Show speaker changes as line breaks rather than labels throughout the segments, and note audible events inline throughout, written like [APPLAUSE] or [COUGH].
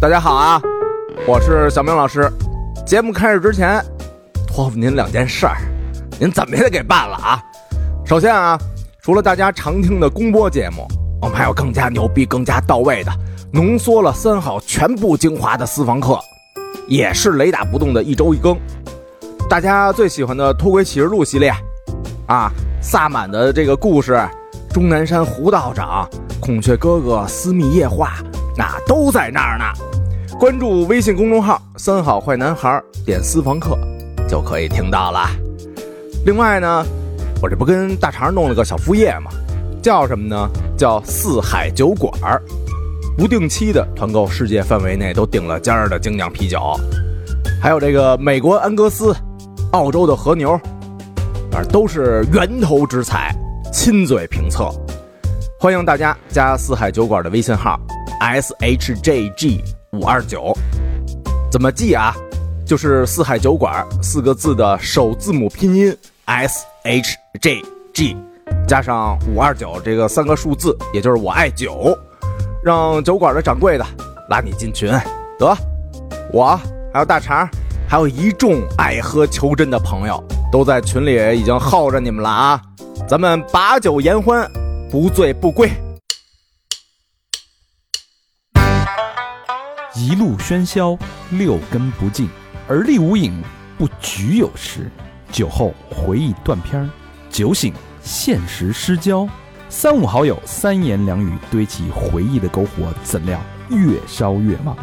大家好啊，我是小明老师。节目开始之前，托付您两件事儿，您怎么也得给办了啊。首先啊，除了大家常听的公播节目，我们还有更加牛逼、更加到位的，浓缩了三好全部精华的私房课，也是雷打不动的一周一更。大家最喜欢的《脱轨启示录》系列，啊，萨满的这个故事，钟南山胡道长、孔雀哥哥、私密夜话，那、都在那儿呢。关注微信公众号“三好坏男孩”，点私房课就可以听到了。另外呢，我这不跟大肠弄了个小副业嘛，叫什么呢？叫四海酒馆儿，不定期的团购世界范围内都顶了尖儿的精酿啤酒，还有这个美国安格斯、澳洲的和牛，反正都是源头之采，亲嘴评测。欢迎大家加四海酒馆的微信号 s h j g 五二九，怎么记啊？就是四海酒馆四个字的首字母拼音 s h j g 加上五二九这个三个数字，也就是我爱酒，让酒馆的掌柜的拉你进群，得。我还有大肠，还有一众爱喝求真的朋友，都在群里已经耗着你们了啊！咱们把酒言欢，不醉不归。
一路喧嚣，六根不净，而立无影，不局有时。酒后回忆断片儿，酒醒现实失焦。三五好友三言两语堆起回忆的篝火，怎料越烧越旺。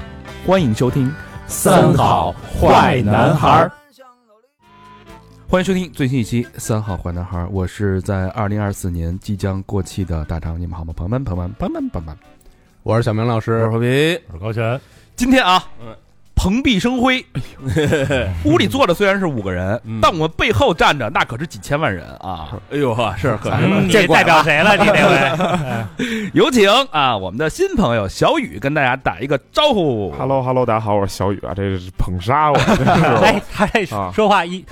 欢迎收听《
三好坏男孩儿》。
欢迎收听最新一期《三好坏男孩》，我是在二零二四年即将过期的大肠，你们好吗？朋友们，朋友们，朋友们，朋友们，
我是小明老
我是
师，
何平。
我是高泉，
今天啊，蓬荜生辉。屋里坐的虽然是五个人，但我们背后站着那可是几千万人啊！
哎呦呵， [LAUGHS] 是可是
嗯你代表谁了？你 [LAUGHS] 这回
有请啊，我们的新朋友小雨跟大家打一个招呼。
Hello Hello，大家好，我是小雨啊，这是捧杀我，真是
哎，他这
啊
说话一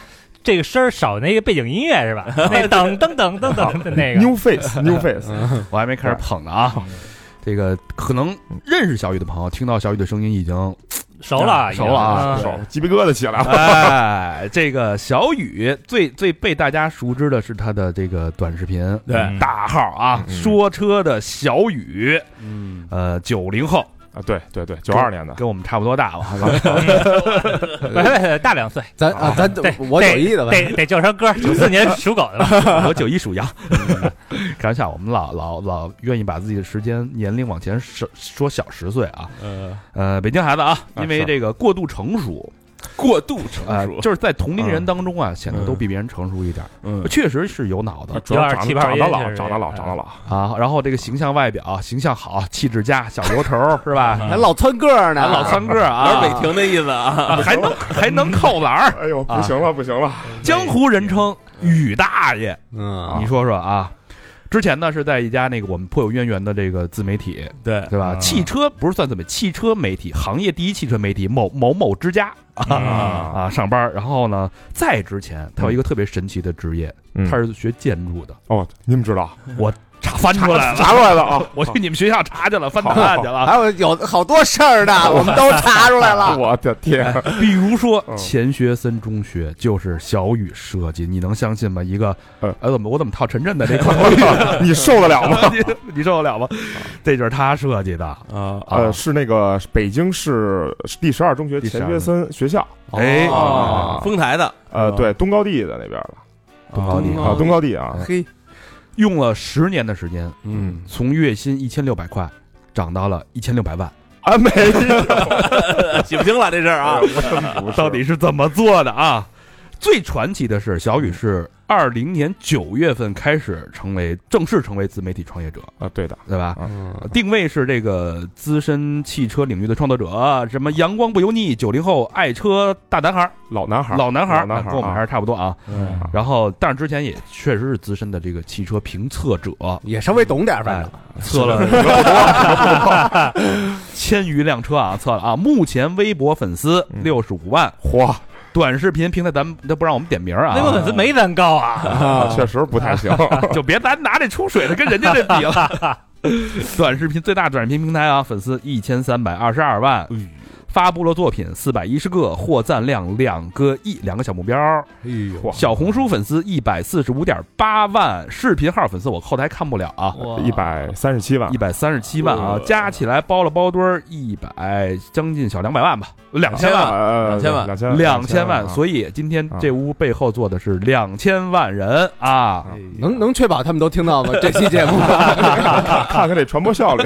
这个声儿少那个背景音乐是吧？那噔噔噔噔噔的那个，
New Face New Face，
我还没开始捧呢啊。这个可能认识小雨的朋友，听到小雨的声音已
[LAUGHS]
经，
熟了
熟了啊
已经
手哎鸡皮疙瘩起来了。
哎，这个小雨最最被大家熟知的是他的这个短视频
对
大号啊，
嗯
说车的小雨，
嗯，
呃，九零后，
啊，对对对，九二年的，
跟我们差不多大吧？
不是大两岁，
咱啊，咱我有意的吧？
得得叫声哥，九四年属狗的吧？
我九一属羊， [LAUGHS] 开玩笑，我们老老老愿意把自己的时间年龄往前说说小十岁啊。
呃，
呃，北京孩子啊，
啊
因为
是
这个过度成熟，
过度成
啊，
熟，
就是在同龄人
嗯
当中啊，显得都比别人成熟一点儿，
嗯，
确实是有脑子
啊主要
有点
长
气
得
泡
长
音
得
就
老，
是
长得老，
啊
长得老。
啊。然后这个形象外表，形象好，气质佳，小油头儿是
[LAUGHS] 啊
吧？
还老窜个儿
还
呢，
老三个
有
啊，
点北庭的意思啊，
啊，还能还能扣篮儿，
哎呦，
啊
不行了，不行了，
江湖人称雨大爷。
嗯，
你说说啊，之前呢是在一家那个我们颇有渊源的这个自媒体，
对，
对吧？
嗯
汽车不是算怎么，汽车媒体行业第一汽车媒体某某某之家
啊，
啊上班，然后呢，再之前他有一个特别神奇的职业，
嗯
他是学建筑的，
哦，你们知道
查翻出来了，！
查出来了啊
哦啊我去你们学校查去了，翻档案去了。
还有有好多事儿 [LAUGHS] 呢，我们都查出来了。
我的天，
比如说
嗯
钱学森中学就是小雨设计，你能相信吗？一个，
嗯
哎，怎么我怎么套陈震的这口 [LAUGHS] 音？
你受得了吗？
[LAUGHS] 你你受得了吗？这就是他设计的
啊，
啊
呃，！是那个北京市第十二中学
第
钱
12
学森学校，
哎，
哦丰台的，
呃，
嗯
对，东高地的那边的
东高地
哦
啊，东高地啊，
嘿，
用了十年的时间，
嗯，
从月薪一千六百块涨到了一千六百万，
啊，没有，
洗不清了这事儿啊，
我真不是
到底是怎么做的啊？最传奇的是，小雨是二零年九月份开始成为正式成为自媒体创业者，
[LAUGHS] 啊，对的，
对吧？
嗯
定位是这个资深汽车领域的创作者，什么阳光不油腻，九零后爱车大男孩儿、
老男孩儿，
老男孩儿，
老男孩儿
跟我们
啊
还是差不多啊。
嗯
然后，但是之前也确实是资深的这个汽车评测者，
[LAUGHS] 也稍微懂点儿，反正
测了 [LAUGHS] 千余辆车啊，测了啊，目前微博粉丝
嗯
六十五万，
嚯，
短视频平台咱们都不让我们点名啊
[LAUGHS] 那，个粉丝没咱高啊，
啊，确实不太行。
[LAUGHS] 就别咱拿这出水的跟人家这
[LAUGHS] 哎
比了。短视频最大短视频平台啊，粉丝一千三百二十二万，发布了作品四百一十个，获赞量两个亿，两个小目标。
哎呦，
嚯
小红书粉丝一百四十五点八万，视频号粉丝我后台看不了啊，
哇
[LAUGHS] 一百三十七万
一，百三十七万啊，加起来包了包堆儿一百，将近小两百万吧，两千万，
呃
两千万
两千 [LAUGHS]
两千万。
以
所以今天
啊
这屋背后坐的是两千万人啊，
能能确保他们都听到吗？这期节目
看看这传播效率，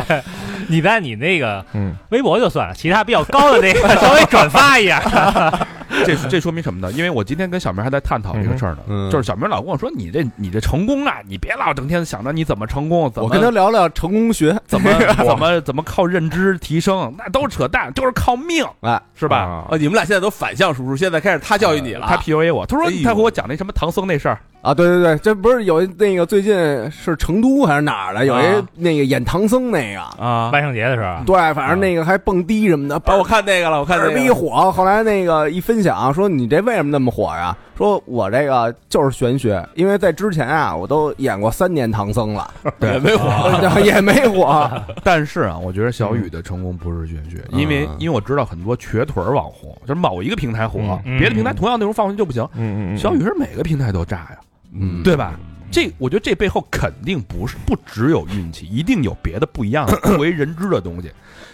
[LAUGHS]
你在你那个
嗯，
微博就算了，其他比较高的那个稍微转发一下。
这这说明什么呢？因为我今天跟小明还在探讨这个事儿呢，
嗯
就是小明老跟我说你这你这成功啊，你别老整天想着你怎么成功，怎
[LAUGHS]
么
我跟他聊聊成功学，
怎 [LAUGHS] 么怎么怎么靠认知提升，那都扯淡，就是靠命，
哎，
是吧？呃
啊
哦，你们俩现在都反向输出，现在开始他教育你了，
他 PUA 我，他说
哎呦
他和我讲那什么唐僧那事儿，
啊，对对对，这不是有那个最近是成都还是哪儿的，有一
啊
那个演唐僧那个，
啊，
万圣节的时候，
对，反正那个还蹦迪什么的，
啊，
把
我看那个了，我看
二
那
逼
个了，
火。后来那个一分享说你这为什么那么火呀、说我这个就是玄学，因为在之前啊，我都演过三年唐僧了，
也没
啊
火，
然后也没火。
但是啊，我觉得小雨的成功不是玄学，
嗯
因为因为我知道很多瘸腿儿网红，就是某一个平台火，
嗯
别的平台同样内容放上去就不行。
嗯嗯嗯，
小雨是每个平台都炸呀，
嗯，
对吧？这我觉得这背后肯定不是不只有运气，一定有别的不一样的不为人知的东西。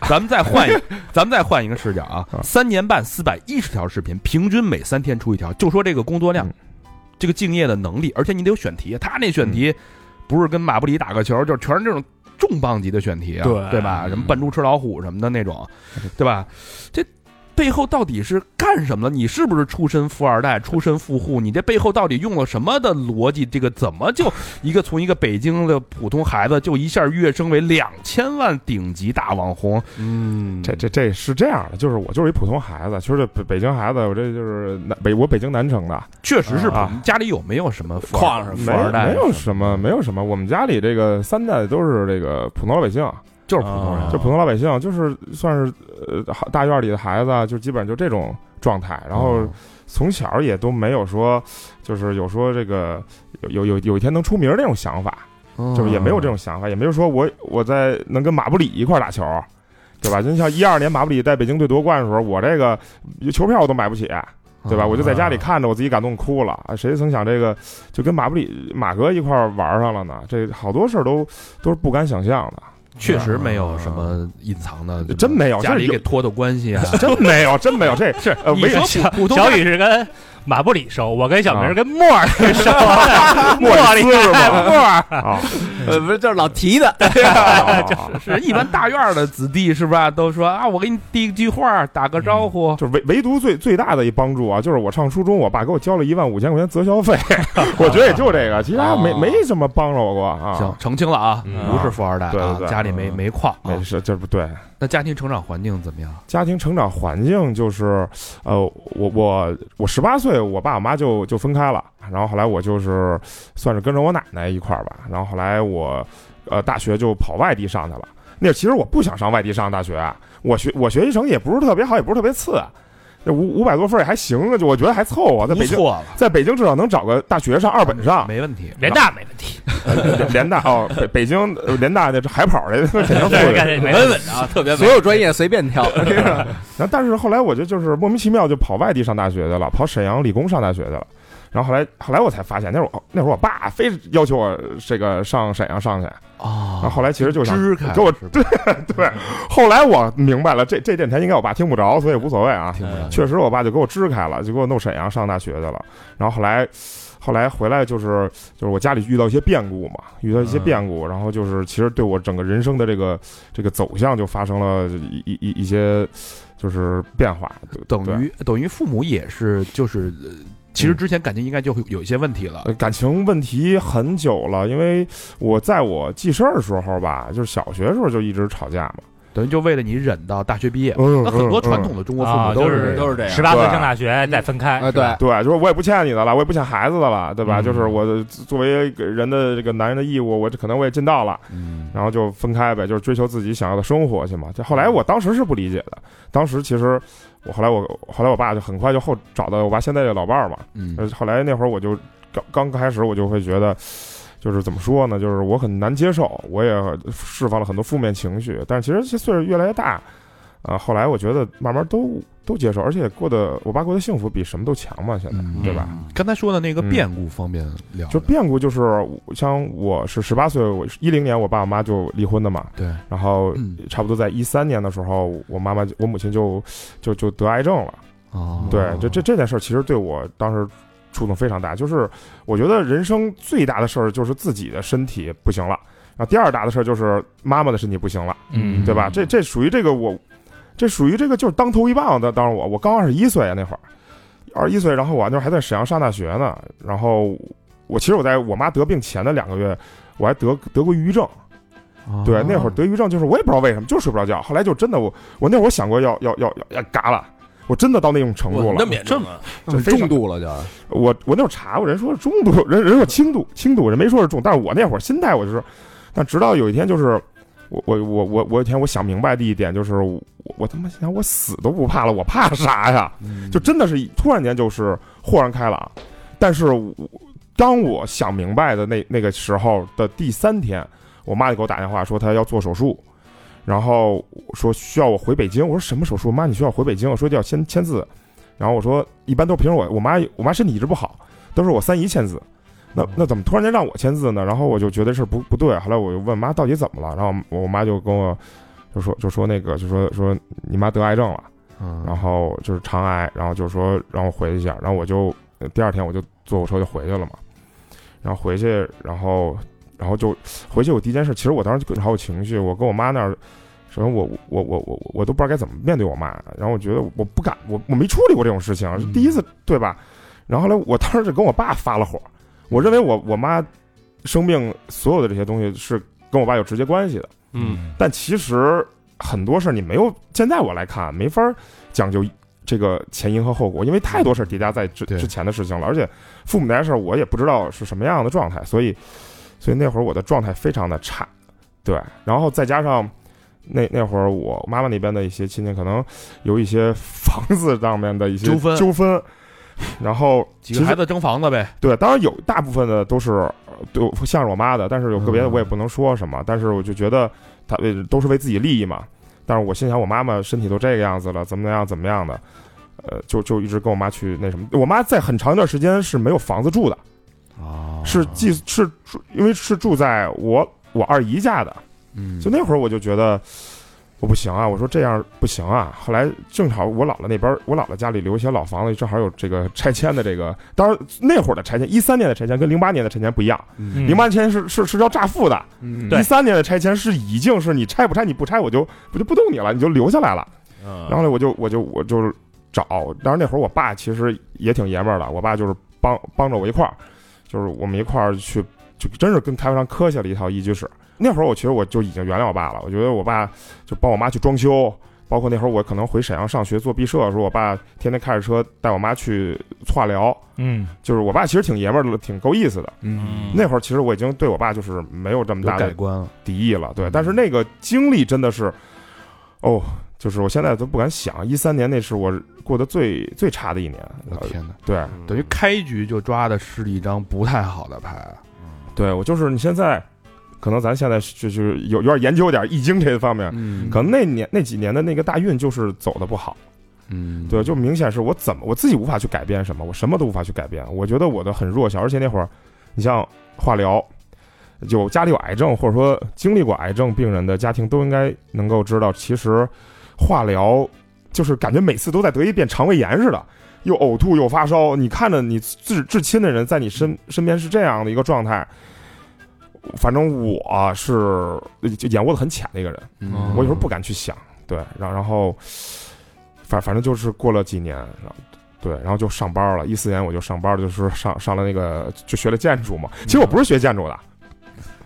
咱们再换一，咱们再换一个视角啊！三年半四百一十条视频，平均每三天出一条，就说这个工作量
嗯，
这个敬业的能力，而且你得有选题。他那选题不是跟马布里打个球，就是全是这种重磅级的选题啊，对
对
吧？什么扮猪吃老虎什么的那种，对吧？这背后到底是干什么的？你是不是出身富二代、出身富户？你这背后到底用了什么的逻辑？这个怎么就一个从一个北京的普通孩子，就一下跃升为两千万顶级大网红？
嗯这这这是这样的，就是我就是一普通孩子，其实这北北京孩子，我这就是南北我北京南城的，
确实是
啊
家里有没有什么富
矿
二
上什
代？富
没
二代
没有什么，没有什么。我们家里这个三代都是这个普通老百姓，
就是普通人，
就普通老百姓，就是算是呃好大院里的孩子啊，就基本上就这种状态。然
哦
后从小也都没有说，就是有说这个有有有有一天能出名那种想法，
嗯
就是也没
哦
有这种想法，也没有说我我在能跟马布里一块儿打球。对吧？就像一二年马布里带北京队夺冠的时候，我这个球票我都买不起，对吧？
哦
我就在
嗯
家里看着，我自己感动哭了。啊谁曾想这个就跟马布里马哥一块儿玩上了呢？这好多事儿都都是不敢想象的， [LAUGHS]
确实没有什么隐藏的，
啊真没有
家里
这
给
有
托托关
[LAUGHS]
系啊。
真没有，真没有。这
是
呃
你
没有
说普普通
小
人
雨是跟马布里收，我跟小明是跟莫儿 [LAUGHS] 收，莫里
斯是吧
哎莫儿
[LAUGHS]
啊，
呃，不是，就是老提的，
就是
是一般大院儿的子弟是吧？都说啊，我给你递一句话，打个招呼。
就是唯唯独最最大的一帮助啊，就是我上初中，我爸给我交了一万五千块钱择校费， [LAUGHS] 我觉得也就这个，其他没
啊
没怎么帮着我过啊。
行，澄清了啊，
嗯
不是富二代
对
啊
对，对
家里没
嗯
没矿啊
没。事，这不对。
那家庭成长环境怎么样？
家庭成长环境就是，呃，我我我十八岁，我爸我妈就就分开了，然后后来我就是算是跟着我奶奶一块儿吧，然后后来我呃大学就跑外地上去了。那其实我不想上外地上大学，啊我学我学习成绩也不是特别好，也不是特别次，那五五百多分儿也还行，就我觉得还凑合，在
不
北京啊
错了，
在北京至少能找个大学上二本上，
没问题。
联大没问题，
联大哦，北北京呃联大那海跑的肯定
对，
会
干这没
稳
问
稳
题。
的啊，特别
所
稳。
有专业随便挑。
然后但是后来我就就是莫名其妙就跑外地上大学去了，跑沈阳理工上大学去了。然后后来后来我才发现，那会儿我那会儿我爸非要求我这个上沈阳上去。然后
啊，
后来其实就想
支开
给我
对，
后来我明白了，这这电台应该我爸听不着，所以无所谓啊。
听不着
确实，我爸就给我支开了，就给我弄沈阳上大学去了。然后后来，后来回来就是就是我家里遇到一些变故嘛，遇到一些变故，然后就是其实对我整个人生的这个这个走向就发生了一一一一些就是变化。对
等
对嗯
于等于父母也是就是，呃其实之前感情应该就会有一些问题了。
呃感情问题很久了，因为我在我记事儿的时候吧，就是小学时候就一直吵架嘛。
等于就为了你忍到大学毕业。
嗯
那很多传统的中国父母
啊
都
就是
这样
都是
[LAUGHS]
这样
十八岁
对
上大学再分开，
啊，对，
对，就是我也不欠你的了，我也不欠孩子的了，对吧？
嗯
就是我的作为一个人的这个男人的义务，我这可能我也尽到了，
嗯
然后就分开呗，就是追求自己想要的生活去嘛。这后来我当时是不理解的，当时其实我后来我后来我爸就很快就后找到我爸现在这老伴儿嘛，
嗯
呃后来那会儿我就刚刚开始我就会觉得。就是怎么说呢？就是我很难接受，我也释放了很多负面情绪，但是其实这岁数越来越大，呃，后来我觉得慢慢都都接受，而且过得我爸过得幸福比什么都强嘛，现在、
嗯
对吧？
刚才说的那个
嗯
变故方面聊聊，
就变故就是我像我是十八岁，我一零年我爸我妈就离婚的嘛，
对，
然后
嗯
差不多在一三年的时候，我妈妈就我母亲就就就得癌症了。
哦，
对，这这这件事儿其实对我当时触动非常大，就是我觉得人生最大的事儿就是自己的身体不行了，然后第二大的事儿就是妈妈的身体不行了，
嗯
对吧？这这属于这个我，这属于这个就是当头一棒的。当时我我刚二十一岁啊那会儿，二十一岁，然后我那会儿还在沈阳上大学呢，然后我其实我在我妈得病前的两个月，我还得得过抑郁症。对，那
哦
会儿得抑郁症就是我也不知道为什么，就是睡不着觉。后来就真的我我那会儿我想过要要要要要嘎了，我真的到那种程度
我
了，
那么严重啊？
就非常
重度了就，
我我那会儿查过，人说是中度，人人说轻度，轻度，人没说是重。但是我那会儿心态，我就是，但直到有一天，就是我我我我我有一天我想明白的一点就是，我我他妈想我死都不怕了，我怕啥呀？
哦嗯
就真的是突然间就是豁然开朗。但是我当我想明白的那那个时候的第三天，我妈就给我打电话说她要做手术。然后说需要我回北京，我说什么手术？妈，你需要回北京？我说要签签字，然后我说一般都是平时我我妈我妈身体一直不好，都是我三姨签字，那那怎么突然间让我签字呢？然后我就觉得这事儿不不对，后来我就问妈到底怎么了，然后我我妈就跟我就说就说那个就说说你妈得癌症了，
嗯，
然后就是肠癌，然后就说让我回去一下，然后我就呃第二天我就坐火车就回去了嘛，然后回去，然后然后就回去，我第一件事，其实我当时就好有情绪，我跟我妈那儿，首先我我我我我都不知道该怎么面对我妈，然后我觉得我不敢，我我没处理过这种事情，是第一次对吧？然后后来我当时就跟我爸发了火，我认为我我妈生病所有的这些东西是跟我爸有直接关系的。
嗯，
但其实很多事儿你没有，现在我来看没法儿讲究这个前因和后果，因为太多事儿叠加在之
对
之前的事情了，而且父母那件事儿我也不知道是什么样的状态，所以所以那会儿我的状态非常的差，对，然后再加上。那那会儿，我妈妈那边的一些亲戚可能有一些房子上面的一些
纠纷
纠纷，然后
几
其
个
实
孩子争房子呗，
对，当然有大部分的都是呃对向着我妈的，但是有个别的
嗯
我也不能说什么，但是我就觉得她呃都是为自己利益嘛。但是我心想，我妈妈身体都这个样子了，怎么样怎么样的，呃，就就一直跟我妈去那什么。我妈在很长一段时间是没有房子住的，
啊
是寄是住，因为是住在我我二姨家的，
嗯，
就那会儿我就觉得我不行啊，我说这样不行啊。后来正好我姥姥那边儿，我姥姥家里留一些老房子，正好有这个拆迁的这个。当然那会儿的拆迁，一三年的拆迁跟零八年的拆迁不一样，
嗯
零八年是是是要乍付的，
对
一三年的拆迁是已经是你拆不拆你不拆我就我就不动你了，你就留下来了。
嗯
然
然后呢，我就我就我就找，当然那会儿我爸其实也挺爷们儿的，我爸就是帮帮着我一块儿，就是我们一块儿去，就真是跟开发商磕下了一套一居室。那会儿我其实我就已经原谅我爸了，我觉得我爸就帮我妈去装修，包括那会儿我可能回沈阳上学做毕设的时候，我爸天天开着车带我妈去化疗，
嗯，
就是我爸其实挺爷们儿的，挺够意思的。那会儿其实我已经对我爸就是没有这么
有
大的
改观了，
敌意了，
嗯
对。但是那个经历真的是，哦，就是我现在都不敢想，一三年那是我过得最最差的一年，
我
呃
天嗯哪，
对
等于开局就抓的是一张不太好的牌，啊
对，我就是你现在，可能咱现在就是有有点研究点易经这方面，
嗯
可能那年那几年的那个大运就是走的不好，
嗯，
对，就明显是我怎么我自己无法去改变什么，我什么都无法去改变，我觉得我的很弱小，而且那会儿，你像化疗。有家里有癌症，或者说经历过癌症病人的家庭，都应该能够知道，其实化疗就是感觉每次都在得一遍肠胃炎似的，又呕吐又发烧。你看着你至至亲的人在你身身边是这样的一个状态，反正我是呃就眼窝子很浅的一个人，
嗯
我有时候不敢去想，对，然然后，反反正就是过了几年，然后对，然后就上班了。一四年我就上班了，就是上上了那个就学了建筑嘛。其实我不是学建筑的，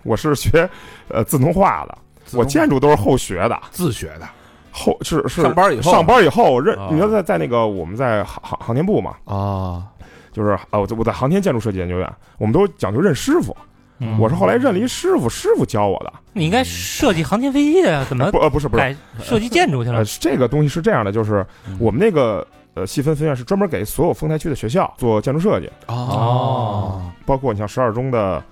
我是学呃自动化的。我建筑都是后学的，
自学的
后是是
上班以后
上班以后认
啊，
你要在在那个我们在航航航天部嘛，
啊，
就是呃我在我在航天建筑设计研究院，我们都讲究认师傅。
嗯
嗯
我是后来认了一师傅，师傅教我的。
你应该设计航天飞机的啊呀，怎么
不呃不是不是，
改设计建筑去了
呃？这个东西是这样的，就是
嗯
我们那个呃细分分院是专门给所有丰台区的学校做建筑设计，
哦，
包括你像十二中的。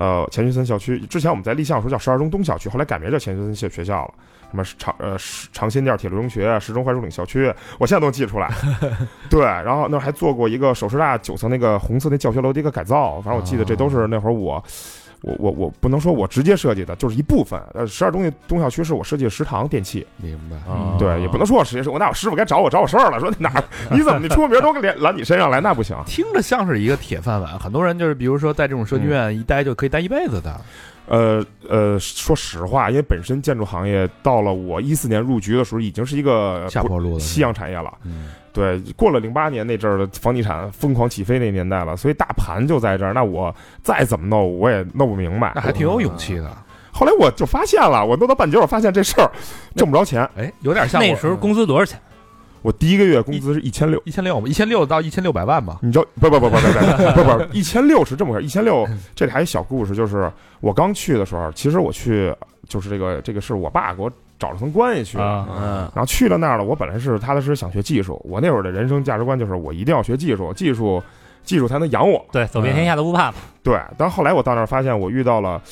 呃钱学森校区。之前我们在立项的时候叫十二中东校区，后来改名叫钱学森校学校了，什么长呃长辛店铁路中学、啊石钟槐树岭校区，我现在都能记出来。对，然后那儿还做过一个首师大九层那个红色那教学楼的一个改造，反正我记得这都是那会儿我。我我我不能说我直接设计的，就是一部分。呃，十二中东校区是我设计的食堂电器，
明白。
对，也不能说我实习生，我那我师傅该找我找我事儿了，说 [LAUGHS] 哪儿你怎么你出名都连揽你身上来，那不行。
听着像是一个铁饭碗，很多人就是，比如说在这种设计院
嗯
一待就可以待一辈子的。
呃呃，说实话，因为本身建筑行业到了我一四年入局的时候，已经是一个
下坡路
呃不
了，
夕阳产业了。
嗯，
对，过了零八年那阵儿的房地产疯狂起飞那年代了，所以大盘就在这儿，那我再怎么弄我也弄不明白
[LAUGHS] 那。还挺有勇气的。
后来我就发现了，我弄到半截儿，我发现这事儿挣不着钱。
哎，有点像
那
我
时候工资多少钱？
我第一个月工资是一千六。
一千六吧，一千六到一千六百万吧。
你知道不不不不不不不不，一千六是这么回事。一千六，这里还有一小故事，就是我刚去的时候，其实我去就是这个这个是我爸给我找了层关系去的，
啊
嗯，
然后去了那儿了，我本来是踏踏实实想学技术，我那会儿的人生价值观就是我一定要学技术，技术技术才能养我。
对，走遍天下都不怕嘛。
对，但后来我到那儿发现，我遇到了，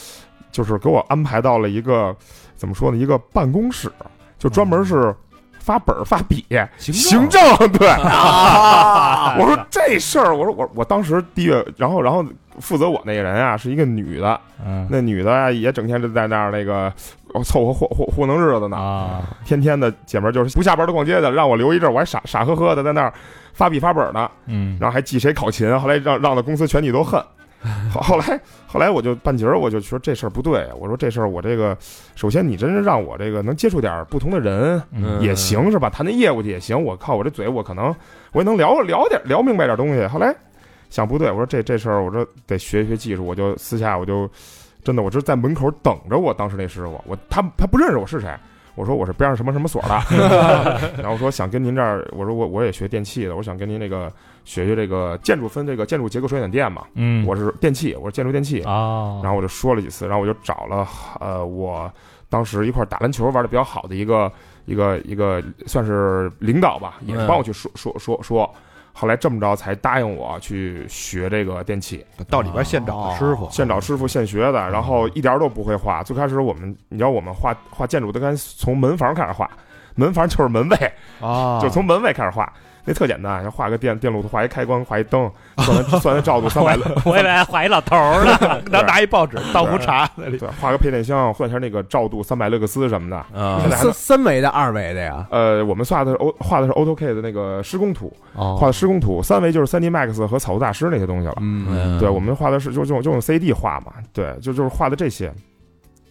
就是给我安排到了一个怎么说呢，一个办公室，就专门是发本儿发笔
行
行政，对。 [LAUGHS] 我说这事儿，我说我我当时第一个，然后然后负责我那个人啊是一个女的，
嗯
那女的啊也整天就在那儿那个哦凑合糊糊糊弄日子呢，
啊，
天天的姐们儿就是不下班都逛街的，让我留一阵儿，我还傻傻呵呵的在那儿发笔发本呢，
嗯，
然后还记谁考勤，后来让让的公司全体都恨。 [LAUGHS] 后后来后来我就半截儿，我就说这事儿不对，我说这事儿我这个，首先你真是让我这个能接触点儿不同的人
嗯
也行是吧？谈谈业务去也行，我靠我这嘴我可能我也能聊聊点聊明白点东西。后来想不对，我说这这事儿我说得学一学技术，我就私下我就真的我就在门口等着我当时那师傅，我他他不认识我是谁。我说我是边上什么什么所
[LAUGHS]
的，然后说想跟您这儿，我说我我也学电器的，我想跟您那个学学这个建筑分这个建筑结构水选电嘛，
嗯，
我是电器，我是建筑电器，
哦，
然后我就说了几次，然后我就找了呃，我当时一块儿打篮球玩的比较好的一个一个一个算是领导吧，也是帮我去说说说说，后来这么着才答应我去学这个电器，
到里边现找啊的师傅，
现找师傅现学的，然后一点儿都不会画。最开始我们，你知道我们画画建筑都该从门房开始画，门房就是门卫，
啊，
就从门卫开始画。那特简单，画个电电路图，画一开关，画一灯，算完算完照度
[LAUGHS]
三百
我以为还画一老头儿呢。
拿拿一报纸倒壶茶那里。
对，画个配电箱，算一下那个照度三百勒克斯什么的。
啊
现在还
三
能
三维的、二维的呀，
呃，我们画的是 O 画的是 AutoK 的那个施工图，
哦
画的施工图，三维就是 3D Max 和草图大师那些东西了。
嗯，
嗯
对，我们画的是就就就用 CD 画嘛，对，就就是画的这些，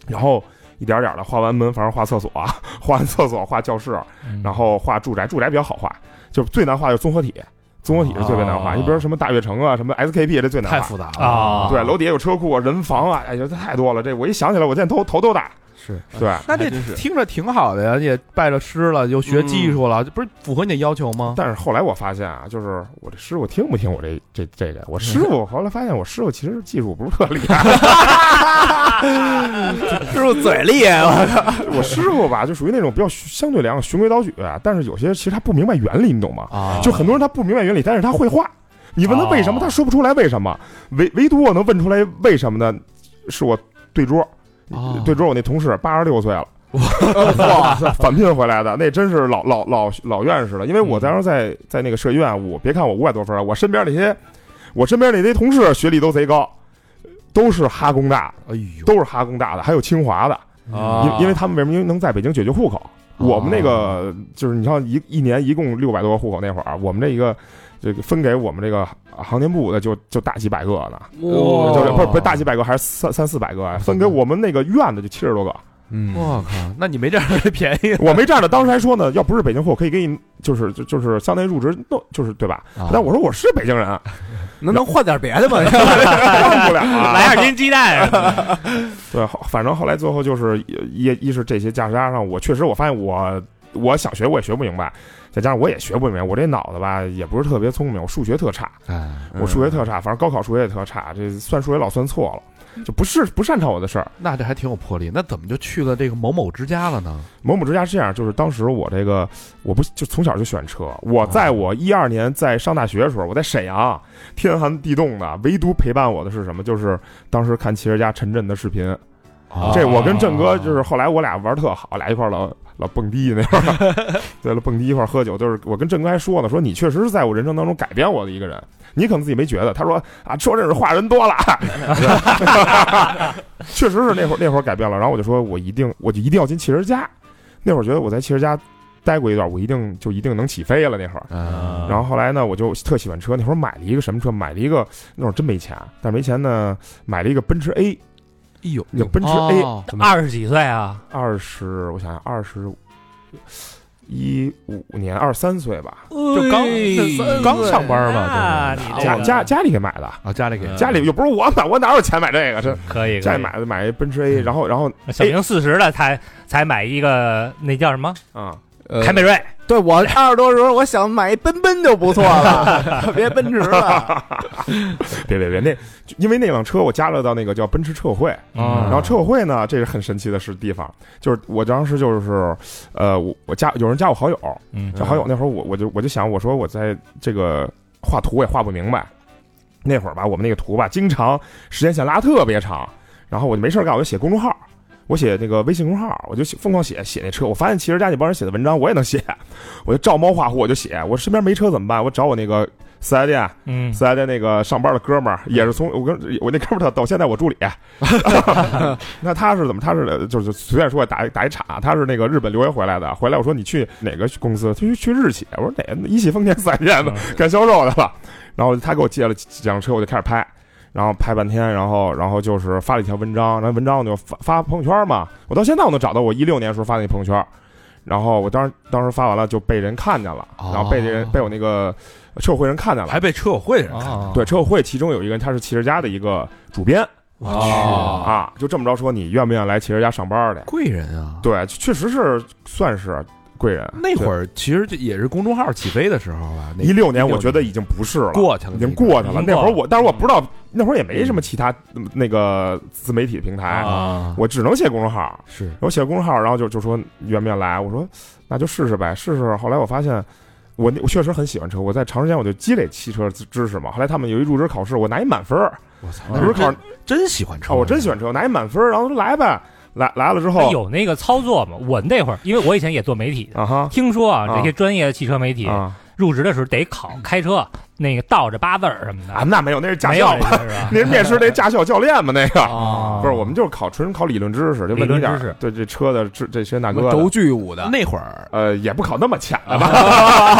然后一点点的画完门房，画厕所，啊 [LAUGHS] 画完厕所画教室，
嗯
然后画住宅，住宅比较好画，就是最难画就是综合体，综合体是最为难画。
哦
你比如什么大悦城啊，什么 SKP 这最难
太
画。
复杂了
啊
对，楼底下有车库啊，人防啊，哎呀，这太多了。这我一想起来，我现在头头都大。
是，
对，
那这
还真是
听着挺好的呀，也拜了师了，又
嗯
学技术了，这不是符合你的要求吗？
但是后来我发现啊，就是我这师傅听不听我这这这个，我师傅后来发现我师傅其实技术不是特厉害，
师傅嘴厉害，我
我师傅吧就属于那种比较相对良循规蹈矩，啊但是有些其实他不明白原理，你懂吗？
啊哦
就很多人他不明白原理，但是他会画。你问他为什么，他说不出来为什么，唯唯独我能问出来为什么呢？是我对桌
哦，
对桌我那同事八十六岁了。哇， [LAUGHS] 返聘回来的那真是老老老老院士了。因为
嗯
我当时在在那个设计院，我别看我五百多分儿，我身边那些我身边那些同事学历都贼高，都是哈工大，
哎呦，
都是哈工大的，还有清华的。
啊
啊
因因为他们为什么能在北京解决户口？我们那个就是你像一一年一共六百多个户口那会儿，我们这一个这个分给我们这个航天部的就就大几百个呢，
哇
就是不是不是大几百个，还是三三四百个啊，分给我们那个院的就七十多个。
嗯，
我靠，那你没占着这便宜
我没站着，当时还说呢，要不是北京户口，可以给你就是就就是相当于入职弄就是对吧？
啊
但我说我是北京人，啊
能能换点别的吗？
干不了啊。
来点金鸡蛋，
对，后反正后来最后就是也也一是这些加加上我确实我发现我我想学我也学不明白，再加上我也学不明白，我这脑子吧也不是特别聪明，我数学特差，
哎，
我
嗯
数学特差，反正高考数学也特差，这算数学老算错了，就不是不擅长我的事儿。
那这还挺有魄力。那怎么就去了这个某某之家了呢？
某某之家是这样，就是当时我这个我不就从小就喜欢车，我在我一二年在上大学的时候，我在沈阳天寒地冻的，唯独陪伴我的是什么？就是当时看《汽车家》陈震的视频，
啊
啊这我跟郑哥就是后来我俩玩儿特好，俩一块儿老老蹦迪那会儿， [LAUGHS] 对了，蹦迪一块儿喝酒，就是我跟郑哥还说呢，说你确实是在我人生当中改变我的一个人，你可能自己没觉得。他说啊，说这是话人多了， [LAUGHS] 确实是那会儿那会儿改变了。然后我就说我一定我就一定要进汽车家，那会儿觉得我在汽车家待过一段，我一定就一定能起飞了那会儿。
啊，
然后后来呢，我就特喜欢车，那会儿买了一个什么车？买了一个那会儿真没钱，但是没钱呢，买了一个奔驰 A，
哎呦，
那个奔驰 A，、
哦
二十几岁啊，
二十，我想想，二十一五年，二三岁吧，
就
刚
刚上班
哎那
嘛，
你
就是
这
家
个
家家里给买的，
啊，家里给
嗯家里又不是我买， [LAUGHS] 我哪有钱买这个？这
可以，
家
可
里
以。
买的买一奔驰 A，然后然后
小明四十了才才买一个，那叫什么
啊，
呃
凯美瑞？
对我二十多时候，我想买一奔奔就不错 [LAUGHS] 了，别奔驰了。
别别别，那就因为那辆车我加了到那个叫奔驰车友会，
嗯
然后车友会呢，这是很神奇的是地方，就是我当时就是，呃，我我加有人加我好友，
嗯
这好友那会儿我我就我就想我说我在这个画图也画不明白，那会儿吧我们那个图吧经常时间线拉特别长，然后我就没事儿干我就写公众号，我写那个微信公众号，我就写疯狂写写那车，我发现汽车家那帮人写的文章我也能写，我就照猫画虎我就写，我身边没车怎么办？我找我那个四 S 店
嗯
四 S 店那个上班的哥们儿，也是从我跟我那哥们儿到到现在我助理，那他是怎么？他是就是随便说打一打一岔，他是那个日本留学回来的。回来我说你去哪个公司？他去去日企。我说哪一汽丰田四 S 店的干销售去了。然后他给我借了几几辆车，我就开始拍，然后拍半天，然后然后就是发了一条文章，然后文章我就发发朋友圈嘛。我到现在我能找到我一六年时候发那朋友圈。然后我当时当时发完了就被人看见了，然后被这人被我那个车友会人看见了，
还被车友会人看
哦
对，车友会其中有一个人，他是汽车家的一个主编。
我
哦
啊，就这么着说，你愿不愿意来汽车家上班儿来？
贵人啊！
对，确实是算是贵人。
那会儿其实这也是公众号起飞的时候吧，那
一六年，
16
我觉得已经不是了，
过去了，
已经过去
已
了。
经
那会
过
儿
了
我，但是我不知道，那会儿也没什么其他嗯那个自媒体平台，
啊，
我只能写公众号。
是
我写公众号，然后就就说你愿不愿意来？我说那就试试呗，试试。后来我发现。我那我确实很喜欢车，我在长时间我就积累汽车知知识嘛。后来他们有一入职考试，我拿一满分儿，
我操，
入职考
真真喜欢车，
哦，我真喜欢车，拿一满分儿，然后说来呗，来来了之
那
后，
有那个操作吗？我那会儿，因为我以前也做媒体的，
啊哈
听说啊，
啊
这些专业的汽车媒体
啊
入职的时候得考开车那个倒着八字儿什么
啊，
的，
那没有，那是驾
没有
校
这啊
嘛，
个
[LAUGHS]
是吧？
那是面试那驾校教练嘛，那个、
啊
不是，我们就是考纯考理论知识，就问你点
理论知识
儿对这车的这这些大哥
轴
的，
距舞的，
那会儿
呃，也不考那么浅了
[LAUGHS]
吧？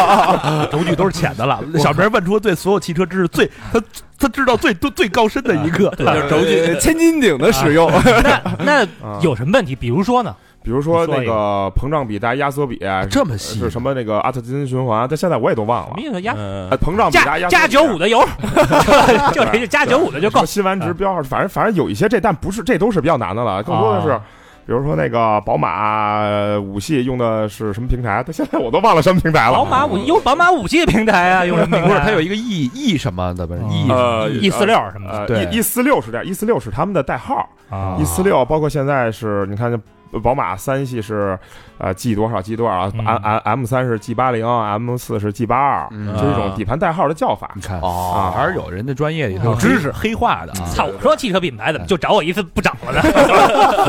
轴距都是浅的了。小明问出对所有汽车知识最他他知道最多最高深的一个，
就是轴距
呃千斤顶的使 [LAUGHS] 用，
哎
[LAUGHS]
那
啊
那有什么问题？比如说呢？
比如说
你说
那
一个啊
个膨胀比达压缩比、啊
这么细
是什么那个阿特金循环，啊但现在我也都忘
什
了
么。意思？压
嗯
呃，膨胀比
加
达压
加九五
的
的油，就这就加九五的就够
新完
嗯
值标号，反正反正有一些这，但不是这都是比较难的了，更多的是
啊。
比如说那个宝马呃五系用的是什么平台？但 [LAUGHS] 现在我都忘了什么平台了。
宝马五有宝马五 G 的平台啊，用
[LAUGHS]
什么平
不是
台？
它有一个 E E 什么的吧
嗯
？E
呃
E 四六什么的
呃，
对
一一四六是这样，一四六是他们的代号，
啊
一四六，包括现在是，你看这宝马三系是，呃，G 多少 G 多少
嗯
，M M M 三是 G 八零，M 四是 G 八二，
嗯
就是一种底盘代号的叫法。
你看
哦
还是有人家专业里头
有
知识黑化的啊。
操！我说汽车品牌怎么就找我一次不涨了呢？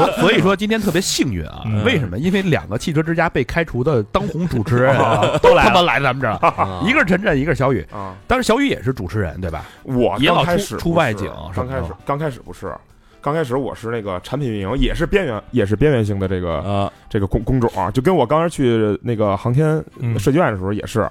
所所以说今天特别幸运啊，
嗯
为什么？因为两个汽车之家被开除的当红主持人
哦
啊
都来了啊
他妈来咱们这儿了，一个是陈震，一个是小雨。
啊，
当时小雨也是主持人对吧？
我
也老
刚开
出
始
出
不
外
是
景什
刚
么
开
的
始刚开始不是，刚开始我是那个产品运营，也是边缘也是边缘性的这
嗯
个
啊
这个工工种啊，就跟我刚开始去那个航天
嗯
设计院的时候也是。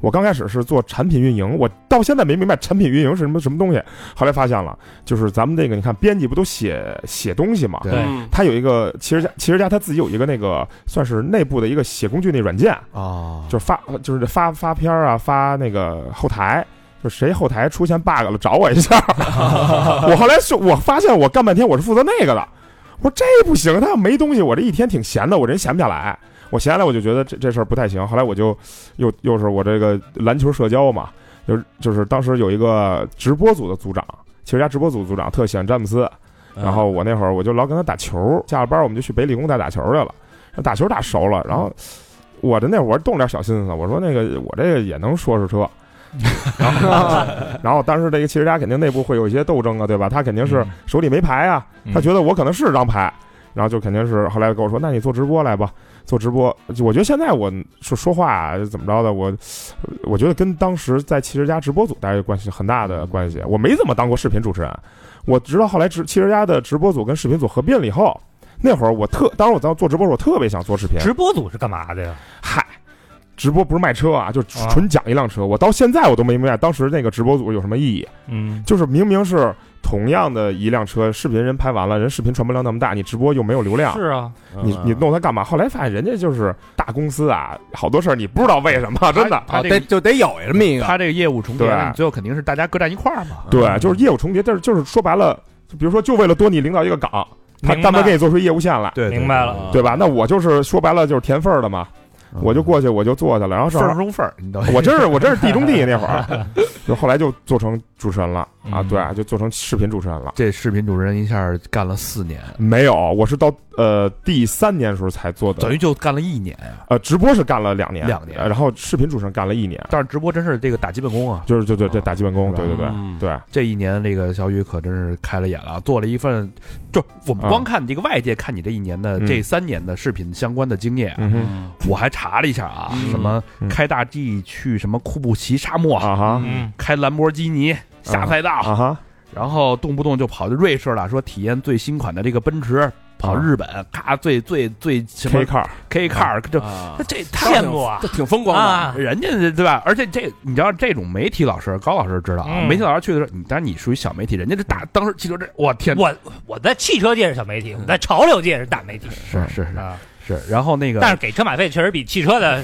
我刚开始是做产品运营，我到现在没明白产品运营是什么什么东西。后来发现了，就是咱们那个，你看编辑不都写写东西嘛？
对
嗯
他有一个企实家，企实家他自己有一个那个算是内部的一个写工具那软件，
啊
就是发就是发发片儿啊，发那个后台，就谁后台出现 bug 了找我一下。我后来是我发现我干半天我是负责那个的，我说这不行，他要没东西，我这一天挺闲的，我人闲不下来。我闲下来我就觉得这这事儿不太行，后来我就又又是我这个篮球社交嘛，就是就是当时有一个直播组的组长，其实人家直播组组长特喜欢詹姆斯，
嗯
然后我那会儿我就老跟他打球，下了班我们就去北理工大打球去了，打球打熟了，然后我的那会儿动点小心思，我说那个我这个也能说是车。 [LAUGHS] 然后，然后当时这个汽车家肯定内部会有一些斗争啊，对吧？他肯定是手里没牌啊，他觉得我可能是张牌，然后就肯定是后来跟我说，那你做直播来吧，做直播。就我觉得现在我说说话、啊、怎么着的，我我觉得跟当时在汽车家直播组待着关系很大的关系。我没怎么当过视频主持人，我直到后来直汽车家的直播组跟视频组合并了以后，那会儿我特，当时我在做直播的时候，我特别想做视频。
直播组是干嘛的呀？
嗨，直播不是卖车啊，就纯讲一辆车。我到现在我都没明白当时那个直播组有什么意义，
嗯，
就是明明是同样的一辆车，视频人拍完了，人视频传播量那么大，你直播又没有流量，
是啊，
你
嗯
你弄它干嘛？后来发现人家就是大公司啊，好多事儿你不知道为什么，真的。
他
啊，
这
得
个
就得有这么一个，
嗯他这个业务重叠了，
对
你最后肯定是大家各站一块儿嘛。
对，就是业务重叠，但是就是说白了，就比如说就为了多你领导一个岗，他
明白
单位给你做出业务线来，
对
明白了。
对吧？那我就是说白了就是填缝儿的嘛，
嗯
我就过去我就做去了，然后正
份
好
儿中份儿，你都
我真是我真是地中地那会儿，就后来就做成主持人了啊，
嗯
对，就做成视频主持人了。
[LAUGHS] 这视频主持人一下干了四年，
没有，我是到呃第三年时候才做
等
的，
于就干了一年啊。
呃，直播是干了两年，
两年
呃然后视频主持人干了一年，
但是直播真是这个打基本功啊，
就是就对对打基本功，
是吧
对对对
嗯
对，
这一年这个小雨可真是开了眼了，做了一份，就我们光看你这个外界看你这一年的、
嗯
这三年的视频相关的经验，
嗯哼
嗯
我还查了一下啊，
嗯
什么
嗯
开大 G 去什么库布齐沙漠，
啊哈
嗯，
开兰博基尼下赛道，
啊哈，
然后动不动就跑到瑞士了，说体验最新款的这个奔驰，跑日本，咔、最最最什么
K car
K car，这、
嗯
啊
这太
羡慕啊
这，挺风光
啊
的，
人家这对吧？而且这你知道，这种媒体老师高老师知道啊，
嗯
媒体老师去的时候，你当然你属于小媒体，人家这大当时汽车这，我天，
我我在汽车界是小媒体，我在潮流界是大媒体
是是是
啊。
是，然后那个，
但是给车马费确实比汽车的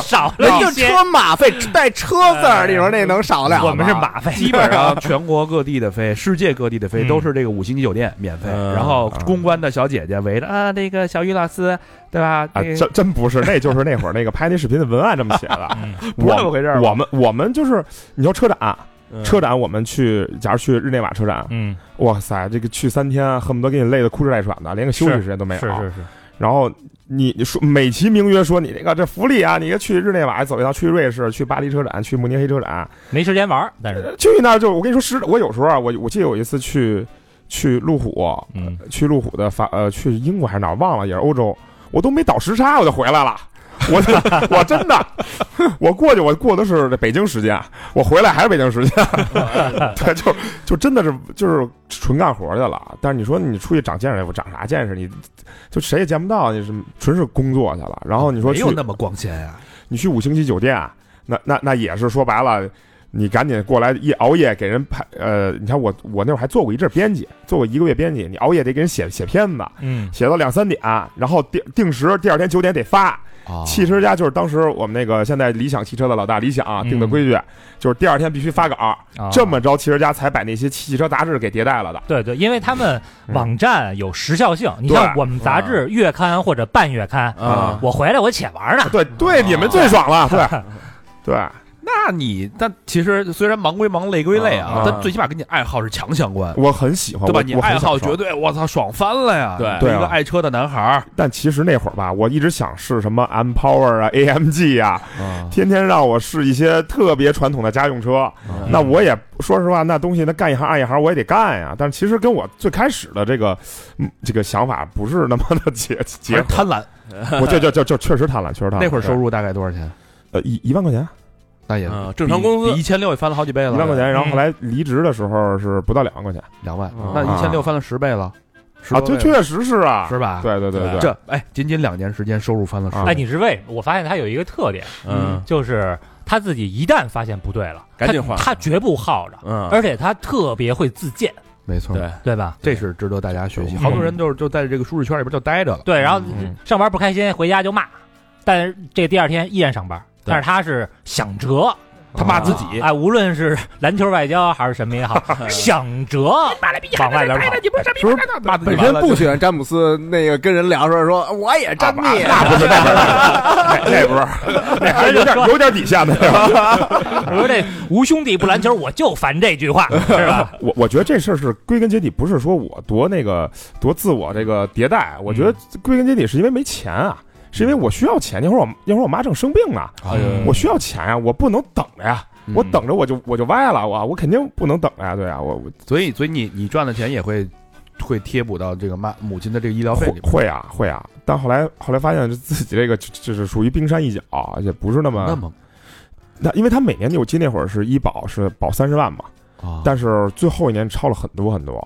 少
人
了
就
一些。
车马费带车字儿，你说那能少了吗？
我们是马费，
[LAUGHS] 基本上全国各地的飞，世界各地的飞
嗯
都是这个五星级酒店免费，
嗯
然后公关的小姐姐围着啊，那个小雨老师，对吧？
啊，
这个
真真不是，那就是那会儿那个拍那视频的文案这么写的，
嗯不是这么回事儿吧
我们我们就是你说车展，
嗯
车展我们去，假如去日内瓦车展，
嗯，
哇塞，这个去三天，恨不得给你累得哭哧带喘的，连个休息时间都没有。
是是是，
然后你你说美其名曰说你这个这福利啊，你这去日内瓦走一趟，去瑞士，去巴黎车展，去慕尼黑车展，
没时间玩儿，但是
去那儿就我跟你说实，我有时候啊，我我记得有一次去去路虎，
嗯，
去路虎的法呃去英国还是哪儿忘了，也是欧洲，我都没倒时差我就回来了。 [LAUGHS] 我我真的，我过去我过的是北京时间，我回来还是北京时间， [LAUGHS] 对，就就真的是就是纯干活去了。但是你说你出去长见识，我长啥见识？你就谁也见不到，你是纯是工作去了。然后你说
没
去
有那么光鲜啊呀、
你去五星级酒店，啊那那那也是说白了，你赶紧过来一熬夜给人拍，呃，你看我我那会儿还做过一阵编辑，做过一个月编辑，你熬夜得给人写写片子，
嗯，
写到两三点，然后定定时第二天九点得发。
啊。
汽车家就是当时我们那个现在理想汽车的老大李想、啊
嗯
定的规矩，就是第二天必须发稿，
啊
这么着汽车家才把那些汽车杂志给迭代了的。
对对，因为他们网站有时效性，你
对
像我们杂志月刊或者半月刊，
啊
我回来我且玩呢，
对
哦
对，你们最爽了，对
[LAUGHS]
对。
那你但其实虽然忙归忙，累归累啊，
啊
但最起码跟你爱好是强相关，
我很喜欢，
对吧？
我
你
我很
爱好
享受
绝对，我操，爽翻了呀！
对
对啊啊
一个爱车的男孩儿，
但其实那会儿吧，我一直想试什么 M Power 啊、AMG 啊，
啊
天天让我试一些特别传统的家用车。那我也说实话，那东西那干一行爱一行，我也得干呀。但其实跟我最开始的这个嗯这个想法不是那么的结结合，
贪婪。
我就就就就确实贪婪，确实贪婪。
那会儿收入大概多少钱？
呃一一万块钱，
那也
嗯正常工资
一千六也翻了好几倍
一
了，
万块钱。然后后来离职的时候是不到两万块钱
两万
嗯，
那一千六翻了十倍了，
啊，对，确实是啊，
是吧？
对对对对，
这哎，仅仅两年时间，收入翻了十
啊
倍。
哎，你是为什么？我发现他有一个特点，
嗯，
就是他自己一旦发现不对了，
赶紧换
他他绝不耗着，
嗯
而且他特别会自荐，
没错，
对
对吧？
这是值得大家学习。
嗯
好多人就是就在这个舒适圈里边就待着了，
对，然后
嗯
上班不开心，回家就骂，但是这第二天依然上班，但是他是想辙，
他骂自己，
哎，无论是篮球外交还是什么也好，想折往外边跑，
哎
是不是
骂自己
本
完
身
了
不喜欢詹姆斯，那个跟人聊的时候说我也啊詹密，
啊那不是，那还有点有点底线的。
我说这无兄弟不篮球，我就烦这句
[LAUGHS]
话，是吧？
我我觉得这事儿是归根结底不是说我多那个多自我这个迭代，啊我觉得
嗯
归根结底是因为没钱啊，是因为我需要钱。那会儿我那会儿我妈正生病呢，
哎
我需要钱呀、我不能等着呀、
嗯
我等着我就我就歪了，我我肯定不能等着呀、对呀、啊我我
所以所以你你赚的钱也会会贴补到这个妈母亲的这个医疗费
会
里面，
会啊会啊，但后来后来发现自己这个就就是属于冰山一角，也不是那么
那么
那因为他每年我记得那会儿是医保是保三十万嘛，
啊，
但是最后一年超了很多很多，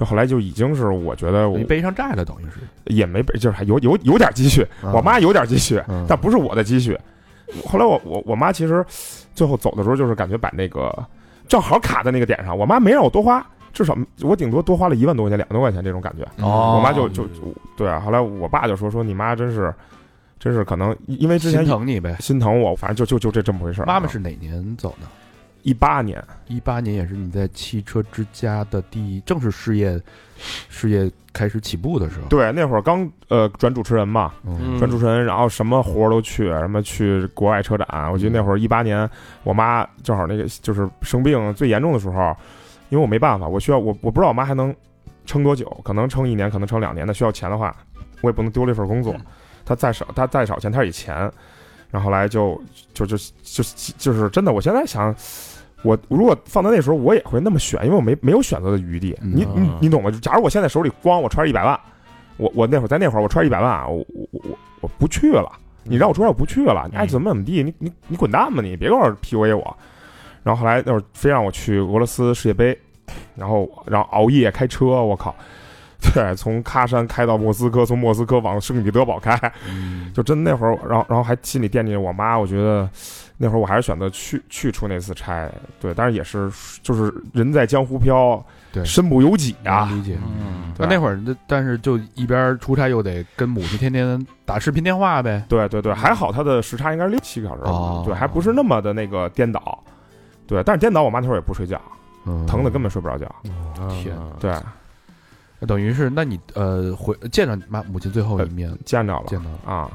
就后来就已经是我觉得我
没背上债了，等于是
也没就是还有有有点积蓄，
啊
我妈有点积蓄
嗯，
但不是我的积蓄。后来我我我妈其实最后走的时候就是感觉把那个正好卡在那个点上，我妈没让我多花，至少我顶多多花了一万多块钱、两万多块钱这种感觉。
哦
我妈就就就对啊，后来我爸就说说你妈真是真是可能因为之前
心疼你呗。
心疼我，反正就就就这这么回事儿。啊
妈妈是哪年走的？
一八年，
一八年也是你在汽车之家的第一正式事业事业开始起步的时候。
对那会儿刚呃转主持人嘛，
嗯，
转主持人，然后什么活儿都去，什么去国外车展。我记得那会儿一八年，我妈正好那个就是生病最严重的时候，因为我没办法，我需要我我不知道我妈还能撑多久，可能撑一年，可能撑两年。那需要钱的话，我也不能丢了一份工作。她再少，她再少钱，她也钱。然后后来就就就就就是真的，我现在想。我如果放到那时候，我也会那么选，因为我没没有选择的余地。你你你懂吗？就假如我现在手里光我揣着一百万，我我那会儿在那会儿我揣着一百万啊，我我我我我不去了，你让我出来我不去了，你爱怎么怎么地，你你你滚蛋吧你，别跟我 PUA 我。然后后来那会儿非让我去俄罗斯世界杯，然后然后熬夜开车，我靠， [LAUGHS] 对，从喀山开到莫斯科，从莫斯科往圣彼得堡开，就真那会儿，然后然后还心里惦记着我妈，我觉得那会儿我还是选择去去出那次差，对，但是也是就是人在江湖飘，
对
身不由己啊，
理解。
嗯，
对
那那会儿，那但是就一边出差又得跟母亲天天打视频电话呗。
对对对，还好它的时差应该是六七个小时，
嗯哦
对，还不是那么的那个颠倒。对，但是颠倒，我妈那会儿也不睡觉，
嗯，
疼的根本睡不着觉。
天
对，
那等于是，那你呃回见到你妈母亲最后一面，
见着了
见到了，
啊。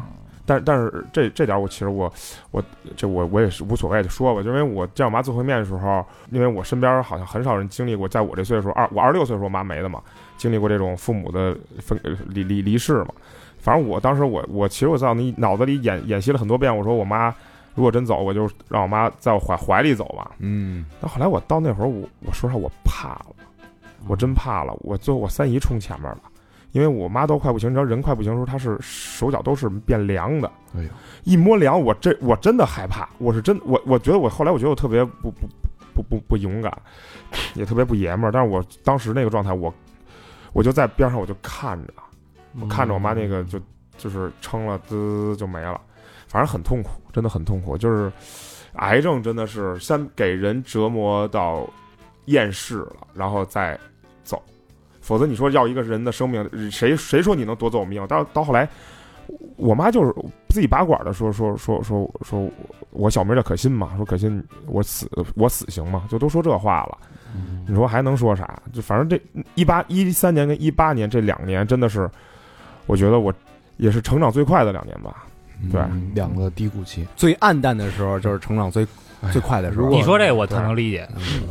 但但是这这点我其实我我这我我也是无所谓的说吧，就因为我见我妈最后一面的时候，因为我身边好像很少人经历过，在我这岁数二我二十六岁的时候我妈没的嘛，经历过这种父母的分呃离离离世嘛。反正我当时我我其实我在你脑子里演演习了很多遍，我说我妈如果真走，我就让我妈在我怀怀里走吧。
嗯，
但后来我到那会儿，我我说实话，我怕了，我真怕了。我最后我三姨冲前面了，因为我妈都快不行，你知道人快不行的时候，她是手脚都是变凉的。
哎呦，
一摸凉，我这我真的害怕，我是真我我觉得我后来我觉得我特别不不不不不勇敢，也特别不爷们儿。但是我当时那个状态，我我就在边上我就看着，
嗯
我看着我妈那个就就是撑了，滋就没了，反正很痛苦，真的很痛苦。就是癌症真的是先给人折磨到厌世了，然后再走，否则你说要一个人的生命，谁谁说你能夺走我命？到到后来，我妈就是自己拔管的说说说说说我我小名叫可心嘛，说可心我死我死刑嘛，就都说这话了。
嗯
你说还能说啥？就反正这一八一三年跟一八年这两年真的是，我觉得我也是成长最快的两年吧。对
嗯两个低谷期，
最暗淡的时候就是成长最
哎呀
最快的时候。
你说这我特能理解。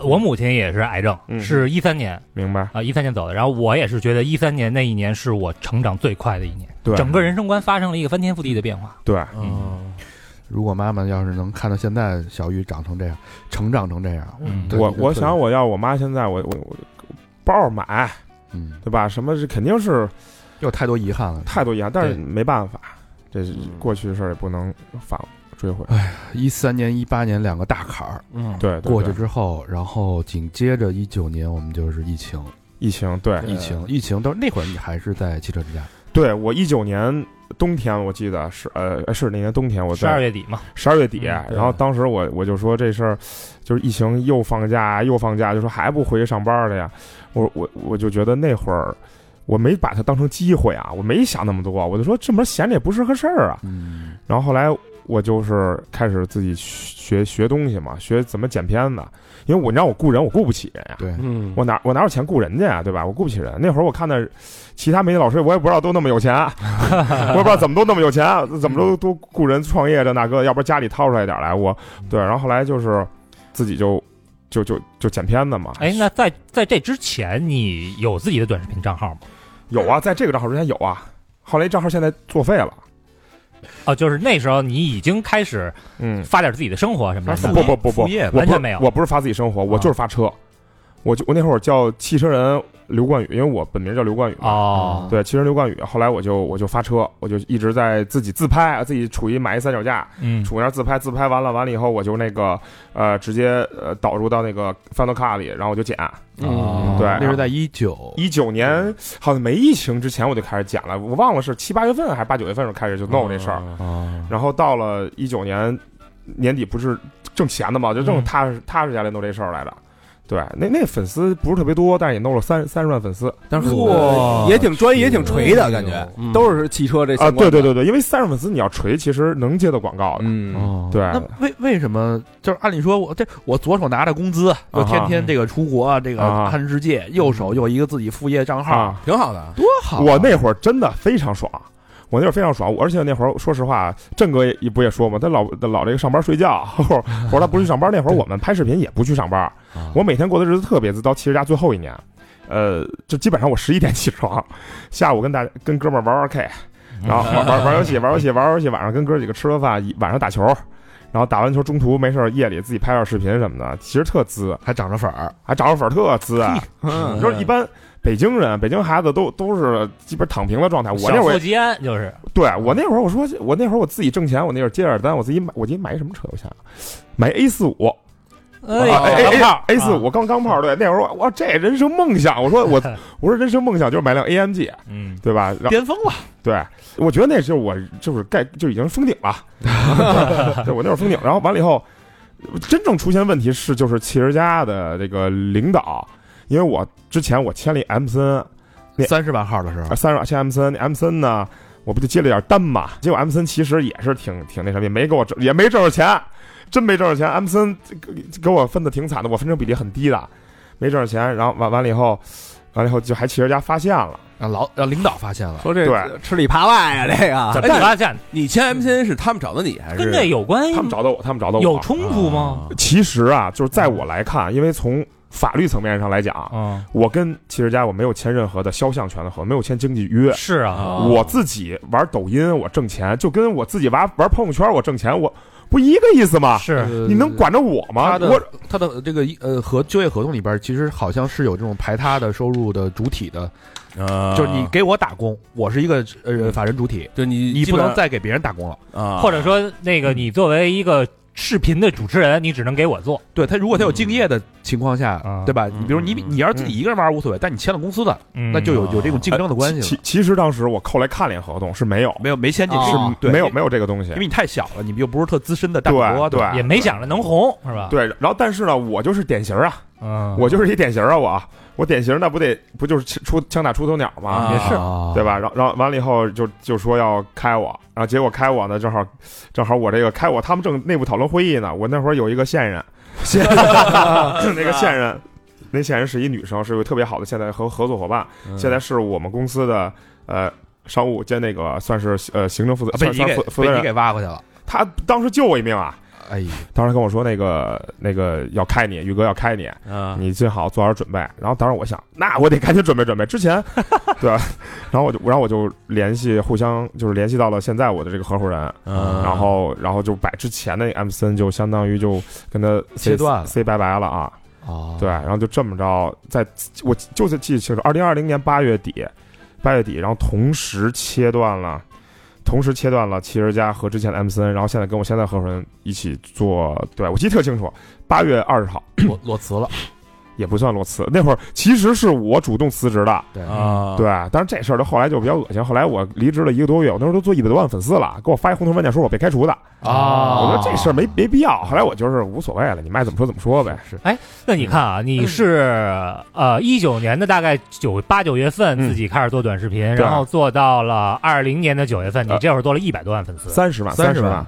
我母亲也是癌症，
嗯
是一三年
明白？
啊，一三年走的。然后我也是觉得一三年那一年是我成长最快的一年，
对，
整个人生观发生了一个翻天覆地的变化。
对，
嗯
如果妈妈要是能看到现在小玉长成这样，成长成这样，
嗯
对
我
对
我
对
想我要我妈现在我我我包买
嗯，
对吧？什么是肯定是
有太多遗憾了。
太多遗憾，但是
对
没办法，这是过去的事儿也不能反追回。
一三年、一八年两个大坎儿
嗯，
对，对
过去
对
之后，然后紧接着一九年我们就是疫情，
疫情，对
疫情，疫情都那会儿你还是在汽车之家，
对，我一九年冬天我记得是呃是那年冬天我
十
在
二月底嘛，
十二月底，
嗯
然后当时我我就说这事儿，就是疫情又放假又放假，就说还不回去上班的呀。我我我就觉得那会儿我没把它当成机会啊，我没想那么多，我就说这门闲着也不是个事儿啊。
嗯，
然后后来我就是开始自己学学东西嘛，学怎么剪片子，因为我你让我雇人，我雇不起人呀。
对
嗯
我哪我哪有钱雇人家呀，对吧？我雇不起人。那会儿我看的其他媒体老师，我也不知道都那么有钱，啊我也不知道怎么都那么有钱，啊怎么都都雇人创业这那个，要不然家里掏出来点儿来，我对。然后后来就是自己就就就就剪片子嘛。
哎，那在在这之前，你有自己的短视频账号吗？
有啊，在这个账号之前有啊，后来账号现在作废了。
哦，就是那时候你已经开始
嗯，啊
发点自己的生活什么的
不不不不，
副业
我
完
不
全
是
没有啊
我不是发自己生活，我就是发车。我就我那会儿叫汽车人刘冠宇，因为我本名叫刘冠宇嘛。
嗯啊
哦，
对，汽车人刘冠宇。后来我就我就发车，我就一直在自己自拍，自己杵一买一三脚架，
嗯，
杵那儿自拍，自拍完了完了以后，我就那个呃直接呃导入到那个 Final Cut 里，然后我就剪。
嗯
啊
对
那是在一九
一九年好像没疫情之前我就开始剪了，我忘了是七八月份还是八九月份时候开始就弄这事
哦
儿，
啊，
然后到了一九年年底不是挣钱的嘛，就正
嗯
踏实踏实下来弄这事儿来了。对，那那粉丝不是特别多，但是也弄了三三十万粉丝
但是
哇
也挺专业，也挺锤的感觉，
嗯
都是汽车这
啊！
相
对
关的
对对对，因为三十粉丝你要锤，其实能接到广告的。
嗯，
哦
对
那为为什么就是按理说我这我左手拿着工资，又天天这个出国，这个
啊
看世界，右手又一个自己副业账号，
啊，
挺好的。
多好啊！
我那会儿真的非常爽，我那会儿非常爽，我而且那会儿说实话，郑哥也也不也说嘛，他老老这个上班睡觉， [LAUGHS] 或者他不去上班。那会儿我们拍视频也不去上班，
啊
我每天过的日子特别自，到其实家最后一年，呃，就基本上我十一点起床，下午跟大跟哥们儿玩玩 K，然后
嗯
玩玩玩
[LAUGHS]
游戏，玩游戏，玩游戏，晚上跟哥几个吃个饭，晚上打球。然后打完球中途没事儿，夜里自己拍点视频什么的，其实特滋，
还长着粉儿，
还找个粉儿特滋
[LAUGHS]
啊！
嗯
你说一般北京人，北京孩子都都是基本躺平的状态。我那会
小
儿
富即安就是
对我那会儿，我说我那会儿我自己挣钱，我那会儿接着单，我自己买，我自己买一什么车？我想想买 A 四五，
嗯
哎
啊
呀
，A
啊
A 四五钢钢炮，对，那会儿我我这人生梦想，我说
[LAUGHS]
我我说人生梦想就是买辆 AMG，
嗯，
对吧？然后
巅峰了，
对，我觉得那就是我就是盖就已经封顶
[LAUGHS]
了，对我那会儿封顶，然后完了以后，真正出现问题是就是企业家的这个领导，因为我之前我签了一 M 森，那
三十万号的时候
啊，三十万签 M 森，那 M 森呢，我不就接了点单嘛？结果 M 森其实也是挺挺那什么，也没给我挣，也没挣着钱，真没挣着钱。M 森给给我分的挺惨的，我分成比例很低的，没挣着钱。然后完完了以后，完了以后就还企业家发现了，
让老让领导发现了，
说这
对
吃里扒外啊，这个
怎么发现
你签 MCN 是他们找的你，还是
跟这有关系
他们
吗？
找到我，他们找到我。
哎
啊
有冲突吗？
其实啊，就是在我来看，因为从法律层面上来讲，啊
嗯，
我跟企业家我没有签任何的肖像权的合同，没有签经济
[LAUGHS]
约。
是啊，
哦
我自己玩抖音，我挣钱，就跟我自己玩玩朋友圈，我挣钱，我不一个意思吗？
是
呃
你能管着我吗
他？的
我
他的这个呃合就业合同里边，其实好像是有这种排他的收入的主体的，
啊
就是你给我打工，我是一个
嗯
呃法人主体，
就你
你
基
不
本
能再给别人打工了。
啊，
或者说那个你作为一个视频的主持人，你只能给我做
对他，如果他有敬业的情况下，
嗯
对吧？
嗯
你比如你
嗯
你要是自己一个人玩无所谓，但你签了公司的，
嗯
那就有有这种竞争的关系
其
了。
其其实当时我扣来看脸合同是没有，
呃没有没签进去，
哦
对
没有，没有这个东西
因为。你太小了，你又不是特资深的大主播，
对
吧？
对
也没想着能红是吧？，
对，然后但是呢，我就是典型啊，
嗯，
我就是一典型啊，我我典型那不得不就是出枪打出头鸟吗？
啊也是
啊
对？吧？然后然后完了以后就就说要开我，然后结果开我呢，正好正好我这个开我他们正内部讨论会议呢，我那会儿有一个线人， [LAUGHS] 线
[LAUGHS]
那个线人，那线人是一女生，是一个特别好的现在合合作伙伴，
嗯
嗯
现在是我们公司的呃商务兼那个算是呃行政负责
啊被
算
你
算
给
负负
被
责
你
人，
给挖过去了，
他当时救我一命啊，
哎呀，
当时跟我说那个那个要开你，宇哥要开你，
啊，
你最好做好准备。然后当时我想，那我得赶紧准备准备。之
[LAUGHS]
前，对，然后我就，然后我就联系，互相就是联系到了现在我的这个合伙
啊
人，
嗯
然后，然后就把之前的 M 森就相当于就跟他 say-
切断了
say 拜拜了啊。
啊
对，，然后就这么着，在我就是记得清楚，二零二零年八月底，八月底，然后同时切断了，同时切断了七十家和之前的 M 森，然后现在跟我现在合伙人一起做，对我记得特清楚，八月二十号。 [COUGHS]
裸裸辞了，
也不算裸辞。那会儿其实是我主动辞职的，
对，
啊，
嗯对。但是这事儿就后来就比较恶心。后来我离职了一个多月，我那时候都做一百多万粉丝了，给我发一红头文件说我被开除的。
啊
我觉得这事儿没没必要。后来我就是无所谓了，你们爱怎么说怎么说呗。
是
那你看啊，你是呃一九年的大概九八九月份
嗯
自己开始做短视频，
对
然后做到了二零年的九月份，你
呃
这会儿做了一百多万粉丝，
三十万，
30
十
万
万，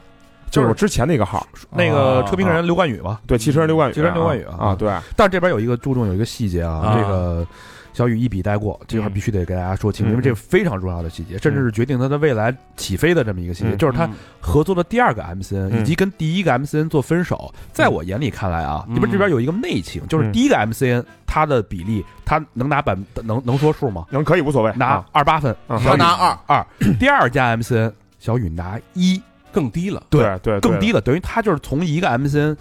就是我之前的一个号，
那个车评人刘冠宇吧。
对，汽车人刘冠宇啊，
汽车人刘冠宇啊
啊，对，
但是这边有一个注重有一个细节啊，
啊
这个小雨一笔带过，这块必须得给大家说清，
嗯
因为这非常重要的细节，甚至是决定他的未来起飞的这么一个细节，
嗯
就是他合作的第二个 MCN、
嗯
以及跟第一个 MCN 做分手，在我眼里看来啊，
嗯
你们这边有一个内情，
嗯
就是第一个 MCN 他的比例，他能拿百分能能说数吗？
能可以无所谓，
拿
啊
二八分，
嗯
小
他
雨
拿二
二，第二家 MCN 小雨拿一，
更低了，
对对
更低，了，等于他就是从一个 MCN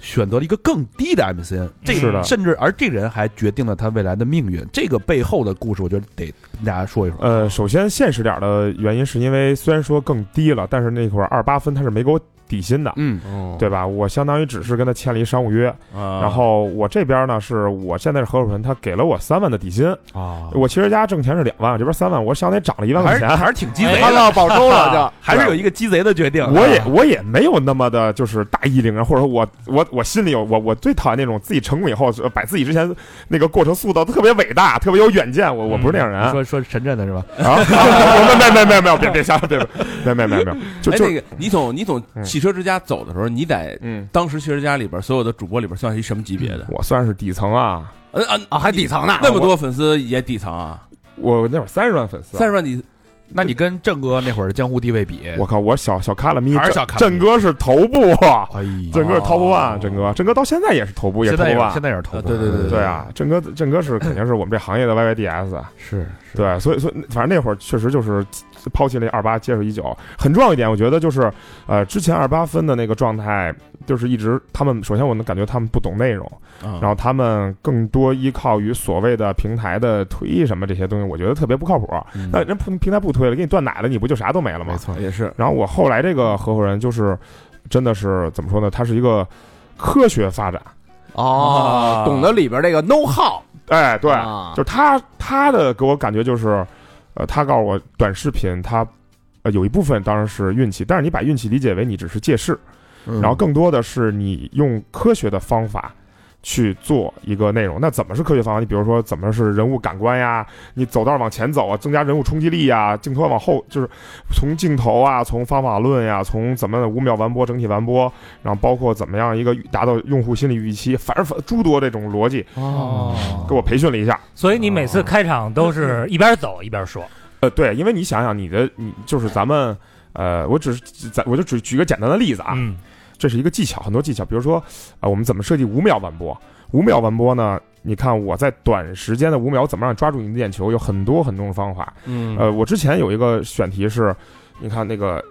选择了一个更低的 MCN，这
是
个
的
甚至而这人还决定了他未来的命运。这个背后的故事，我觉得得跟大家说一说。
呃，首先现实点儿的原因是因为虽然说更低了，但是那会儿二八分他是没给我底薪的，
嗯，啊
对吧？我相当于只是跟他签了一商务约，
然
然后我这边呢是我现在是合伙人，他给了我三万的底薪，
啊，
我其实家挣钱是两万，这边三万，我相当于涨了一万
还
块
是
钱。哎
还是挺
哎
鸡贼
他
的，
到保州
[LAUGHS]
了就。
还是有一个鸡贼的决定。啊
我也我也没有那么的，就是大义凛然，或者说我我我心里有我我最讨厌那种自己成功以后呃把自己之前那个过程塑造得特别伟大，特别有远见。我我不是那样人
你
啊！
说说深圳的是吧？
[LAUGHS] 哦没没没没没有，别别瞎别别没没没没有，就
哎，
就
那个你从你从
嗯
汽车之家走的时候，你在
嗯，
当时汽车之家里边所有的主播里边算是一什么级别的？
我算是底层啊，
嗯啊，
啊，还底层呢，
那么多粉丝也底层啊，
我那会儿三十万粉丝，啊
三十万底
那你跟郑哥那会儿的江湖地位比，
我靠，我小小卡拉咪，
还是
郑
小卡拉咪
郑哥是头部，
哎呀，
郑哥是啊 top one，郑哥，郑哥到现在也是头部，也
现
是头
在
部
也是
one
现。在也是头
啊
部，
对对对对
对啊，郑哥，郑哥是肯定是我们这行业的 YYDS，
是是
对，所以所以反正那会儿确实就是抛弃了二八，接受一九。很重要一点，我觉得就是，呃，之前二八分的那个状态，就是一直他们首先我能感觉他们不懂内容，
啊，
然后他们更多依靠于所谓的平台的推什么这些东西，我觉得特别不靠谱。那人平平台不推了，给你断奶了，你不就啥都没了吗？
啊
错，也是
然后我后来这个合伙人就是，真的是怎么说呢？他是一个科学发展，
啊
哦，懂得里边这个 know how，
哎，对，
啊
就是他他的给我感觉就是，呃，他告诉我短视频他。呃，有一部分当然是运气，但是你把运气理解为你只是借势，
嗯，
然后更多的是你用科学的方法去做一个内容。那怎么是科学方法？你比如说，怎么是人物感官呀？你走道往前走啊，增加人物冲击力呀，镜头往后就是从镜头啊，从方法论呀，从怎么五秒完播、整体完播，然后包括怎么样一个达到用户心理预期，反正反诸多这种逻辑，
哦，
给我培训了一下。
所以你每次开场都是一边走一边说，
呃，对，因为你想想，你的你就是咱们。呃，我只是咱我就举举个简单的例子啊，
嗯，
这是一个技巧，很多技巧，比如说啊、我们怎么设计五秒完播？五秒完播呢？你看我在短时间的五秒怎么让你抓住你的眼球？有很多很多种方法。
嗯
呃，我之前有一个选题是，你看那个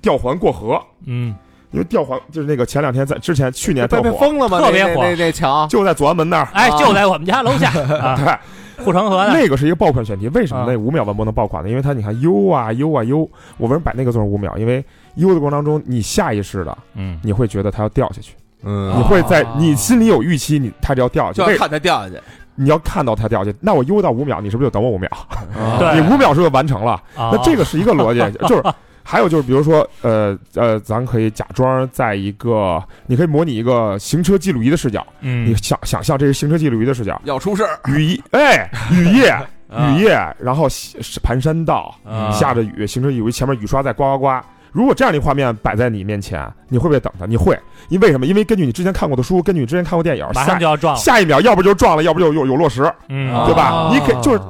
吊环过河，
嗯，
因为吊环就是那个前两天在之前去年
被
特
被
火，
封了吗？
特
那
别
那
火
那那墙
就在左安门那儿。
哎，
啊
就在我们家楼 [LAUGHS] 下啊，
对，
护城河的，
那个是一个爆款选题，为什么
啊
那五秒完播能爆款呢？因为它你看 U 啊 U 啊 U，我为什么把那个做成五秒？因为 U 的过程当中，你下意识的
嗯，
你会觉得它要掉下去，
嗯
你会在你心里有预期，你它就要掉下
啊就
去。为
要看它掉下去，
你要看到它掉下去，那我悠到五秒，你是不是就等我五秒？
啊对啊
你五秒是不是就完成了？
那
那这个是一个
[LAUGHS]
逻辑，就是还有就是，比如说，呃呃，咱可以假装在一个，你可以模拟一个行车记录仪的视角，你
嗯，
想想象这是行车记录仪的视角，
要出事儿，
雨衣，哎，雨夜，
啊
雨夜，然后西盘山道
啊
下着雨，行车记录仪前面雨刷在呱呱呱。如果这样的画面摆在你面前，你会不会等它？你会，因为什么？因为根据你之前看过的书，根据你之前看过电影，
马上
下
就要撞了，
下一秒要不就撞了，要不就有有落石。
嗯，
对吧？
啊
你可以就是，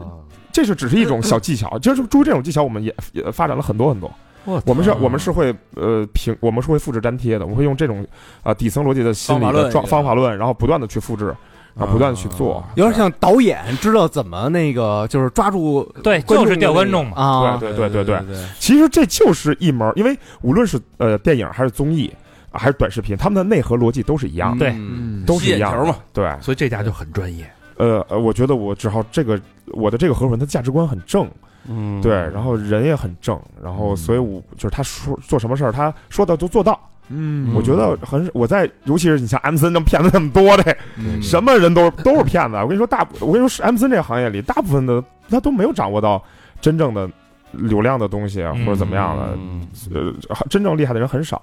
这是只是一种小技巧，就是注意这种技巧，我们也也发展了很多很多。我
啊
们是，我们是会呃平，我们是会复制粘贴的，我们会用这种呃底层逻辑的心理
方法
的
论
状
也是
方法论，然后不断的去复制，然后不断地去做。
有点像导演知道怎么那个，就是抓住
哎
对，
观众的
就是吊观众嘛，
啊，
对对对对
对，
其实这就是一门儿，因为无论是呃电影还是综艺、啊还是短视频，他们的内核逻辑都是一样的，
对
嗯
都是
吸
一
眼
样
球
的。
嘛，
对，
所以这家就很专业。
呃呃，我觉得我只好这个我的这个合伙人，他价值观很正，
嗯
对，然后人也很正，然后所以我就是他说做什么事儿，他说到就做到。
嗯
我觉得很，我在尤其是你像 M 森这么骗子那么多的，
嗯
什么人都都是骗子。我跟你说，大我跟你说，M 森这个行业里，大部分的他都没有掌握到真正的流量的东西或者怎么样的，
嗯
呃，真正厉害的人很少。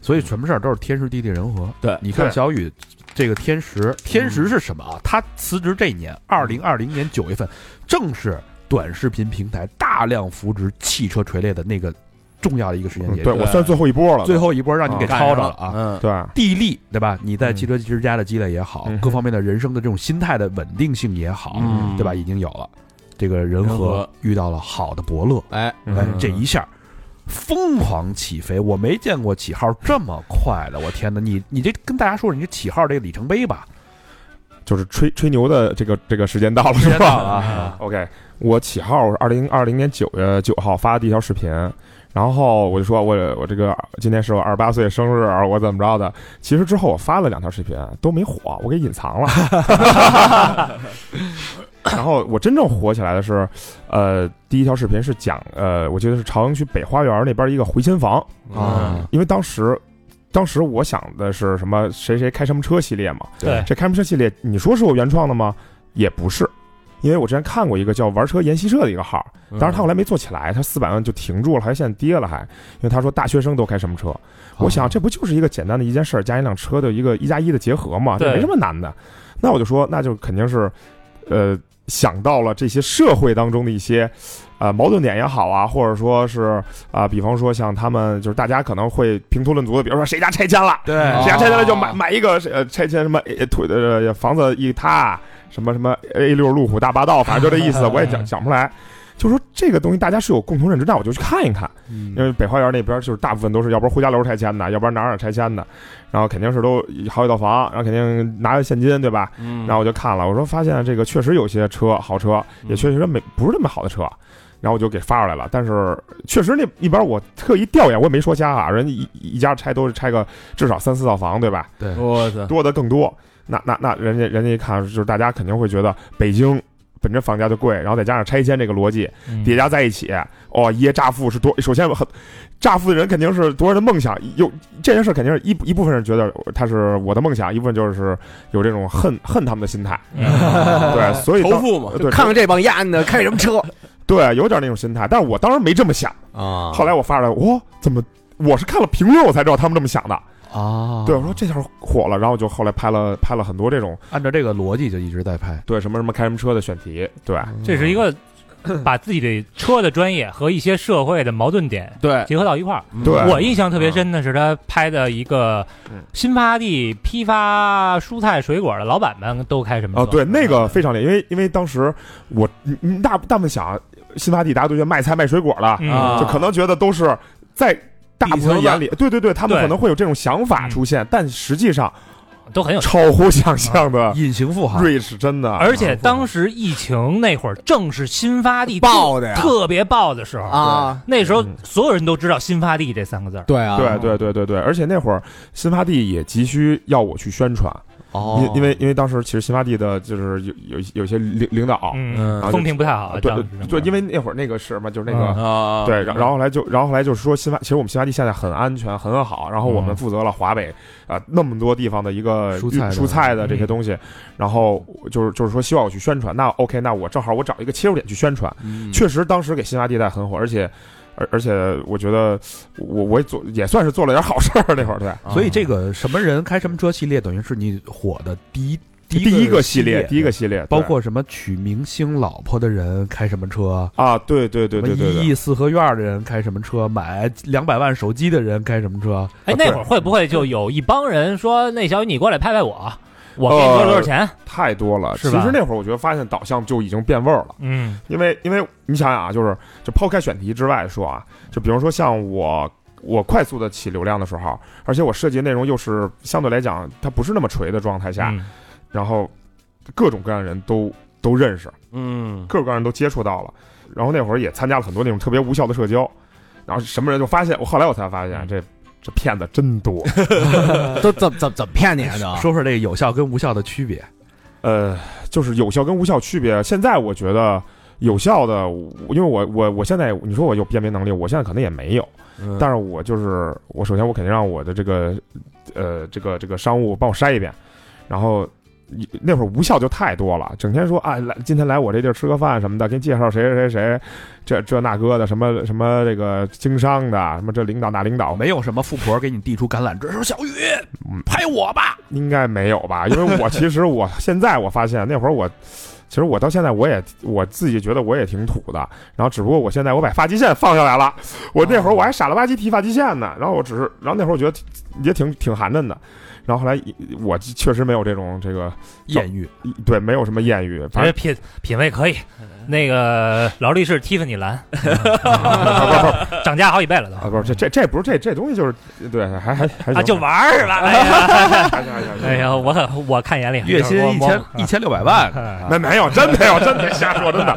所以什么事儿都是天时地利人和。
对
你看
对嗯
小雨这个天时，天时是什么啊？他辞职这一年，二零二零
嗯
年九月份，正是短视频平台大量扶植汽车垂类的那个重要的一个时间
嗯
节
对
点，
我算最后一波了，
最后一波让你给
赶
抄
上
着
了
了啊！
嗯，
对，
地利对吧？你在汽车之家的积累也好，
嗯
各方面的人生的这种心态的稳定性也好，
嗯
对吧？已经有了。这个人
人
和
和
遇到了好的伯乐，
哎，
嗯
嗯
哎，这一下疯狂起飞，我没见过起号这么快的，我天哪！你你这跟大家说说你这起号这个里程碑吧，
就是吹吹牛的这个这个时间到了是吧？
[LAUGHS] 嗯
啊，
[LAUGHS] OK，我起号我是二零二零年九月九号发的第一条视频，然后我就说我我这个今天是我二十八岁生日，我怎么着的？其实之后我发了两条视频都没火，我给隐藏了。 [LAUGHS] 然后我真正火起来的是，呃，第一条视频是讲，呃，我觉得是朝阳区北花园那边一个回迁房，
啊
因为当时。当时我想的是什么谁谁开什么车系列嘛，
对
这开什么车系列，你说是我原创的吗？也不是，因为我之前看过一个叫“玩车研习社”的一个号，当然他后来没做起来，他四百万就停住了，还现在跌了还，因为他说大学生都开什么车，我想这不就是一个简单的一件事儿加一辆车的一个一加一的结合嘛，这
对
没什么难的。那我就说，那就肯定是，呃，想到了这些社会当中的一些，呃，矛盾点也好啊，或者说是啊、比方说像他们就是大家可能会评头论足的，比如说谁家拆迁了，
对
谁家拆迁了就买
哦
买一个呃拆迁什么呃土呃房子一塌，什么什么 A 六路虎大霸道，反正就这意思，我也讲讲不出来。就说这个东西大家是有共同认知，那我就去看一看，
嗯
因为北花园那边就是大部分都是要不然呼家楼拆迁的，要不然哪儿哪儿拆迁的，然后肯定是都好几套房，然后肯定拿着现金，对吧？
嗯，
然后我就看了，我说发现这个确实有些车好车，也确实没不是那么好的车，然后我就给发出来了。但是确实那一边我特意调研，我也没说瞎啊，人一一一家拆都是拆个至少三四套房，对吧？
我操，
多的更多。那那那人家人家一看，就是大家肯定会觉得北京本身房价就贵，然后再加上拆迁这个逻辑
嗯
叠加在一起，哦，一夜乍富是多。首先很，乍富的人肯定是多人的梦想，有这件事肯定是一一部分人觉得他是我的梦想，一部分就是有这种恨恨他们的心态，对，所以
仇
当
富嘛，
对
看看这帮丫的开什么车
对有点那种心态，但是我当时没这么想。
啊
后来我发出来，哇、怎么？我是看了评论，我才知道他们这么想的。
啊，
对，我说这下火了，然后我就后来拍了拍了很多这种
按照这个逻辑就一直在拍，
对什么什么开什么车的选题，对，
这是一个把自己的车的专业和一些社会的矛盾点
对，嗯
结合到一块儿。
对嗯
我印象特别深的是他拍的一个新发地批发蔬菜水果的老板们都开什么
哦，
车？
对，那个
嗯
非常厉害，因为因为当时我嗯嗯大大部分想新发地，大家都觉得卖菜卖水果的，
嗯
啊
就可能觉得都是在大部分人眼里，对对对，他们
对
可能会有这种想法
嗯
出现，但实际上
都很有。
超乎想象的
隐形富
[LAUGHS]
豪，
瑞士真的，
嗯
啊
而且当时疫情那会儿，正是新发地
爆的呀
特别爆的时候。
啊，
那时候
嗯
所有人都知道“新发地”这三个字儿。
对啊，
对对对对对，而且那会儿新发地也急需要我去宣传，
哦
因因为因为当时其实新发地的就是有有有些领领导，
嗯，风评不太好。
啊对
当时
对，因为那会儿那个是嘛，就是那
嗯
个
啊，
对，然然后后来就，然后后来就说新发，其实我们新发地现在很安全，很好。然后我们
嗯
负责了华北啊、呃那么多地方的一个
蔬
运
菜的
蔬菜的这些东西，
嗯
然后就是就是说希望我去宣传。那 OK，那我正好我找一个切入点去宣传。
嗯
确实当时给新发地带很火，而且而而且我觉得我我也做也算是做了点好事儿那会儿对。
啊
所以这个什么人开什么车系列，等于是你火的第一第
第
一
个
系
列，第一个系列，
包
对
括什么娶明星老婆的人开什么车，
啊，对对对对对
什么一
对，
亿四合院的人开什么车，买两百万手机的人开什么车，
哎，
对
那会儿会不会就有一帮人说：“那小雨，你过来拍拍我，我给你多少多少钱
太多了。其
是吧
实那会儿我觉得发现导向就已经变味儿了。？”
嗯，
因为因为你想想啊，就是就抛开选题之外说啊，就比如说像我我快速的起流量的时候，而且我设计内容又是相对来讲它不是那么垂的状态下，
嗯
然后各种各样的人都都认识，
嗯，
各种各样的人都接触到了，然后那会儿也参加了很多那种特别无效的社交，然后什么人就发现，我后来我才发现这这骗子真多，
都怎么怎么怎么骗
啊
你的？
说说这个有效跟无效的区别。
呃，就是有效跟无效区别。现在我觉得有效的，我因为我我我现在你说我有辨别能力，我现在可能也没有，
嗯
但是我就是我首先我肯定让我的这个呃这个这个商务帮我筛一遍，然后。一那会儿无效就太多了，整天说啊，来今天来我这地儿吃个饭什么的，给你介绍谁谁谁谁，这这那哥的什么什么这个经商的什么这领导那领导
没有什么富婆给你递出橄榄枝，说小雨
嗯
拍我吧，
应该没有吧？因
[LAUGHS]
为我其实我现在我发现那会儿我，其实我到现在我也我自己觉得我也挺土的，然后只不过我现在我把发际线放下来了，我那会儿我还傻了吧唧提发际线呢，然后我只是，然后那会儿我觉得也挺挺寒碜的，然后后来一我确实没有这种这个
艳遇。
一对没有什么艳遇，
[LAUGHS]
反
这
正
品品味可以。那个劳力士蒂芙尼 [LAUGHS] 蓝，涨价好几倍了
啊
都
不是这这这不是这这东西就是对还还还
啊，
行
就玩儿
[LAUGHS]
了。哎呀，
还行还行还行
哎呀，我很我看眼里
月薪一
[LAUGHS]
千一千六百万，
千，
没没有真没有真别瞎说真的，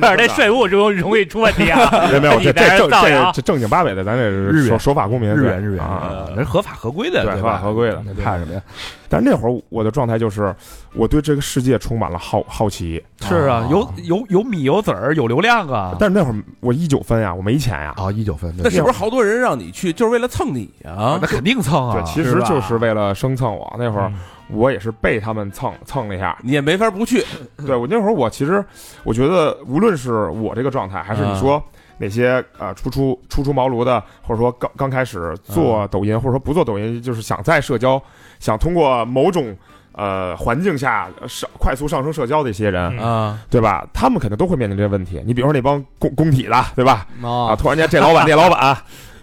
[LAUGHS] 但
的
是这税务容容易出问题啊。
[LAUGHS] 没有没
[LAUGHS]
有这
你在
这
这
正
造谣
这这正经八百的咱这
日
是
元
守守法公民
日
对
元日元
啊。
呃那是合法合规的，
对
对
合
吧？
法合规的
那怕什么呀？
但那会儿我的状态就是，我对这个世界充满了好好奇。
是啊，有有有米有籽儿，有流量啊。
但是那会儿我一九分呀，我没钱呀。
啊，一九分，
那是不
是？
是好多人让你去，就是为了蹭你啊
那？肯定蹭啊。嗯
对，其实就是是为了生蹭我。那会儿
嗯
我也是被他们蹭蹭了一下。
你也没法不去，
对我那会儿我其实我觉得，无论是我这个状态，还是你说那些呃初出初出茅庐的，或者说刚刚开始做抖音，或者说不做抖音，就是想在社交，想通过某种呃环境下呃上快速上升社交的一些人，
嗯
啊，
对吧？他们肯定都会面临这些问题。你比如说那帮工工体的，对吧？啊，
啊，
突然间这老板那老板，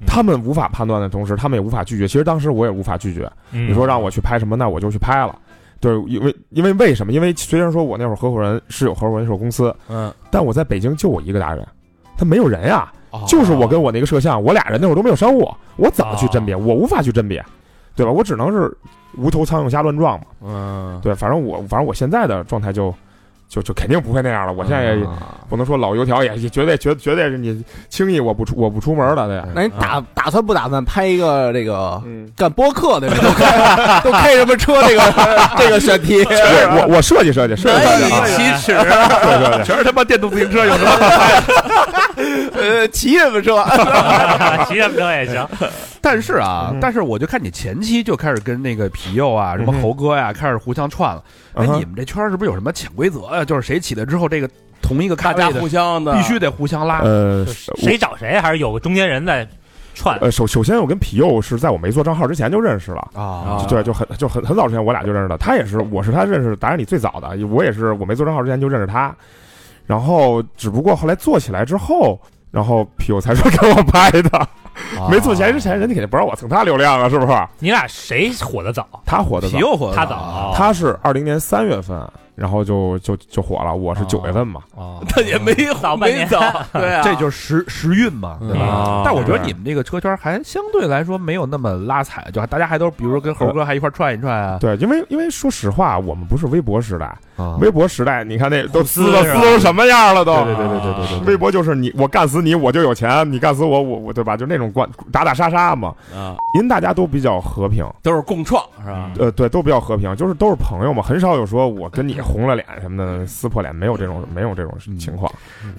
他们无法判断的同时，他们也无法拒绝。其实当时我也无法拒绝。
你
嗯
你说让我去拍什么，那我就去拍了。对，因为因为为什么？因为虽然说我那会儿合伙人是有合伙人是有公司，
嗯，
但我在北京就我一个达人，他没有人呀、
哦
就是我
啊
跟我那个摄像，我俩人那会儿都没有商务，我怎么去甄
哦
别？我无法去甄别，对吧？我只能是无头苍蝇瞎乱撞嘛。
嗯，
对，反正我反正我现在的状态就就就肯定不会那样了。我现在
啊
也不能说老油条也也绝对绝绝对是你轻易我不出我不出门了的。
那你打打算不打算拍一个这个
嗯，
干播客的？都
[LAUGHS]
开都开什么车？这个这个选题，
我我我设计设计设计设计啊， [LAUGHS]
以
[LAUGHS]
启齿，
对对对，
全是他妈电动自行车，有什么？
呃，骑什么车？
骑什么车也行，
哎
但是啊
嗯，
但是我就看你前期就开始跟那个皮佑啊，什么
嗯哼
猴哥呀，开始互相串了。哎，
嗯哼
你们这圈儿是不是有什么潜规则呀？就是谁起来之后，这个同一个
大
咖
家
位
互
的
相的
必须得互相拉。
呃，
谁找谁还是有个中间人在串
我。呃首首先我跟皮佑是在我没做账号之前就认识了。
啊
就对，就很就很很早之前我俩就认识了，他也是，我是他认识达人里最早的，我也是我没做账号之前就认识他，然后只不过后来做起来之后，然后皮佑才说给我拍的，
啊
没做起来之前人家肯定不让我蹭他流量啊，是不是？
你俩谁火的早？
他火的早
皮，佑火得
他
啊
早，
他是二零年三月份，然后就就就火了，我是
哦
九月份嘛，
哦
[LAUGHS]
他也没
早半
没
年
[LAUGHS]
走，对啊，
这就是时时运嘛，对吧？
啊
但我觉得你们这个车圈还相对来说没有那么拉踩，就大家还都比如说跟猴哥还一块儿串一串啊，
对，因为因为说实话，我们不是微博时代，
啊
微博时代你看那都撕
撕
的
是
撕
吧
成什么样了都。
对对对对对对对
微博就是你我干死你我就有钱，你干死我我我对吧？就那种关打打杀杀嘛。
啊，
因大家都比较和平，
都是共创是吧？
呃，对，都比较和平，就是都是朋友嘛，很少有说我跟你红了脸什么的，撕破脸，没有这种没有这种情况。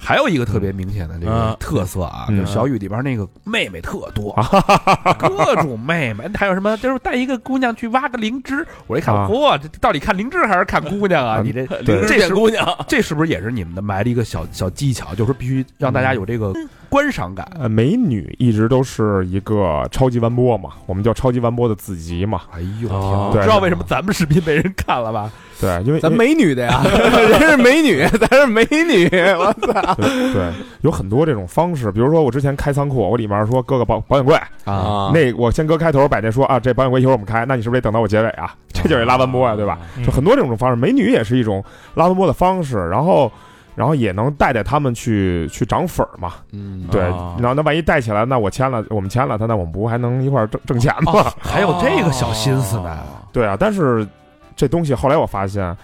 还有一个特别明显的这个
嗯
特色啊，
嗯啊
就是小雨里边那个妹妹特多， [LAUGHS] 各种妹妹，还有什么就是带一个姑娘去挖个灵芝，我一看，
啊
嚯，这到底看灵芝还是看姑娘啊？
嗯
你这
对
这
这
是
姑娘，
这是不是也是你们的埋了一个小小技巧，就是说必须让大家有这个
嗯
观赏感？
呃，美女一直都是一个超级完播嘛，我们叫超级完播的子集嘛。
哎呦，
哦
天哪
对
知道为什么咱们视频没人看了吧？
对，因
[LAUGHS]
为
咱
因为
美女的呀，人是美女， [LAUGHS] 咱是美女，我操
对对，有很多这种方式，比如说我之前开仓库，我里面说搁个保保险柜，
啊，
那我先搁开头把那说啊，这保险柜一会儿我们开，那你是不是得等到我结尾啊？这就是拉完播呀，对吧？
嗯
就很多这种方式，美女也是一种拉完播的方式，然后。然后也能带带他们去去涨粉儿嘛，
嗯
对。
啊
然后那万一带起来，那我签了，我们签了他，那我们不还能一块儿挣挣钱
[LAUGHS]
吗？
哦还有这个小心思呢。
对啊，但是这东西后来我发现，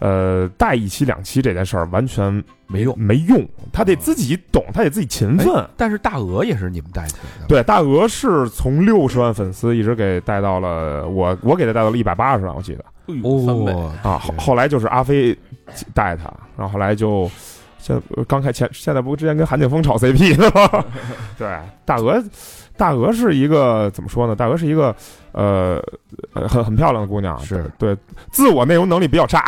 呃，带一期两期这件事儿完全
没用。
没用，他得自己懂，他得自己勤奋。
但是大鹅也是你们带起来的，
对，大鹅是从六十万粉丝一直给带到了我，我给他带到了一百八十万，我记得
哎呦三倍
哦，
啊。后后来就是阿飞带他，然后后来就现在刚开前现在不之前跟韩景峰炒 CP 的吗？对，大鹅，大鹅是一个怎么说呢？大鹅是一个呃呃很很漂亮的姑娘，
是
对自我内容能力比较差，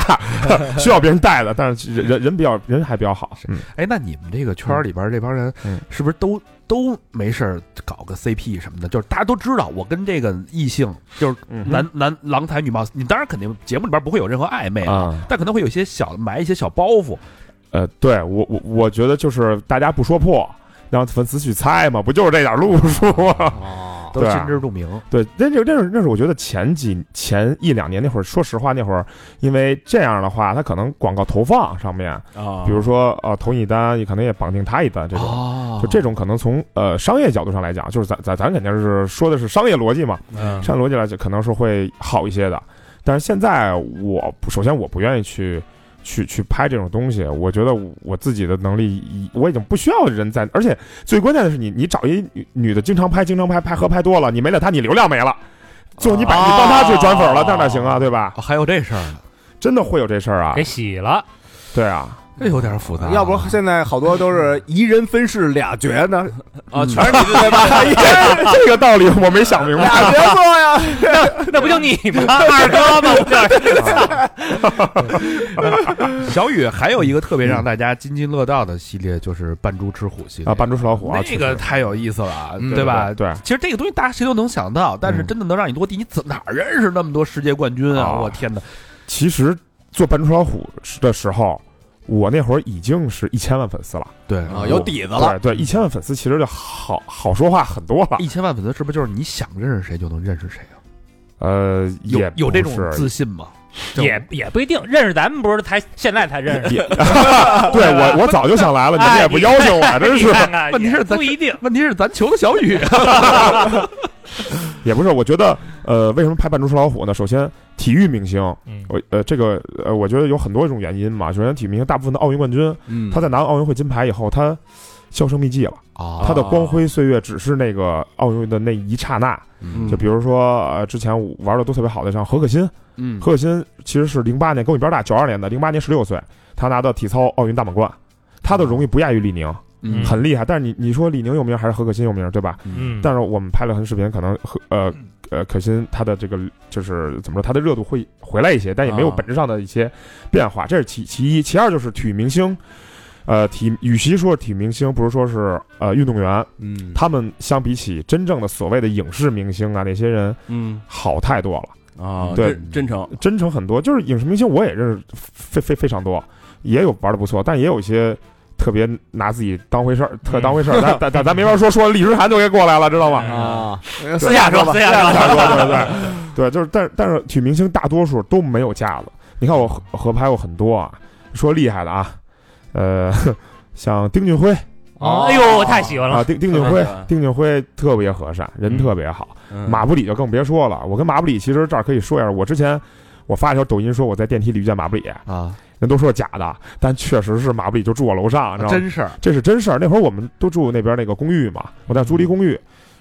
需要别人带的，但是人人人比较人还比较好，嗯
哎，那你们这个圈儿里边儿这帮人
嗯，
是不是都、都没事儿搞个 CP 什么的？就是大家都知道我跟这个异性，就是
嗯
男、男郎才女貌，你当然肯定节目里边不会有任何暧昧啊，
啊。
但可能会有一些小埋一些小包袱。
呃，对我我我觉得就是大家不说破，让粉丝去猜嘛，不就是这点路数吗？
哦，都
对啊
心知肚明，
对，那这这是那是我觉得前几前一两年那会儿，说实话那会儿，因为这样的话，他可能广告投放上面，
哦
啊
比如说呃投你一单，也可能也绑定他一单这种。
哦
就这种可能从呃商业角度上来讲，就是咱咱咱肯定是说的是商业逻辑嘛，
嗯
上逻辑来讲可能是会好一些的。但是现在我不首先我不愿意去去去拍这种东西，我觉得我自己的能力已我已经不需要人在，而且最关键的是你你找一女女的经常拍经常拍拍合拍多了，你没了她你流量没了。最后你把你帮她去转粉了，那哪行啊，对吧？
哦还有这事儿呢，
真的会有这事儿啊
[LAUGHS] 给？洗
[LAUGHS]
了，
对啊，
这有点复杂
要
啊
不现在好多都是一人分饰俩角呢，
啊，全是你的
[LAUGHS] 这个道理我没想明白。
俩角色呀，
那不就你吗？
[LAUGHS]
二哥吗？就是
小雨还有一个特
嗯
别让大家津津乐道的系列，就是扮猪吃虎系列
啊，扮猪吃老虎啊，
那个太有意思了，啊
嗯
对吧？
对，
其实这个东西大家谁都能想到，但是
嗯
真的能让你落地，你怎哪儿认识那么多世界冠军啊？
啊
我天哪！
其实做扮猪吃老虎的时候，我那会儿已经是一千万粉丝了。
对
啊，
哦
嗯
有底子了，
对对，一千万粉丝其实就好好说话很多了。
一千万粉丝是不是就是你想认识谁就能认识谁啊？
呃，
有
也
有
不
这种
是
自信吗？这种
也也不一定认识咱们，不是才现在才认识。哎
也，啊对我我早就想来了，你们也
哎
不邀请我，真
你
是
看
[LAUGHS]
看，
问题是
也
咱
不一定，
问题是咱求的小雨啊，
也不是。我觉得呃，为什么拍《扮猪吃老虎》呢？首先，体育明星，
嗯
我呃这个呃，我觉得有很多种原因嘛。首先，体育明星大部分的奥运冠军，
嗯
他在拿到奥运会金牌以后，他销声匿迹了，
啊
[LAUGHS] 他的光辉岁月只是那个奥运的那一刹那。
嗯
就比如说呃，之前我玩的都特别好的，像何可欣，
嗯
何可欣其实是零八年跟我一边大，九二年的，零八年十六岁，她拿到体操奥运大满贯，她的荣誉不亚于李宁，
嗯
很厉害。但是你你说李宁有名还是何可欣有名，对吧？
嗯，
但是我们拍了很视频，可能何呃呃可欣她的这个就是怎么说，她的热度会回来一些，但也没有
啊
本质上的一些变化，这是其其一。其二就是体育明星。呃，体与其说是体育明星，不如说是呃运动员，
嗯，
他们相比起真正的所谓的影视明星啊，那些人
嗯
好太多了。
嗯
啊，
对
真真诚，
真诚很多，就是影视明星我也认识非非非常多，也有玩的不错，但也有一些特别拿自己当回事儿，特当回事儿。咱咱咱咱没法说，说李诗涵就该过来了，知道吗？
啊，
私
下说吧，私下
大哥对对对，就是但但是体育明星大多数都没有架子。你看我合合拍过很多啊，说厉害的啊，呃， [LAUGHS] 像丁俊晖
哦哎呦，我太喜欢
啊，
了，
丁丁俊晖
嗯，
丁俊晖特别和善，人特别好。
嗯
马布里就更别说了，我跟马布里其实这儿可以说一下，我之前我发一条抖音说我在电梯里遇见马布里，
啊，
人都说假的，但确实是马布里就住我楼
啊
上，你知道吗？
真事儿
这是真事儿。那会儿我们都住那边那个公寓嘛，我在租了一公寓，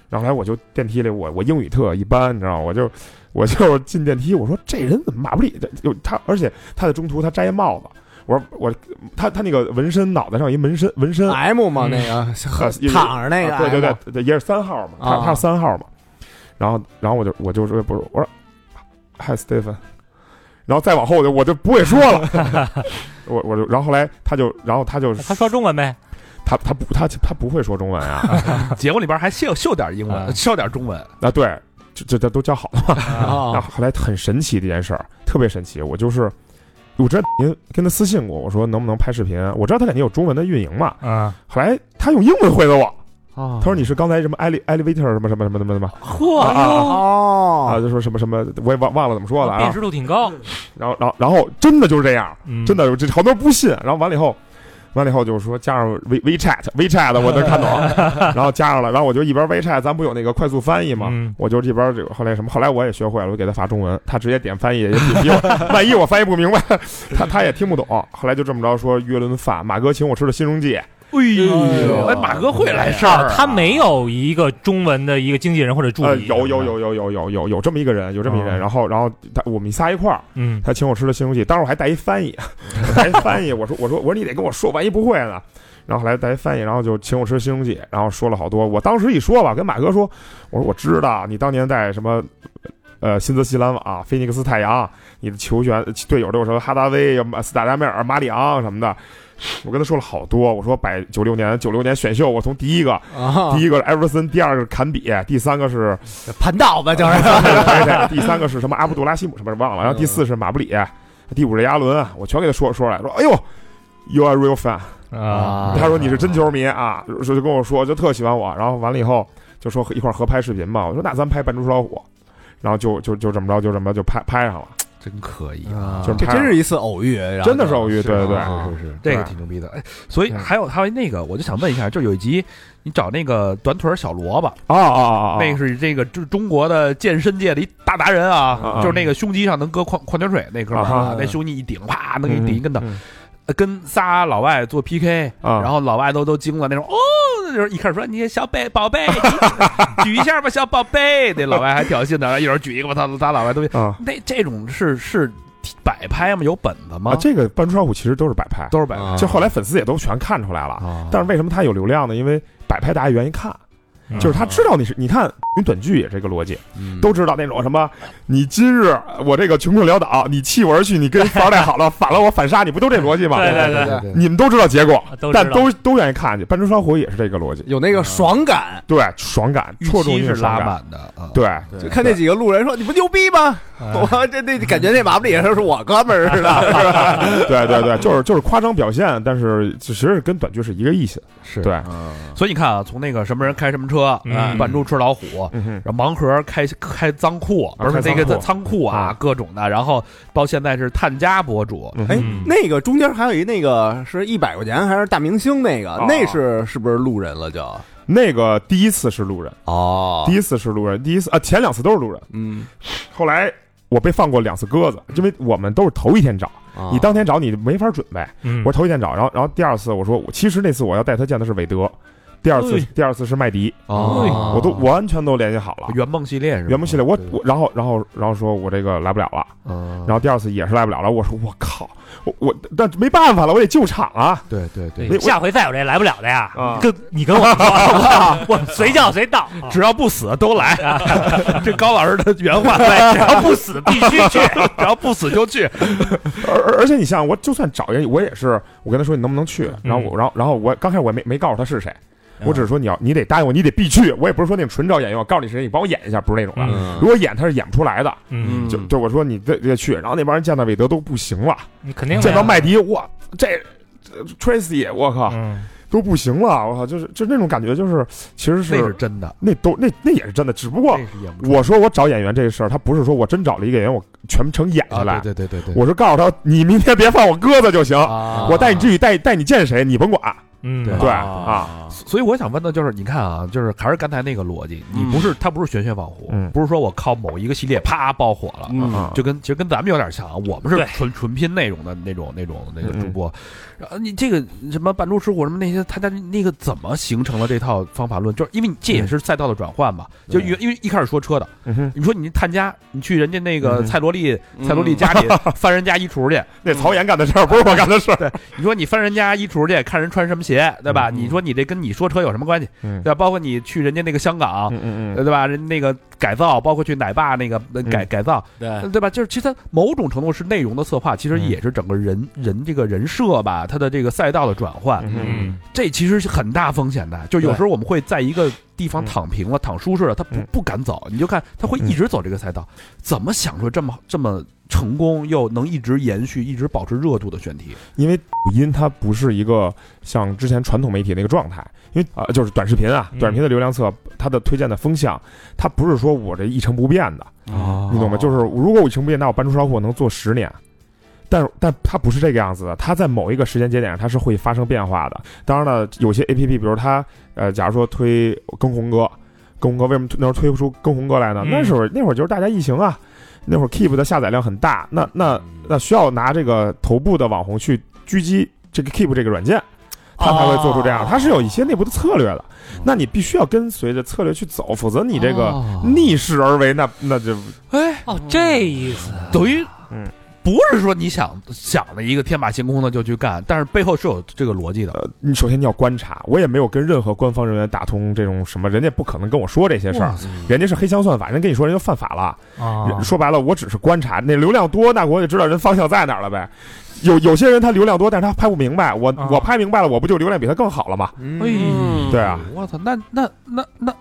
然后来我就电梯里，我我英语特一般，你知道吗，我就我就进电梯，我说这人怎么马布里的？有他，而且他在中途他摘一帽子，我说我他他那个纹身脑袋上有一纹身纹身，
M 嘛那个
呃也
躺着那个
啊对对
M
对对，也是三号嘛，他
啊
他是三号嘛，然后然后我就我就说不是，我说嗨 Stephen，然后再往后我就我就不会说了，
[LAUGHS]
我我就然后后来他就然后他就
他说中文呗，
他他不他他不会说中文
[LAUGHS]
啊
节目里边还秀秀点英文，
嗯
啊
秀点中文，
啊对，这这这都教好了，然
啊，
后后来很神奇的一件事儿，特别神奇，我就是。我知道您跟他私信过，我说能不能拍视频？啊我知道他肯定有中文的运营嘛。
嗯，
后来他用英文回的我，
他
他
哦
说你是刚才什么 ele- elevator 什么什么什么什么什么啊
嚯，哎
啊啊啊，
哦，
就说什么什么，我也忘忘了怎么说了
辨
啊。
识度挺高，
然后，然后，然后真的就是这样，
嗯
真的有这好多人不信。然后完了以后，完了以后就是说加上 We WeChat WeChat 的我能看懂，然后加上了，然后我就一边 WeChat，咱不有那个快速翻译吗？
嗯
我就这边这个后来什么，后来我也学会了，我给他发中文，他直接点翻译，也比比我万一我翻译不明白，他他也听不懂。后来就这么着说约顿饭，马哥请我吃的新荣记，
哎
呦
哎，马哥会来事儿啊，
哦他没有一个中文的一个经纪人或者助
呃，
理，
有有，有有有有有有这么一个人，有这么一个人，
啊
然后然后他我们仨一块儿，
嗯，
他请我吃了新东西，当时我还带一翻译，我带一翻译，我说我说我说你得跟我说，万一不会呢。然后后来带一翻译，然后就请我吃新东西，然后说了好多。我当时一说吧，跟马哥说，我说我知道你当年在什么，呃，新泽西兰网、菲尼克斯太阳，你的球员队友都有什么哈达威、斯塔达梅尔、马里昂什么的。我跟他说了好多，我说百九六年九六年选秀，我从第一个
啊
第一个是艾弗森，第二个是坎比，第三个是
盘道吧，就是
对对，第三个是什么阿卜杜拉西姆什么忘了，然后第四是马布里，第五是亚伦，啊我全给他说说来说，哎呦。You are real fan，
啊，
他说你是真球迷啊，说就跟我说，就特喜欢我。然后完了以后就说一块儿合拍视频嘛，我说那咱拍《扮猪吃老虎》，然后就就就这么着，就这么着就拍拍上了，
真可以，
啊
啊
就
这
拍上
真
了
是一次偶遇，然后
真的是偶遇，对对对，
是是是，
对
这个挺牛逼的。哎，
所以
嗯
还有还有那个，我就想问一下，就有一集你找那个短腿儿小萝卜，
哦哦哦哦，
啊那个是这个就是中国的健身界的一大达人
啊
啊，
啊
就是那个胸肌上能搁矿矿泉水那哥们儿
啊
啊
啊，
那胸肌一顶，啪能给你
嗯
顶一跟头，
嗯
呃跟仨老外做 PK，
啊
然后老外都都惊了，那种哦，就是一开始说你小贝宝贝，你举一下吧，小宝贝，那老外还挑衅呢，然后一人举一个，我操，仨老外都
啊
那这种是是摆拍吗？有本子吗
啊，？这个《扮猪吃老虎》其实都是摆拍，
都是摆拍。
就后来粉丝也都全看出来了。
啊
但是为什么他有流量呢？因为摆拍大家愿意看，
嗯
就是他知道你是你看云短剧也是这个逻辑，
嗯
都知道那种什么，你今日我这个穷困潦倒，你弃我而去，你跟富二代好了，反了我反杀你，不都这逻辑吗？
[LAUGHS] 对对对
对对
你们都知道结果，
都知道
但都都愿意看去。扮猪烧火也是这个逻辑，
有那个爽感。
对，爽感，
预
戳中
期
你
是
的爽
拉
感，
满的啊，
对，
就看那几个路人说：“你不牛逼吗？”
哎
我这那感觉那马布里是我哥们儿似的。
对 [LAUGHS] 对对，就是就是夸张表现，但是其实跟短剧是一个意思，
是
对，
所以你看啊，从那个什么人开什么车，
嗯
啊扮猪吃老虎，
嗯哼，
然后盲盒开开仓库，
啊
不是
开
那个
仓库
仓库啊
啊，
各种的，然后到现在是探家博主，
嗯
哎
哼，
嗯
那个中间还有一那个是一百块钱还是大明星那个，那是是不是路人了就？
那个第一次是路人，
哦
啊
第，一次是路人，第一次啊，前两次都是路人，
嗯，
后来。我被放过两次鸽子，因为我们都是头一天找，
啊
你当天找你没法准备，
嗯
我是头一天找，然后然后第二次我说我其实那次我要带他见的是韦德，第二次
哎
第二次是麦迪，
啊
哦
我都我完全都联系好了。
圆梦系列是吧？
原木系列，我
哎
对
我然后然后然后说我这个来不了了，
嗯
然后第二次也是来不了了。我说我靠，我我但没办法了，我得救场啊！
对对对，
我
下回再有这来不了的呀
啊，
跟你跟我
啊
[LAUGHS]
说，我随叫随到，
只要不死都来，这高老师的原话，对，只要不死必须去，只要不死就去。
而而而且你像我就算找人，我也是我跟他说你能不能去，然后我然后然后我刚开始我也没没告诉他是谁，我只是说你要你得答应我，你得必去。我也不是说那种纯找演员，我告诉你谁，你帮我演一下，不是那种的。
嗯
如果演他是演不出来的，
嗯，
就就我说你得得去，然后那帮人见到韦德都不行了。
你肯定
见到
卖，
麦迪，我这这 Tracy，我靠，
嗯
都不行了，我靠，就是就那种感觉，就是其实
那是
是
真的，
那都那那也是真的，只不过
这是演不出
我说我找演员这事儿，他不是说我真找了一个演员，我全程演下
啊
来，
对对对对对，
我是告诉他，你明天别放我鸽子就行，
啊
我带你去带带你见谁，你甭管，
嗯，
对
对啊，
啊，
所以我想问的就是，你看啊，就是还是刚才那个逻辑，你不是他不是玄学网红，
嗯
不是说我靠某一个系列啪爆火了，
嗯
就跟其实跟咱们有点像啊，我们是
对
纯纯拼内容的那种那种那个
嗯嗯
主播，然后你这个什么扮猪吃虎什么那些，他家那个怎么形成了这套方法论？就是因为你这也是赛道的转换嘛，就因为因为一开始说车的，
嗯哼，
你说你探家，你去人家那个
嗯
蔡罗丽蔡罗丽家
[LAUGHS]
里翻人家衣橱去，
那曹岩干的事儿不是我干的事儿，
你说你翻人家衣橱去看人穿什么鞋，对吧？
嗯
你说你这跟你说车有什么关系？
嗯
对吧？包括你去人家那个香港，
嗯嗯
呃对吧？人那个改造，包括去奶爸那个呃改改造，
对
对吧？就是其实它某种程度是内容的策划，其实
哎嗯
也是整个人人这个人设吧，他的这个赛道的转换，
嗯
嗯
这其实是很大风险的。就有时候我们会在一个地方躺平了、躺舒适了，他不
嗯
不敢走，你就看他会一直走这个赛道。怎么想出这么这么成功又能一直延续、一直保持热度的选题？
因为抖音它不是一个像之前传统媒体那个状态，因为啊、呃就是短视频啊，
嗯
短视频的流量侧它的推荐的风向，它不是说我这一成不变的，
哦
你懂吗？就是如果我一成不变，那我搬出烧货能做十年。但但它不是这个样子的，它在某一个时间节点上，它是会发生变化的。当然了，有些 A P P，比如它，呃，假如说推跟红哥，跟红哥为什么那时候推不出跟红哥来呢？
嗯
那时候那会儿就是大家疫情啊，那会儿 Keep 的下载量很大，那那那需要拿这个头部的网红去狙击这个 Keep 这个软件，他才会做出这
哦
样。他是有一些内部的策略的，那你必须要跟随着策略去走，否则你这
哦
个嗯逆势而为，那那就
哎，
哦，这意思
等于
嗯。
不是说你想想的一个天马行空的就去干，但是背后是有这个逻辑的。
呃，你首先你要观察，我也没有跟任何官方人员打通这种什么，人家不可能跟我说这些事儿，人家是黑箱算法，人跟你说人就犯法了。
啊
人说白了，我只是观察，那流量多，那我也知道人方向在哪儿了呗。有有些人他流量多，但是他拍不明白，我、
啊
我拍明白了，我不就流量比他更好了吗？
嗯
哎，
呃对啊，
我操，那那那那，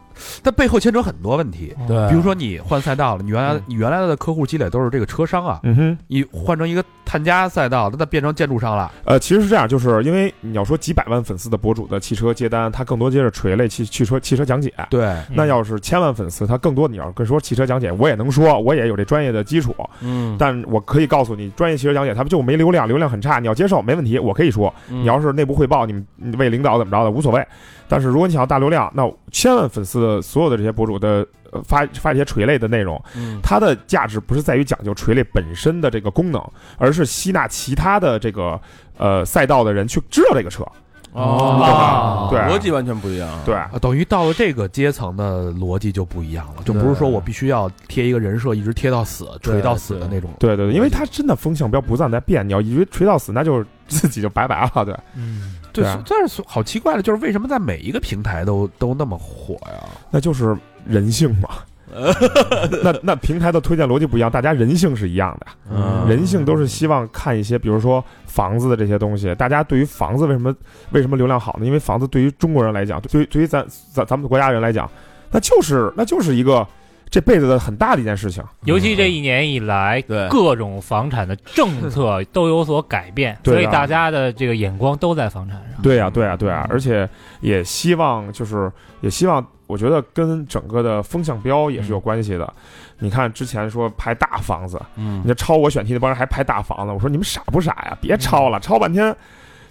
它背后牵扯很多问题。
对
比如说你换赛道了，你原来你原来的客户积累都是这个车商啊，
嗯哼，
你换成一个碳加赛道，那它变成建筑商了。
呃，其实是这样，就是因为你要说几百万粉丝的博主的汽车接单，他更多接着垂类汽汽车汽车讲解。
对，
那要是千万粉丝，他更多你要跟说汽车讲解，我也能说，我也有这专业的基础，
嗯，
但我可以告诉你，专业汽车讲解他们就没流量，流量很差，你要接受没问题，我可以说。
你
你要是内部汇报，你们你为领导怎么着的无所谓。但是如果你想要大流量，那千万粉丝的所有的这些博主的、呃、发发一些垂类的内容，它的价值不是在于讲究垂类本身的这个功能，而是吸纳其他的这个呃赛道的人去知道这个车。
哦
对
逻辑完全不一样
嗯
啊。
对，
啊，等于到了这个阶层的逻辑就不一样了，就不是说我必须要贴一个人设一直贴到死、锤到死的那种。
对对对，因为它真的风向标不断在变，你要一直垂到死，那就是自己就拜拜了。对，
嗯
对
对啊，
但是好奇怪的就是为什么在每一个平台都都那么火呀？
那就是人性嘛。那那平台的推荐逻辑不一样，大家人性是一样的。
嗯
人性都是希望看一些，比如说房子的这些东西。大家对于房子为什么为什么流量好呢？因为房子对于中国人来讲，对于对于咱咱咱们国家人来讲，那就是那就是一个这辈子的很大的一件事情。
尤其这一年以来，
对
各种房产的政策都有所改变，
对啊
所以大家的这个眼光都在房产上。
对呀、对呀、对呀、而且也希望就是也希望，我觉得跟整个的风向标也是有关系的。你看之前说拍大房子，
嗯
你，这抄我选题那帮人还拍大房子，我说你们傻不傻呀？别抄了，抄半天，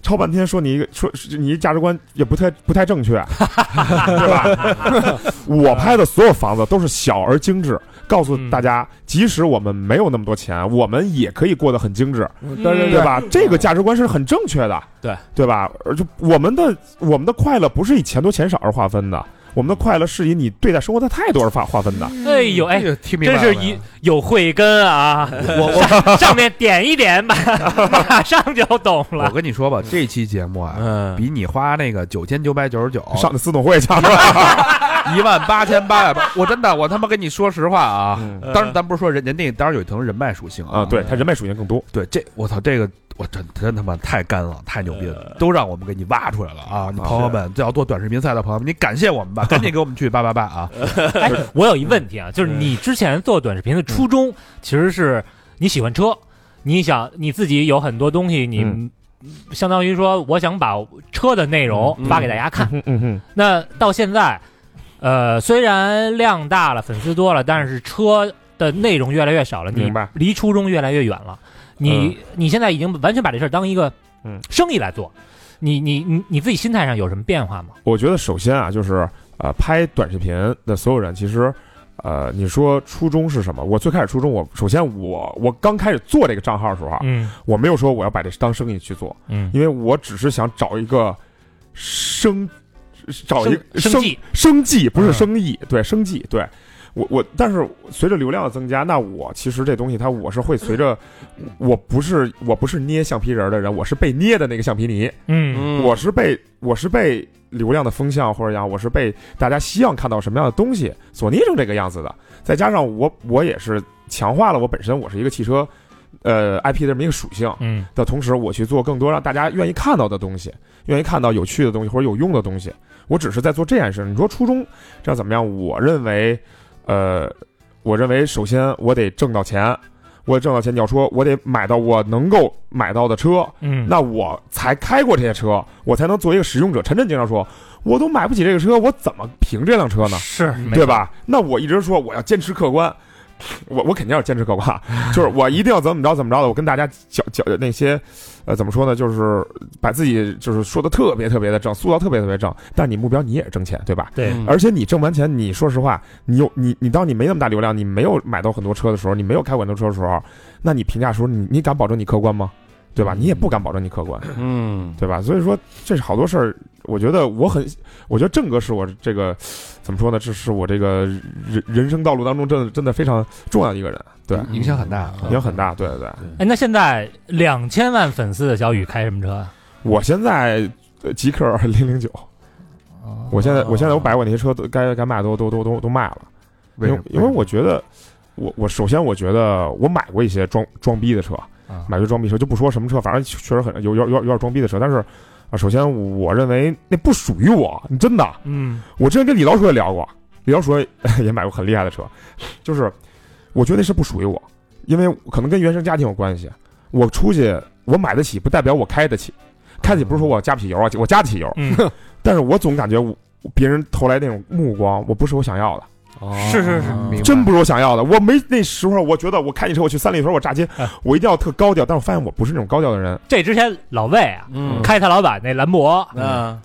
抄半天说你一个说说你一价值观也不太不太正确，对吧？我拍的所有房子都是小而精致，告诉大家，即使我们没有那么多钱，我们也可以过得很精致，
但是
对吧？这个价值观是很正确的，
对
对吧？而就我们的我们的快乐不是以钱多钱少而划分的。我们的快乐是以你对待生活的态度而划划分的，
哎呦，哎，
这个听明白
真
了
是一有慧根啊！我我上面点一点，马马上就懂
我
了。
跟你说吧，这期节目啊，
嗯，
比你花那个九千九百九十九、
[LAUGHS] 上的私董会去 [LAUGHS] 了。
一万八千八百八，我真的，我他妈跟你说实话啊，
嗯
当然咱不是说人人那当然有一层人脉属性
啊，对，他人脉属性更多。
对，这我操，这个我真真他妈太干了，太牛逼了，都让我们给你挖出来了啊！你朋友们，这要做短视频赛的朋友们，你感谢我们吧，赶紧给我们去八八八啊！
[LAUGHS] 哎，我有一问题啊，就是你之前做短视频的初衷，
嗯
其实是你喜欢车，你想你自己有很多东西，你
嗯
相当于说我想把车的内容
嗯
发给大家看。
嗯嗯嗯，
那到现在，呃，虽然量大了，粉丝多了，但是车的内容越来越少了，你
明白
离初衷越来越远了。你、你现在已经完全把这事儿当一个
嗯
生意来做，你你你你自己心态上有什么变化吗？
我觉得首先啊，就是呃，拍短视频的所有人，其实呃，你说初衷是什么？我最开始初衷，我首先我我刚开始做这个账号的时候啊，
嗯
我没有说我要把这当生意去做，
嗯，
因为我只是想找一个生找一个
生生计
生计，不是生意，对生计，对。我我，但是随着流量的增加，那我其实这东西它我是会随着，我不是我不是捏橡皮人儿的人，我是被捏的那个橡皮泥。
嗯
嗯
我是被我是被流量的风向或者讲我是被大家希望看到什么样的东西所捏成这个样子的。再加上我我也是强化了我本身我是一个汽车呃 IP 的这么一个属性
嗯
的同时，我去做更多让大家愿意看到的东西，愿意看到有趣的东西或者有用的东西。我只是在做这件事。你说初衷这样怎么样？我认为，呃，我认为首先我得挣到钱。我挣到钱，你要说我得买到我能够买到的车，
嗯
那我才开过这些车，我才能作为一个使用者。陈晨经常说，我都买不起这个车，我怎么评这辆车呢？
是
对？吧？那我一直说我要坚持客观，我我肯定要坚持客观，啊就是我一定要怎么着怎么着的。我跟大家讲讲那些，呃，怎么说呢？就是把自己就是说的特别特别的正，塑造特别特别正。但你目标你也是挣钱，对吧？
对
嗯
而且你挣完钱，你说实话，你有你你当你没那么大流量，你没有买到很多车的时候，你没有开过很多车的时候，那你评价的时候，你你敢保证你客观吗？对吧？你也不敢保证你客观，
嗯，
对吧？所以说，这是好多事儿，我觉得我很，我觉得正哥是我这个怎么说呢？这是我这个人人生道路当中真的真的非常重要的一个人，对，
嗯
影响很
啊
大，
嗯影响很大，对对对。
哎，那现在两千万粉丝的小雨开什么车啊？
我现在呃极氪零零九，我现在我现在我把我那些车都该该卖都都都都都卖了，因为因为我觉得。我我首先我觉得我买过一些装装逼的车，买过装逼车就不说什么车，反正确确实很有有有有点装逼的车。但是啊，首先我认为那不属于我，真的。
嗯，
我之前跟李老鼠也聊过，李老鼠也 [LAUGHS] 也买过很厉害的车，就是我觉得那是不属于我，因为可能跟原生家庭有关系。我出去我买得起，不代表我开得起，开得起不是说我加不起油啊，我加得起油，
嗯
[LAUGHS] 但是我总感觉我别人投来那种目光，我不是我想要的。
是是是，
哦
明白
真不是我想要的。我没那时候，我觉得我开你车，我去三里屯，我炸街
啊
哎，
我一定要特高调。但我发现我不是那种高调的人。
这之前老魏啊，
嗯
开他老板那兰博
嗯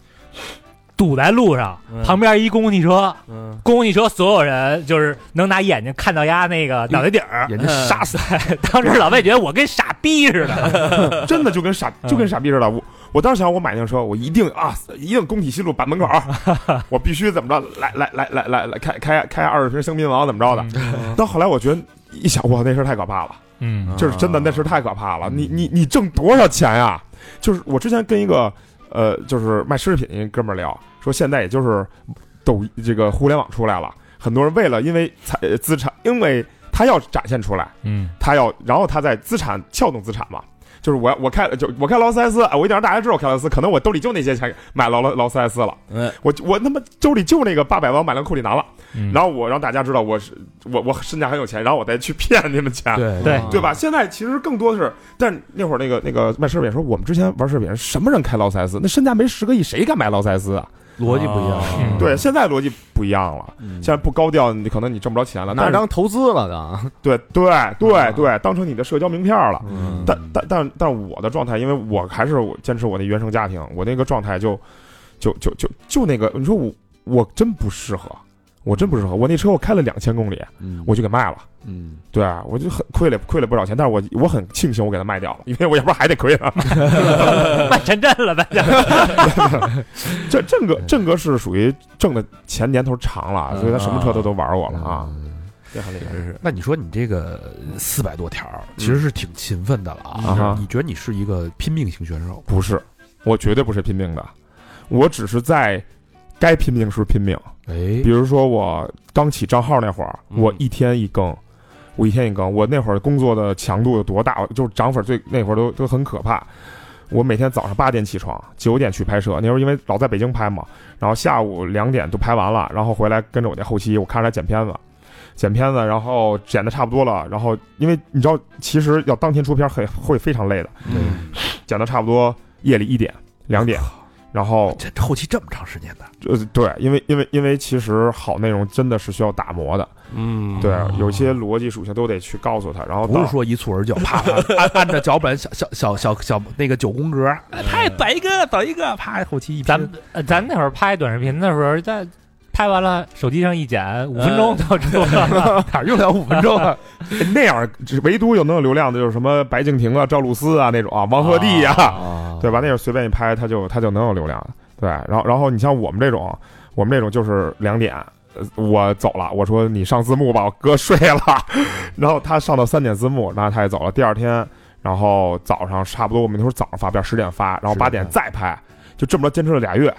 堵在路上，
嗯
旁边一公共汽车，
嗯，
公共汽车所有人就是能拿眼睛看到丫那个脑袋顶儿，
眼睛
杀死。 [LAUGHS] 当时老魏觉得我跟傻逼似的，
啊
真的就跟傻就跟傻逼似的。我我当时想，我买那个车，我一定啊，一定工体西路把门口儿，
[LAUGHS]
我必须怎么着，来来来来来来开开开二十瓶生槟榔，怎么着
嗯
的。到后来我觉得一想，哇，那事儿太可怕了，
啊
嗯
就是真的那事儿太可怕
嗯
了。你你你挣多少钱呀？就是我之前跟一个呃，就是卖奢侈品一哥们儿聊，说现在也就是抖这个互联网出来了，很多人为了因为财呃资产，因为他要展现出来。
嗯
他要，然后他在资产撬动资产嘛，就是我我开就我开劳斯莱斯，啊我一定让大家知道我开劳斯，可能我兜里就那些钱买劳劳劳斯莱斯了，
嗯，
我我他妈兜里就那个八百万买辆库里南了，
嗯
然后我让大家知道我是我我身价很有钱，然后我再去骗你们钱，
对
嗯
对
啊
对吧？现在其实更多的是，但那会儿那个那个卖奢侈品说，我们之前玩奢侈品，什么人开劳斯莱斯？那身价没十个亿，谁敢买劳斯莱斯啊？
逻辑不一样，
嗯
哦对，现在逻辑不一样了，现在不高调，你可能你挣不着钱了，
那
但是
当投资了的，
对对对对，当成你的社交名片了。
嗯
但但但但我的状态，因为我还是我坚持我那原生家庭，我那个状态就就就就就那个，你说我我真不适合，我真不适合。我那车我开了两千公里，
嗯
我就给卖了。
嗯
对啊，我就很亏了，亏了不少钱，但是我我很庆幸我给它卖掉了， [LAUGHS] 因为我要不然还得亏 [LAUGHS] 啊。
卖陈震了呗，
这正哥正哥是属于挣的钱年头长了，所以他什么车他都玩我了啊，
嗯
这很厉害。
那你说你这个四百多条儿，其实是挺勤奋的了
嗯啊哈
啊！你觉得你是一个拼命型选手？
不是，我绝对不是拼命的，我只是在该拼命时拼命。
哎
比，如说我刚起账号那会儿，
嗯
我一天一更，我一天一更，我那会儿工作的强度有多大？就是涨粉最那会儿都都很可怕。我每天早上八点起床，九点去拍摄。那时候因为老在北京拍嘛，然后下午两点都拍完了，然后回来跟着我那后期，我看着他剪片子，剪片子，然后剪的差不多了，然后因为你知道，其实要当天出片很会非常累的，
嗯
剪到差不多夜里一点两点，然后
这后期这么长时间的，
呃对，因为因为因为其实好内容真的是需要打磨的，
嗯，
对，啊有些逻辑属性都得去告诉他，然后
不
到
是说一蹴而就，啪
[LAUGHS]
啪按按着脚本小小小小小那个九宫格，
嗯
哎拍倒一个倒一个，啪后期一拼
咱们呃咱那会儿拍短视频的时候，在拍完了手机上一剪，五分钟就出了，
[LAUGHS] 哪儿用得了五分钟啊？
哎那样，只唯独有能有流量的就是什么白敬亭啊、赵露思啊那种啊、王鹤棣呀、对吧？那样随便一拍，他就他就能有流量。对，然后然后你像我们这种，我们这种就是两点，呃我走了，我说你上字幕吧，我哥睡了， [LAUGHS] 然后他上到三点字幕，那他也走了。第二天，然后早上差不多我们那时候早上发片，十点发，然后八点再拍，就这么着坚持了俩月。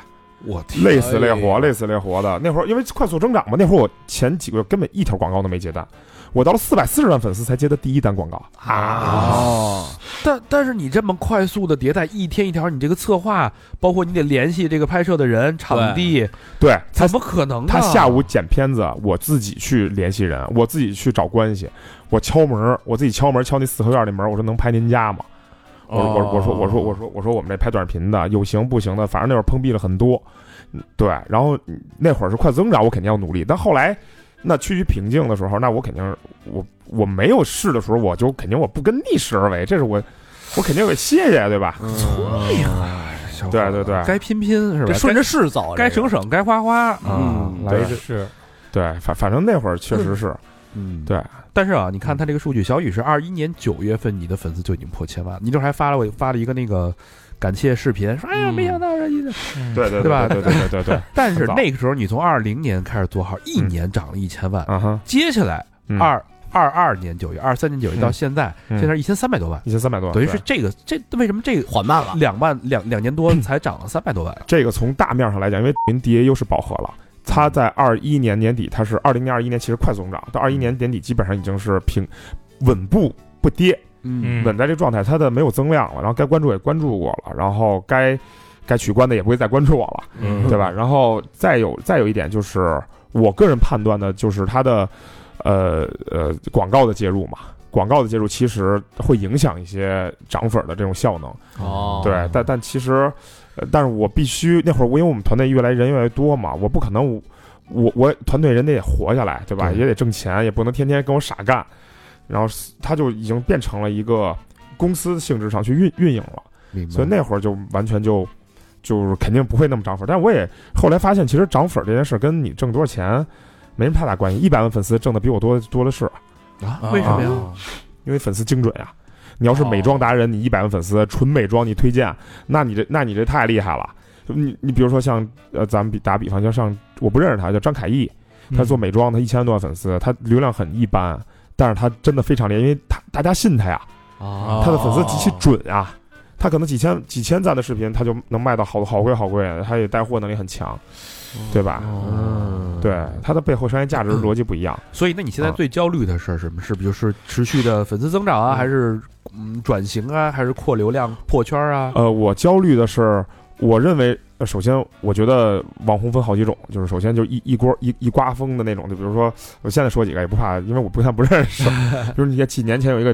我天，
累死累活，累死累活的。那会儿因为快速增长嘛，那会儿我前几个月根本一条广告都没接单，我到了四百四十万粉丝才接的第一单广告 [LAUGHS] 啊！
哦，但但是你这么快速的迭代，一天一条，你这个策划，包括你得联系这个拍摄的人、场地，
对他
怎，么可能、啊？
他下午剪片子，我自己去联系人，我自己去找关系，我敲门，我自己敲门敲那四合院那门，我说能拍您家吗？我说我我说我说我说我说我们这拍短视频的有行不行的，反正那会儿碰壁了很多，嗯对。然后嗯那会儿是快增长，我肯定要努力。但后来那趋于平静的时候，那我肯定我我没有试的时候，我就肯定我不跟逆势而为，这是我我肯定得谢谢，对吧？
嗯
哎呀，小伙子
对嗯对对
该拼拼是吧
这？顺着势走，
该该
这个
省省，该花花，
嗯
来
对
一
是
对，反反正那会儿确实是，
嗯，
对，
但是啊，你
嗯
看他这个数据，小雨是二一年九月份，你的粉丝就已经破千万了。你这还发了我发了一个那个感谢视频，说哎呀，
嗯
没想到这一，
对对
对吧
对 [LAUGHS] 对对对对，
但是
很早嗯
那个时候你从二零年开始做号，一年涨了一千万，
啊 [LAUGHS] 哈，
接下来二二二年九月、二三年九月到
嗯
现在，
嗯
现在一千三百多万，
一千三百多万，
等于是
对
这个这为什么这个
缓慢了。
两万两两年
[CLEARS THROAT]
多才涨了三百多万啊？
这个从大面上来讲，因为您 DAU 是饱和了。它在二一年年底，它是二零年、二一年其实快速增长，到二一
嗯
年年底基本上已经是平稳步不跌，
嗯
稳在这状态，它的没有增量了，然后该关注也关注过了，然后该该取关的也不会再关注我了，
嗯
对吧？然后再有再有一点就是，我个人判断的就是它的呃呃广告的介入嘛，广告的介入其实会影响一些涨粉的这种效能，
哦
对，但但其实，呃但是我必须那会儿我因为我们团队越来人越来越多嘛，我不可能我我我团队人得也活下来，对吧？
对
也得挣钱，也不能天天跟我傻干。然后他就已经变成了一个公司性质上去运运营了，
明白
所以那会儿就完全就就是肯定不会那么涨粉。但我也后来发现，其实涨粉这件事跟你挣多少钱没什么太大关系。一百万粉丝挣的比我多多的是，
啊？为什么呀？
因为粉丝精准呀、你要是美妆达人，你一百万粉丝纯美妆你推荐，那你这那你这太厉害了。你你比如说像呃，咱们比打比方，像上我不认识他，叫张凯义，
嗯
嗯
他做美妆，他一千多万粉丝，他流量很一般，但是他真的非常厉害，因为他大家信他呀，
啊
哦
他的粉丝极其
哦
准啊。他可能几千几千赞的视频，他就能卖到好好贵好贵，他也带货能力很强，对吧？
嗯，
啊对，他的背后商业价值逻辑不一样。
所以，那你现在
啊
最焦虑的事儿是什么？是不是就是持续的粉丝增长啊，还是嗯转型啊，还是扩流量、破圈啊？
呃，我焦虑的是，我认为，呃首先，我觉得网红分好几种，就是首先就一一锅一一刮风的那种，就比如说，我现在说几个也不怕，因为我不但不认识，就是你看几年前有一个，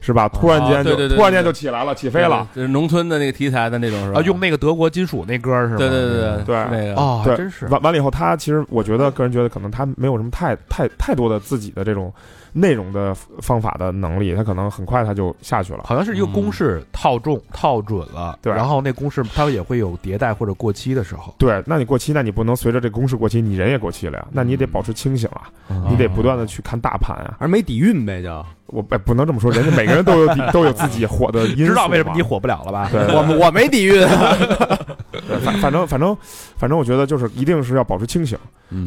是吧？突然间就、
对对对
突然间就起来了，起飞
嗯
了，，
就是农村的那个题材的那种是吧？
啊，用那个德国金属那歌儿是吗？
对对对对
对
那个
哦，
对
真是
完完了以后，他其实我觉得个人觉得，可能他没有什么太太太多的自己的这种内容的方法的能力，他可能很快他就下去了。
好像是一个公式套中套准了，
对
然后那公式它也会有迭代或者过期的时候，
对，那你过期，那你不能随着这公式过期，你人也过期了呀，那你得保持清醒啊，
嗯
你得不断的去看大盘啊。
而没底蕴呗，就
我哎，不能这么说，人家每个人都有 [LAUGHS] 自己都有自己火的因素嘛，
知道为什么你火不了了吧？
对
我我没底蕴，
对反反正反正反正，我觉得就是一定是要保持清醒。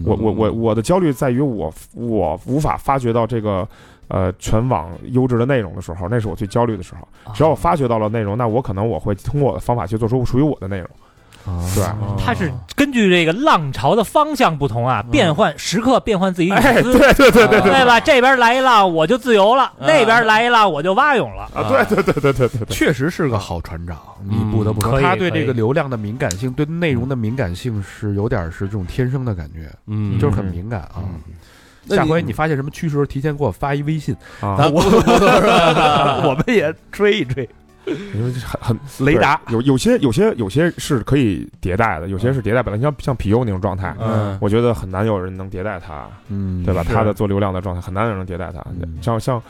我我我我的焦虑在于我我无法发掘到这个呃全网优质的内容的时候，那是我最焦虑的时候。
哦
只要我发掘到了内容，那我可能我会通过我的方法去做出属于我的内容。
嗯
对，
嗯
他是根据这个浪潮的方向不同啊，变换时刻变换自己隐
哎，对
私，
对对对对对
对吧？这边来一浪我就自由了，
嗯
那边来一浪我就蛙泳了。
啊，对对对对对对对，
确实是个好船长，你
嗯
不得不
可
说，
以
他对这
可
个
以
流量的敏感性，对内容的敏感性是有点是这种天生的感觉，
嗯，
就是很敏感啊。
那
下
你
回你发现什么趋势的时候，提前给我发一微信，
[LAUGHS] 啊，
我
[LAUGHS]
我们也追一追
因为很很
雷达。
对有有些有些有些是可以迭代的，有些是迭代不了，像像皮尤那种状态，
嗯
我觉得很难有人能迭代它。
嗯
对吧？
是
他的做流量的状态很难有人迭代他，
嗯
像像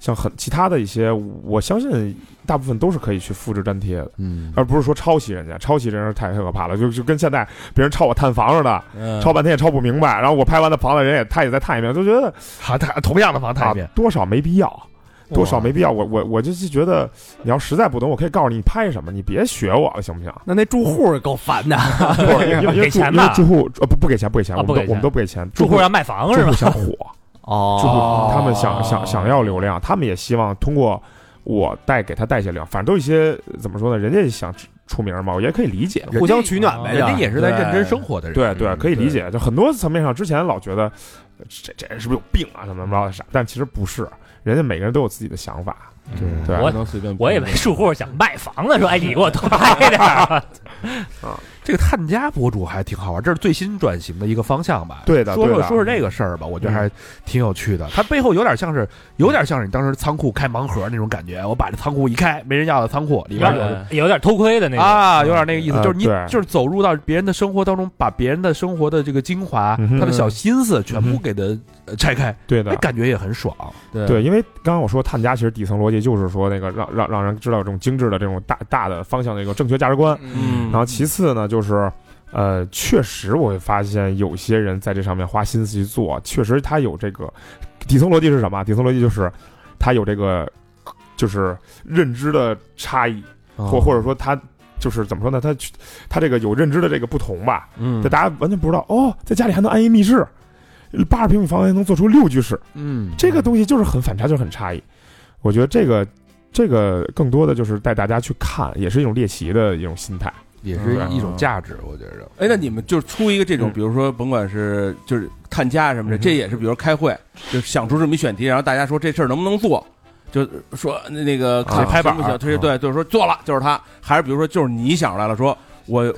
像很其他的一些，我相信大部分都是可以去复制粘贴的，
嗯
而不是说抄袭人家，抄袭人家太可怕了，就就跟现在别人抄我探房似的，
嗯
抄半天也抄不明白，然后我拍完的房子人也他也在探一遍，就觉得
好，他同样的房太
啊
面，
多少没必要。多少没必要，我我我就是觉得，你要实在不懂，我可以告诉你你拍什么，你别学我了，行不行？
那那住户够烦的。
不是因为因为
啊给
住
钱
因为
吧
住户呃不不给钱不给钱，
啊
我们
不
都
给
我们
钱
都不给钱，
住户要卖房
住
是
户
吧？
想火，
哦
住户他们想想想要流量，他们也希望通过我带给他带些流量，反正都一些怎么说呢，人家也想出出名嘛，我也可以理解。
人
互相取暖呗，
人家
就
也是在认真生活的人，
对对，
嗯
可以理。解。就很多层面上，之前老觉得呃这这人是不是有病啊，怎么
嗯
怎么着的啥，但其实不是，人家每个人都有自己的想法。
嗯
对
不
我
能随便
我以为住户想卖房呢，说哎，你给我
[LAUGHS]
多拍点儿。
这个探家博主还挺好玩，这是最新转型的一个方向吧？
对的嗯
说
对
说
的
说说这个事儿吧，我觉得还挺有趣的。它背后有点像是，有点像是你当时仓库开盲盒那种感觉。我把这仓库一开，没人要的仓库里
有
边
对
点有点偷窥的那
有
种
啊，有点那个意思，
嗯
就是你
对
就是走入到别人的生活当中，把别人的生活的这个精华
嗯，哼
他的小心思全部给它呃拆开，
对
那
的，
感嗯觉也很爽。
对
对，因为刚刚我说探家其实底层逻辑就是说那个让让让人知道这种精致的这种大大的方向的一个正确价值观。
嗯，
然后其次呢，就是呃，确实我会发现有些人在这上面花心思去做，确实他有这个底层逻辑是什么？啊底层逻辑就是他有这个就是认知的差异，
哦
或或者说他就是怎么说呢？他他这个有认知的这个不同吧，
嗯
这大家完全不知道哦，在家里还能安一密室，八十平米房间能做出六居室，
嗯，
这个东西就是很反差，就是很差异。我觉得这个这个更多的就是带大家去看，也是一种猎奇的一种心态。
也是一种价值，我觉着。
哎，那你们就出一个这种，
嗯
比如说甭管是就是探家什么
嗯
的，
哼
这也是比如开会，就想出这么一选题，然后大家说这事儿能不能做，就说那那个看
啊拍板
行不行
儿嗯
对对，就是说做了就是他，还是比如说就是你想出来了，说我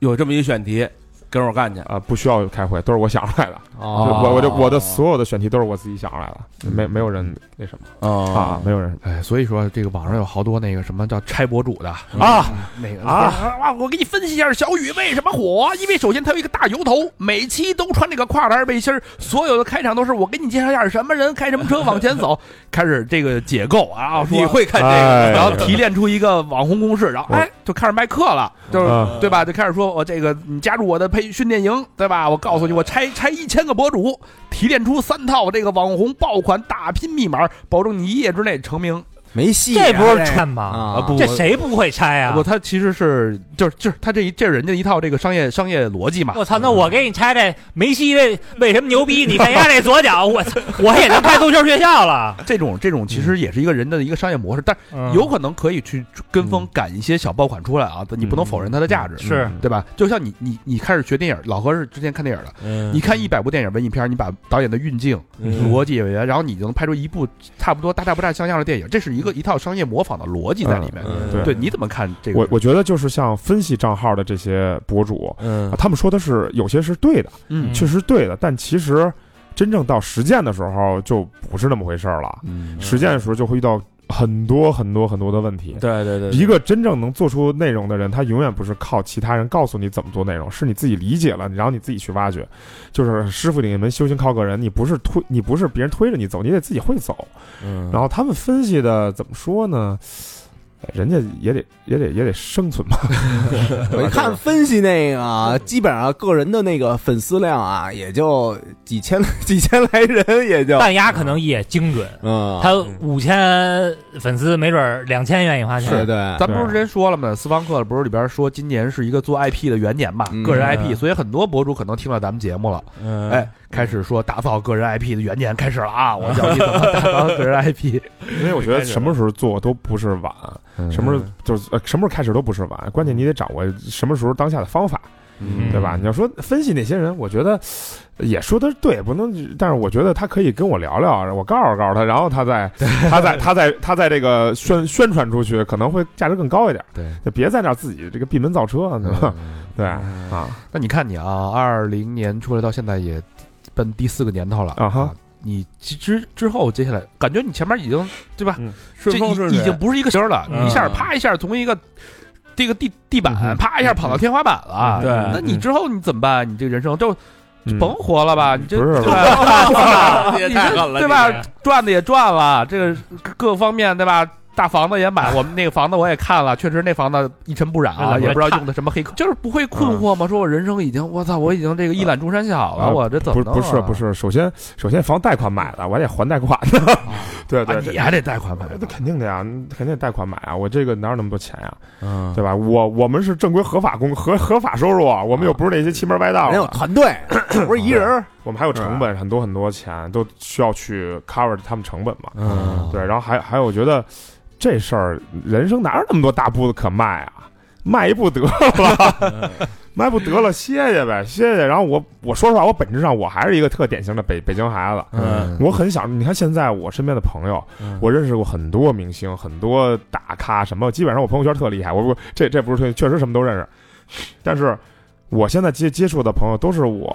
有这么一选题，跟着我干去。
啊、不需要开会，都是我想出来的。
哦
我我的我的所有的选题都是我自己想出来的，
嗯
没没有人那什么啊
啊，
没有人
哎，所以说这个网上有好多那个什么叫拆博主的，
啊，
那个
啊
啊，我给你分析一下小雨为什么火，因为首先他有一个大油头，每期都穿这个跨栏背心儿所有的开场都是我给你介绍一下什么人开什么车往前走，开始这个解构啊，说
你会看这个？
哎
然后提炼出一个网红公式，然后
我
哎就开始卖课了，就是、
啊
对吧？就开始说我哦这个你加入我的培训练营，对吧？我告诉你，我拆拆一千个博主，提炼出三套这个网红爆款打拼密码，保证你一夜之内成名。
没戏啊，
这不是
这
串吗？
啊
啊不
这谁不会拆啊
不，？他其实是就是就是他这一这是人家一套这个商业商业逻辑嘛。
我操！那我给你拆这梅西这为什么牛逼？你看人家这左脚，我操，我也能开足球学校了。
这种这种其实也是一个人的一个商业模式，但有可能可以去跟风赶一些小爆款出来啊，你不能否认它的价
嗯
值，
是
对吧？就像你你你开始学电影，老何是之前看电影的，
嗯
嗯
你看一百部电影文艺片，你把导演的运镜、逻辑、演员，然后你就能拍出一部差不多大差不差相样的电影，这是一个一套商业模仿的逻辑在里面。
嗯
对
对，你怎么看这个？
我我觉得就是像分析账号的这些博主，
嗯
啊他们说的是有些是对的，
嗯
确实对的，但其实真正到实践的时候就不是那么回事儿了。
嗯
实践的时候就会遇到很多很多很多的问题。
对对对，
一个真正能做出内容的人，他永远不是靠其他人告诉你怎么做内容，是你自己理解了，然后你自己去挖掘。就是师傅领门，修行靠个人，你不是推，你不是别人推着你走，你得自己会走。
嗯
然后他们分析的怎么说呢？哎人家也得也得也得生存吧，
我一看分析那个啊，基本上个人的那个粉丝量啊，也就几千几千来人，也
[LAUGHS]
就
但丫可能也精准，
嗯，
他五千粉丝，没准两千愿意花
对
钱。
对，
咱不是之前说了吗？斯方克不是里边说今年是一个做 IP 的元年嘛，
嗯
个人 IP，所以很多博主可能听到咱们节目了，
嗯
哎，开始说打造个人 IP 的元年开始了啊！我要你怎么打造个人 IP？
因为我觉得什么时候做都不是晚，什么时候就是呃什么时候开始都不是晚，关
嗯
键你得掌握什么时候当下的方法。
嗯
对吧？你要说分析那些人，我觉得呃也说的对，不能。但是我觉得他可以跟我聊聊，我告诉告诉他，然后他再他再他再他在这个宣宣传出去，可能会价值更高一点。
对，
就别在那儿自己这个闭门造车，对吧？ [LAUGHS] 对啊，
那你看你啊，二零年出来到现在也奔第四个年头了
啊哈！
你之之后接下来，感觉你前面已经对吧？这
嗯顺风顺
已
水
已经不是一个形儿了，
嗯
一下啪一下从一个这个地地板啪一下跑到天花板了。
嗯对
那你之后你怎么办？你这个人生就就
嗯
甭活了吧？你这
不是
对
[LAUGHS]
吧
这也
你
太
这
狠了
对
这
吧？赚的也赚了，这个各方面对吧？大房子也买，我们那个房子我也看了，确实那房子一尘不染
那
啊，
怎么
也不知道用的什么黑客，就是不会困惑吗？说我人生已经，我操，我已经这个一览众山小了，
啊
我这怎
不
么
是
弄
不是
啊
不，是，首先首先房贷款买的，我还得还贷款呢。 [LAUGHS] 对
啊
对
你
对，
还得贷款买
那肯定的呀，肯定得贷款买啊！我这个哪有那么多钱呀，
啊
嗯
对吧？我我们是正规合法工合合法收入啊，我们又不是那些欺门歪道
人
的。 [CLEARS THROAT]
有团队，不是一人儿，
我们还有成本，很多很多钱都需要去 cover 他们成本嘛。
啊
嗯
对，然后还还有，我觉得这事儿人生哪有那么多大步子可迈啊？迈一步得了，迈一步得了，歇歇呗，歇歇。然后我我说实话，我本质上我还是一个特典型的北北京孩子。
嗯
我很想，你看现在我身边的朋友，我认识过很多明星，很多大咖，什么基本上我朋友圈特厉害，我不这这不是特确实什么都认识，但是我现在接接触的朋友都是我、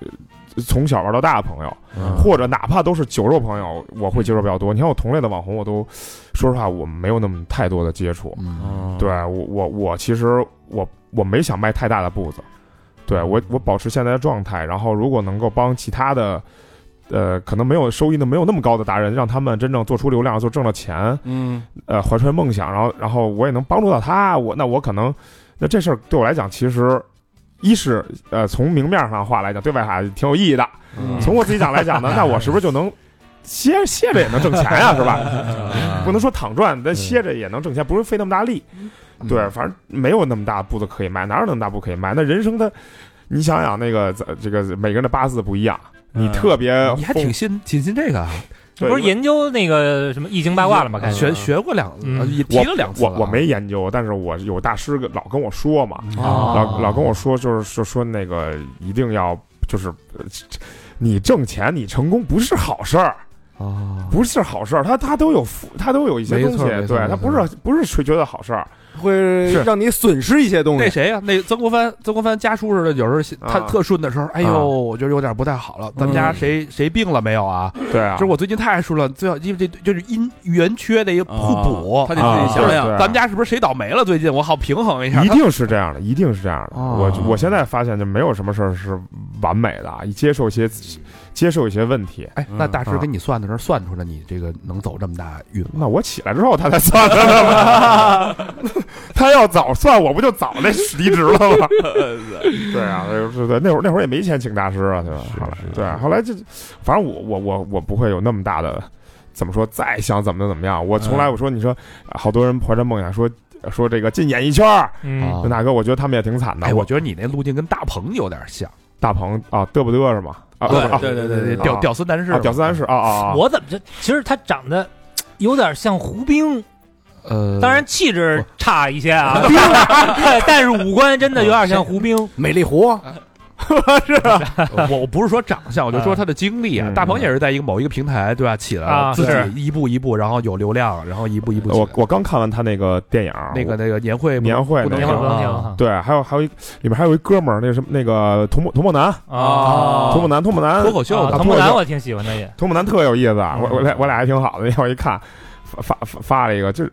呃从小玩到大的朋友，或者哪怕都是酒肉朋友，我会接触比较多。你看我同类的网红，我都说实话我没有那么太多的接触，
嗯
嗯对我我我其实我我没想迈太大的步子，对我我保持现在的状态，然后如果能够帮其他的，呃，可能没有收益的没有那么高的达人，让他们真正做出流量，做挣了钱，
嗯
呃，怀揣梦想，然后然后我也能帮助到他，我那我可能那这事儿对我来讲其实一是呃从明面上话来讲，对外还挺有意义的；[LAUGHS]
嗯
从我自己讲来讲呢，那我是不是就能歇歇着也能挣钱呀、
[LAUGHS]
是吧？不能说躺赚，
嗯
但歇着也能挣钱，不是费那么大力。嗯对，反正没有那么大步子可以迈，哪有那么大步可以迈？那人生它，你想想那个咱这个每个人的八字不一样，你特别
嗯你还挺信挺信这个啊？
对
不是研究那个什么易经八卦了吗？开始
学学过两，
嗯
呃也提了两次
我
了啊嗯
我没研究，但是我有大师跟老跟我说嘛，
哦
老老跟我说就是说说那个一定要就是，呃你挣钱你成功不是好事儿，
啊，
不是好事儿，他他都有负他都有一些
没
东西
错没，错没
对他
错
不是不是吹觉得好事儿，
会
是
让你损失一些东
那
西。
谁呀？那曾国藩，曾国藩家书似的，有时候他
啊
特顺的时候，哎
啊
呦，我觉得有点不太好了。咱们家谁谁病了没有啊？
对啊，
就是我最近太顺了，最好因为这就是因圆缺的一个互补。啊
他得自己想
对
想，
对
咱们家是不是谁倒霉了？最近我好平衡一下。
一
他
定是这样的，一定是这样的。
哦
我我现在发现就没有什么事儿是完美的，啊，接受一些接受一些问题。
哎，那大师给你算的时候，算出来你这个能走这么大运吗？
那我起来之后，他才算 [LAUGHS] 的吗？ [LAUGHS] 他要早算，我不就早那离职了 [LAUGHS]
[LAUGHS]
吗？对啊，对对，那会儿那会儿也没钱请大师啊，对吧？后来对，后来就，反正我我我我不会有那么大的，怎么说，再想怎么怎么样，我从
嗯
来我说，你说好多人怀着梦想说说这个进演艺圈儿，
嗯，
啊
那大哥，我觉得他们也挺惨
[LAUGHS]
的。
啊哎，我觉得你那路径跟大鹏有点像，
大鹏啊，嘚不嘚是吗？啊，
对
啊
对对对对对
屌
啊
屌丝男士
啊，，屌丝男士啊啊，啊
我怎么就其实他长得有点像胡兵，
呃，
当然气质差一些啊， [LAUGHS] 但是五官真的有点像胡兵。
美丽湖，
[LAUGHS] 我我不是说长相，我就说他的经历啊。
嗯
大鹏也是在一个某一个平台，对吧？起来
啊
了，自
是
己一步一步，然后有流量，然后一步一步起来。
我我刚看完他那个电影，
那个那个年会不
年会
不能
那
年
个
会不能停
啊
啊
对，还有还有一里面还有一哥们儿，那什么那个童木童木南，
啊
童木南童木南
脱口秀
啊
吧
童木
脱口
兰
秀
我挺喜欢的也，
童木南特有意思，啊，我我俩我俩还挺好的，那 [LAUGHS] 会儿一看。发发发发了一个，就是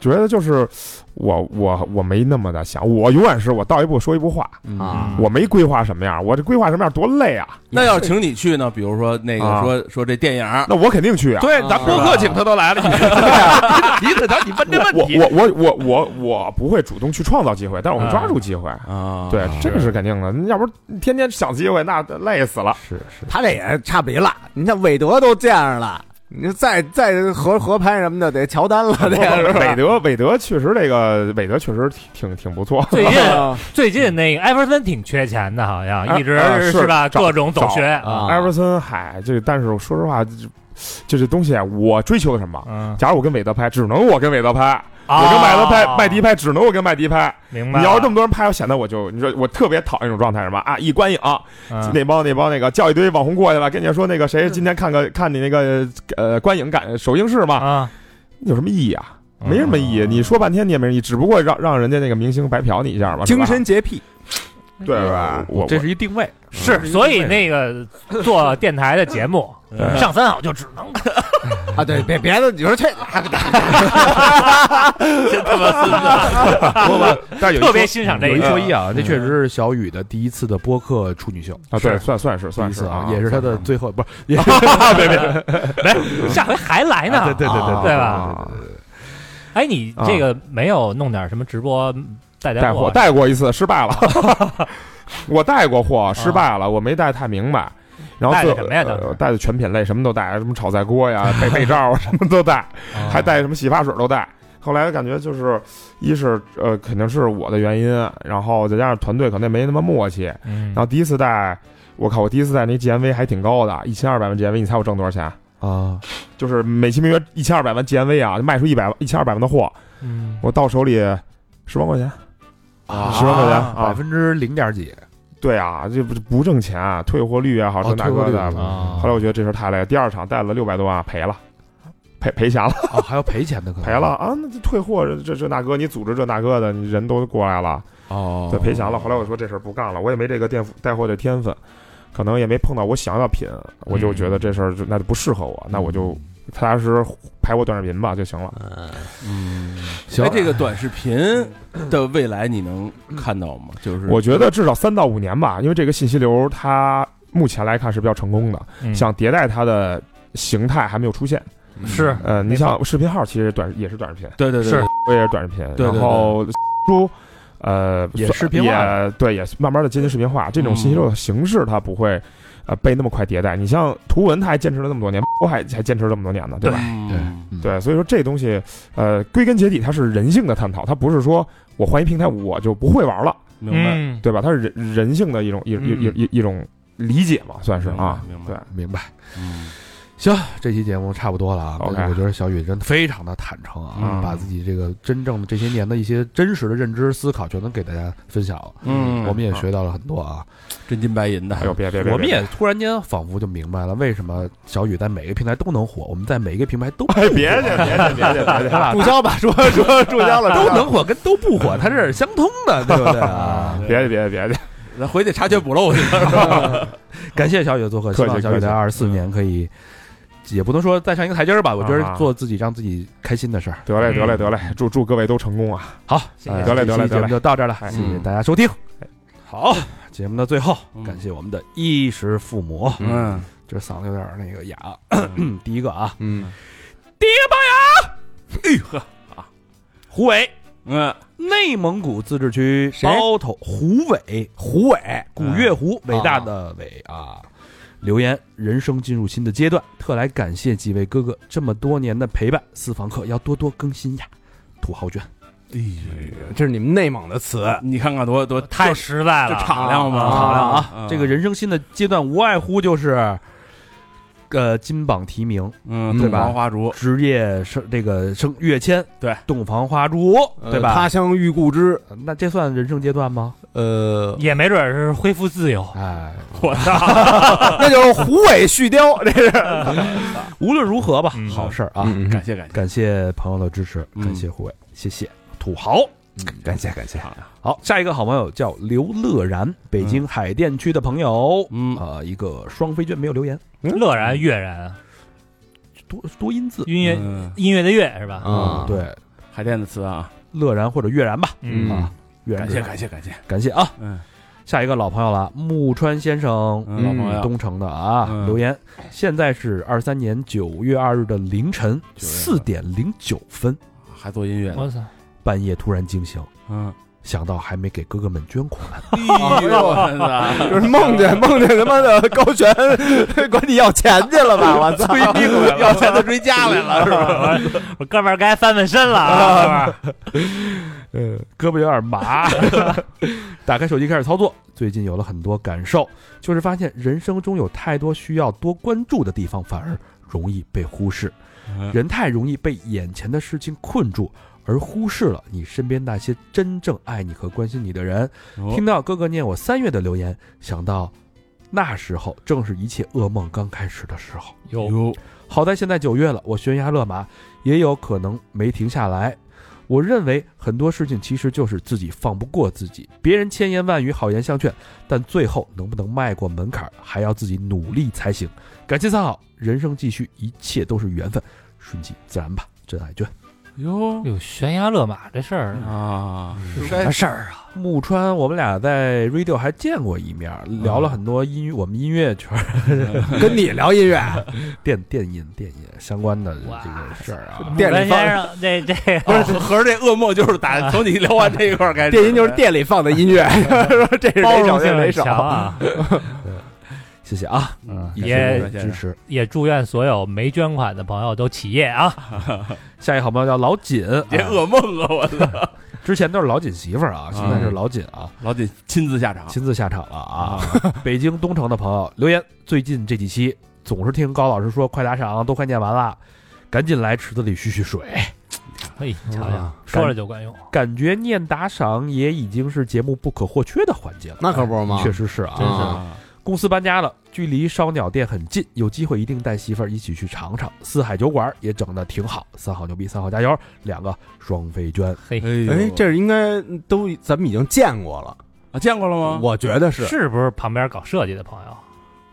觉得就是我我我没那么的想，我永远是我到一步说一步话，
嗯
啊
我没规划什么样，我这规划什么样多累啊，
那要是请你去呢？比如说那
啊
个
嗯
说说这电影儿，
那我肯定去啊，
对，咱播客请他都来了， [LAUGHS] 你你你你问这问
我
题，
我我我我我不会主动去创造机会，但是我会抓住机会。
啊，
对，这个是肯定的，要不然天天想机会，那累死了。
是是，
他这也差不离了。你像韦德都这样了，你再再合合拍什么的，得乔丹
[LAUGHS]
了，得啊是吧
韦德，韦德确实这个，韦德确实挺挺挺不错。
最
[LAUGHS]
近最近那个艾弗森挺缺钱的，好像一直
啊是
吧，
找
各种走学
啊
艾弗森，嗨，这但是说实话，就就这东西，啊我追求什么？
嗯，
假如我跟韦德拍，只能我跟韦德拍；我跟麦德拍，
啊
麦迪拍，只能我跟麦迪拍。
明白了？
你要是这么多人拍，我显得我就你说我特别讨厌一种状态，什么啊？一观影，
嗯
那帮那帮那个叫一堆网红过去了，跟你说那个谁今天看个看你那个呃观影感首映式嘛，
啊，
有什么意义啊？没什么意义，你说半天你也没意义，只不过让让人家那个明星白嫖你一下嘛，是吧
精神洁癖，
对吧？我
这是一定
[LAUGHS]
位，
是，嗯所以那个做电台的节目上三好就只能
啊，对，别别的，你说这
不不，但是有一说
啊特别欣赏这
有
一
一
个 [LAUGHS] 嗯
说一啊，这确实是小雨的第一次的播客处女秀
啊，对，算算是
第
算
一
是
次
啊，
也是他的
算
最后不是，也
别别
下回还来呢。
对啊对对对
哎对吧？
啊，
哎，你这个没有弄点什么直播带带
带
货
货？带过一次失败了，
[LAUGHS]
我带过货失败了，我没带太明白。然后
啊带的
最
什么呀当时
呃带的全品类，什么都带，什么炒菜锅
[LAUGHS]
呀、被被罩啊，什么都带。
啊
还带什么洗发水都带。后来感觉就是，一是呃肯定是我的原因，然后再加上团队可能也没那么默契。
嗯
然后第一次带，我靠，我第一次带那 GMV 还挺高的，一千二百万 GMV，你猜我挣多少钱？
啊，
就是美其名曰一千二百万 GMV 啊，就卖出一百一千二百万的货，
嗯
我到手里十万块钱。
啊
十万块钱
百
啊！
分之零点几，
对啊，这不不挣钱啊，退货率也好，
哦
这大
退货
哥
率
的。
啊
后来我觉得这事儿太累，第二场带了六百多万赔了，赔赔钱了。
啊，还要赔钱的可能
赔了啊，那这退货这这这那哥，你组织这那哥的，你人都过来了，
哦
对，赔钱了。后来我说这事儿不干了，我也没这个店带货这天分，可能也没碰到我想要的品，我就觉得这事儿就那就不适合我，那我
嗯
就踏踏实实拍我短视频吧就行了。
行
哎，这个短视频的未来你能看到吗？就是
我觉得至少三到五年吧，因为这个信息流它目前来看是比较成功的，
嗯
想迭代它的形态还没有出现。
是
呃，你
没错
像视频号其实短也是短视频，
对对对
是
我也是短视频，
对对
然后书。呃，
也
算
视频化
也对，也慢慢的接近视频化。这种信息流的形式，它不会呃被那么快迭代。你像图文，它还坚持了那么多年，我还还坚持了这么多年呢，对吧？
对
嗯
嗯
对，所以说这东西，呃，归根结底，它是人性的探讨，它不是说我换一平台我就不会玩了，
明白，
嗯
对吧？它是人人性的一种一一一一一种理解嘛，算是啊，
明白
对
明白，
明白。
嗯
行，这期节目差不多了啊。
OK
我觉得小雨真的非常的坦诚啊，
嗯
把自己这个真正的这些年的一些真实的认知、思考，全都给大家分享了。
嗯
我们也学到了很多啊。
真金白银的
哎，呦，别别别，
我们
别
也突然间仿佛就明白了为什么小雨在每个平台都能火，我们在每一个平台都
哎，别去，别去，别去，别去，注销吧，说说注销了，
[LAUGHS]
都能火，跟都不火它是相通
[LAUGHS]
的，对不对啊？
别去，别去，别去，
咱回去查缺补漏去。
[LAUGHS] 感谢小雨的做客，希
客气
望小雨在二
客
十四年可以，也不能说再上一个台阶儿吧，我觉
啊
得做自己让自己开心的事儿。
得嘞，得嘞，得嘞，祝祝各位都成功啊！
好，呃
谢
哎
谢
得嘞，得
这期
嘞，
节
得
目
嘞，
就到这儿了，
哎
谢谢大家收听。嗯好，节目的最后，
嗯
感谢我们的衣食父母，
嗯，
这嗓子有点儿那个哑。 [CLEARS THROAT] 第一个啊，
嗯，
第一个朋友，哎呦呵啊，胡伟，
嗯，
内蒙古自治区
谁
包头胡伟，
胡伟，
古月胡，伟大的伟啊。留言：人生进入新的阶段，特来感谢几位哥哥这么多年的陪伴，私房课要多多更新呀。土豪卷，
哎这是你们内蒙的词，
你看看多多
[LAUGHS] 太实在
这
了，
敞亮吗？
好了啊，
嗯
这个，人生新的阶段无外乎就是，呃，金榜题名、
嗯，
对
洞
吧
房花烛，
职业升这个升跃迁，
对，呃
洞房花烛，对吧？
他乡遇故知，
那这算人生阶段吗？
呃，
也没准儿是恢复自由。
哎，
我操，
那就是胡伟续貂，这是
无论如何吧，
嗯
好事儿啊！
嗯
感谢感谢，
感谢朋友的支持，
嗯
感谢胡伟，谢谢土豪。
感谢感谢，
好，下一个好朋友叫刘乐然，北京海淀区的朋友，
嗯
呃，一个双飞娟没有留言，
[LAUGHS] 乐然悦然，
多多音字，
音乐
嗯
音乐的乐是吧？
嗯
啊，
对，
海淀的词啊，
乐然或者悦然吧，
嗯
啊，悦然
感谢感谢感谢，
感谢啊！
嗯，
下一个老朋友了，木川先生，
嗯老朋友
东城的啊，
嗯
留言，现在是二三年九月二日的凌晨四点零九分，
还做音乐呢，
我操，
半夜突然惊醒，
[LAUGHS]
嗯，
想到还没给哥哥们捐款，
哎呦我操
就是梦见梦见他妈的高璇 [LAUGHS] 管你要钱去了
[LAUGHS]
吧？我操！
要钱都追家来了，是吧？
我哥们儿该翻翻身了啊！哥们儿
呃，胳膊有
[LAUGHS]
点麻。打开手机开始操作，最近有了很多感受，就是发现人生中有太多需要多关注的地方，反而容易被忽视。
嗯
人太容易被眼前的事情困住，而忽视了你身边那些真正爱你和关心你的人。
哦
听到哥哥念我三月的留言，想到那时候正是一切噩梦刚开始的时候。
有
哟，
好在现在九月了，我悬崖勒马，也有可能没停下来。我认为很多事情其实就是自己放不过自己，别人千言万语、好言相劝，但最后能不能迈过门槛儿，还要自己努力才行。感谢三好，人生继续，一切都是缘分，顺其自然吧。真爱娟，
哟
有悬崖勒马这事儿，
啊，
么事
嗯
儿啊？
木川，我们俩在 radio 还见过一面，聊了很多音乐，我们音乐圈儿、嗯 [LAUGHS]
跟你聊音乐，
电电音、电音相关的
哇
这个事儿啊。
店
木
里
川先
放
生，这这
不是，合着这噩梦就是打从你聊完这一块儿开始，
电音就是店里放的音乐，说 [LAUGHS] 这是
包
哪首
容
这是
性
哪
很
首？
强
[LAUGHS]
啊！
谢谢啊， [LAUGHS]
嗯
感谢
也
各位支持。
也祝愿所有没捐款的朋友都起业啊！
下一个好朋友叫老锦，
这
啊
噩梦啊，我操，
之前都是老锦媳妇儿啊，现在是老锦啊，
老得亲自下场，
亲自下场了啊！北京东城的朋友留言，最近这几期总是听高老师说快打赏都快念完了，赶紧来池子里蓄蓄水，
嘿，哎瞧瞧，
啊
说了就管用。
感觉念打赏也已经是节目不可或缺的环节了。
那可不是吗？
确实是啊，
真是
啊
公司搬家了，距离烧鸟店很近，有机会一定带媳妇儿一起去尝尝。四海酒馆也整的挺好，三好牛逼，三好加油！两个双飞娟，
嘿，
呦
哎，这是应该都咱们已经见过了，
啊见过了吗？
我觉得是。
是不是旁边搞设计的朋友？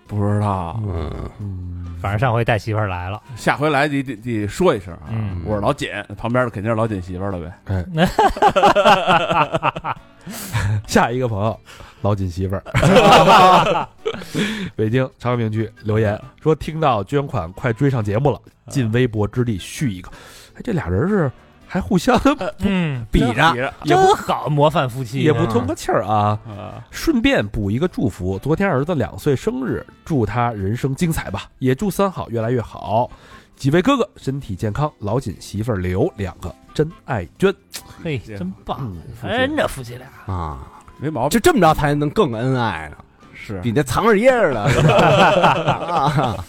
不知道，
嗯，
嗯，
反正上回带媳妇儿来了，
啊
下回来得得得说一声啊
嗯。
我是老锦，旁边的肯定是老锦媳妇儿了呗。
下一个朋友，老锦媳妇儿， [LAUGHS] 北京朝阳明区留言说，听到捐款快追上节目了，进微博之力续一个。哎，这俩人是还互相
嗯，
比着
也不
真好，模范夫妻
也不通个气儿啊。
啊，
顺便补一个祝福，昨天儿子两岁生日，祝他人生精彩吧，也祝三好越来越好。几位哥哥身体健康，老锦媳妇儿刘两个真爱娟，
嘿，真棒，
嗯，
真哎的夫妻俩，
啊，
没毛病，
就这么着才能更恩爱呢，
是
比那藏着掖着的是吧啊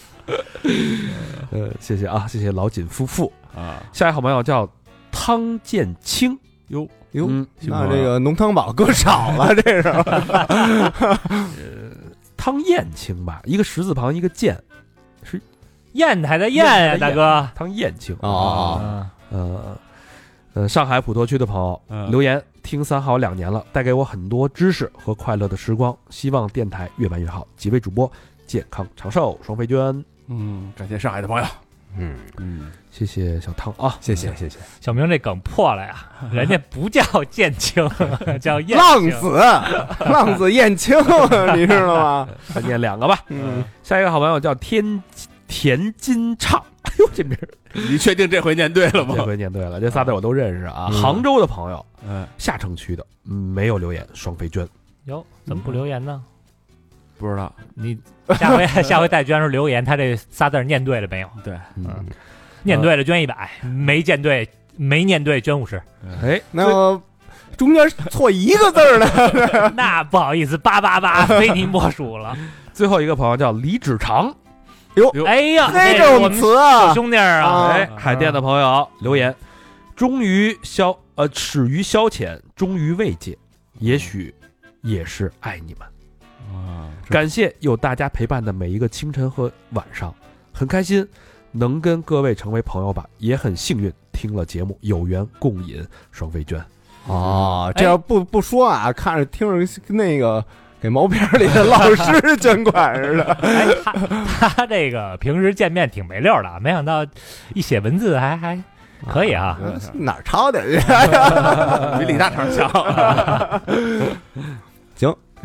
呃，谢谢啊，谢谢老锦夫妇。
啊，
下一好朋友叫汤建清，
哟
哟
嗯
那这个浓汤宝搁少了，这是
汤燕清吧，一个石字旁，一个建，
燕台的燕
燕
呀，
台
大
的
哥，
汤燕清
哦
嗯
呃，呃，上海普陀区的朋友、
嗯
留言，听三好两年了，带给我很多知识和快乐的时光。希望电台越办越好，几位主播健康长寿，双飞娟。
嗯，感谢上海的朋友，
嗯，
嗯，
谢谢小汤啊，
谢谢谢谢，
小明这梗破了
[LAUGHS]
呀，人家不叫剑青，叫燕
浪
青
子浪子燕青，你知道吗？
再念两个吧。
嗯，
下一个好朋友叫天田金畅， [LAUGHS] 哎呦，这名儿
你确定这回念对了
这
吗？
回念对了，这仨字我都认识啊。
嗯
杭州的朋友，
嗯，
下城区的，嗯没有留言，双飞娟。
哟，怎么不留言呢？
不知道，
你下回 [LAUGHS] 下回带娟时候留言，他这仨字儿念对了没有？
对，
嗯，
念对了捐一百，没念对没念对捐
[LAUGHS]
五十，
哎，
那么中间错一个字儿呢？
那不好意思，八八
[LAUGHS]
八非你莫属了。
最后一个朋友叫李志长，
哟
哎呀，
这
是我
种
们
词啊
小，兄弟儿啊，
啊
哎，海淀的朋友留言，忠于消呃，始于消遣，忠于慰藉，也许也是爱你们。
啊，
感谢有大家陪伴的每一个清晨和晚上，很开心能跟各位成为朋友吧，也很幸运听了节目，有缘共饮双飞娟。
哦，这要不不说啊，看着听着跟那个给毛片里的老师 [LAUGHS] 捐款
[LAUGHS]
似的。
哎，他他这个平时见面挺没溜儿的，啊没想到一写文字还还可以啊。
哪儿抄的？
比李大肠强，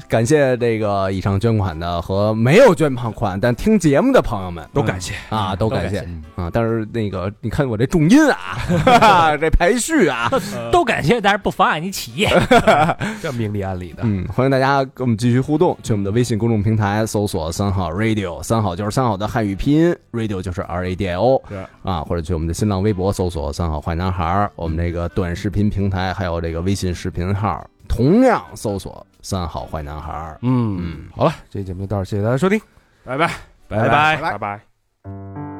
感谢这个以上捐款的和没有捐款但听节目的朋友们
都感哎谢，
啊，都感谢
都感
啊！但是那个你看我这重音啊， [LAUGHS] 这排序啊，
都感谢，但是不妨碍你起业。
这明里暗里的。
嗯，欢迎大家跟我们继续互动，去我们的微信公众平台搜索“三好 radio”，三好就是三好的汉语拼音，radio 就是 R A D I O，
是
啊，或者去我们的新浪微博搜索“三好坏男孩儿”，我们这个短视频平台还有这个微信视频号，同样搜索“三好坏男孩儿”。
嗯，
嗯，
好了，这节目就到这儿，谢谢大家收听。
拜拜，拜
拜
拜拜。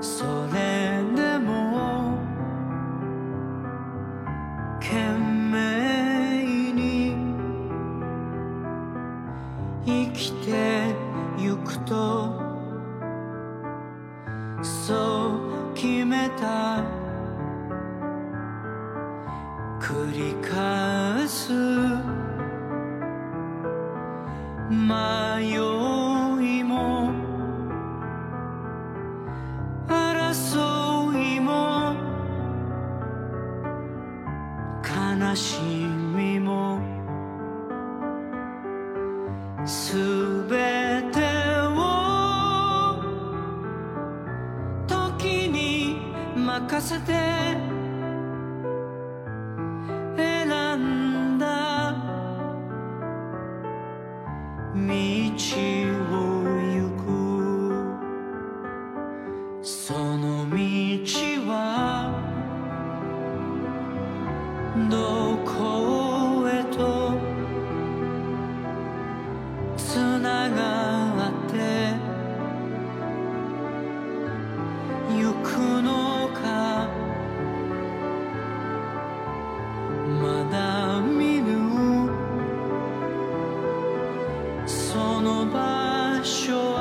それでも懸命に生きてゆくとそう決めた繰り返す迷いも争いも悲しみもすべてを時に任せて選んだ道を行くその道はどこへとつながってゆくのかまだ見ぬその場所は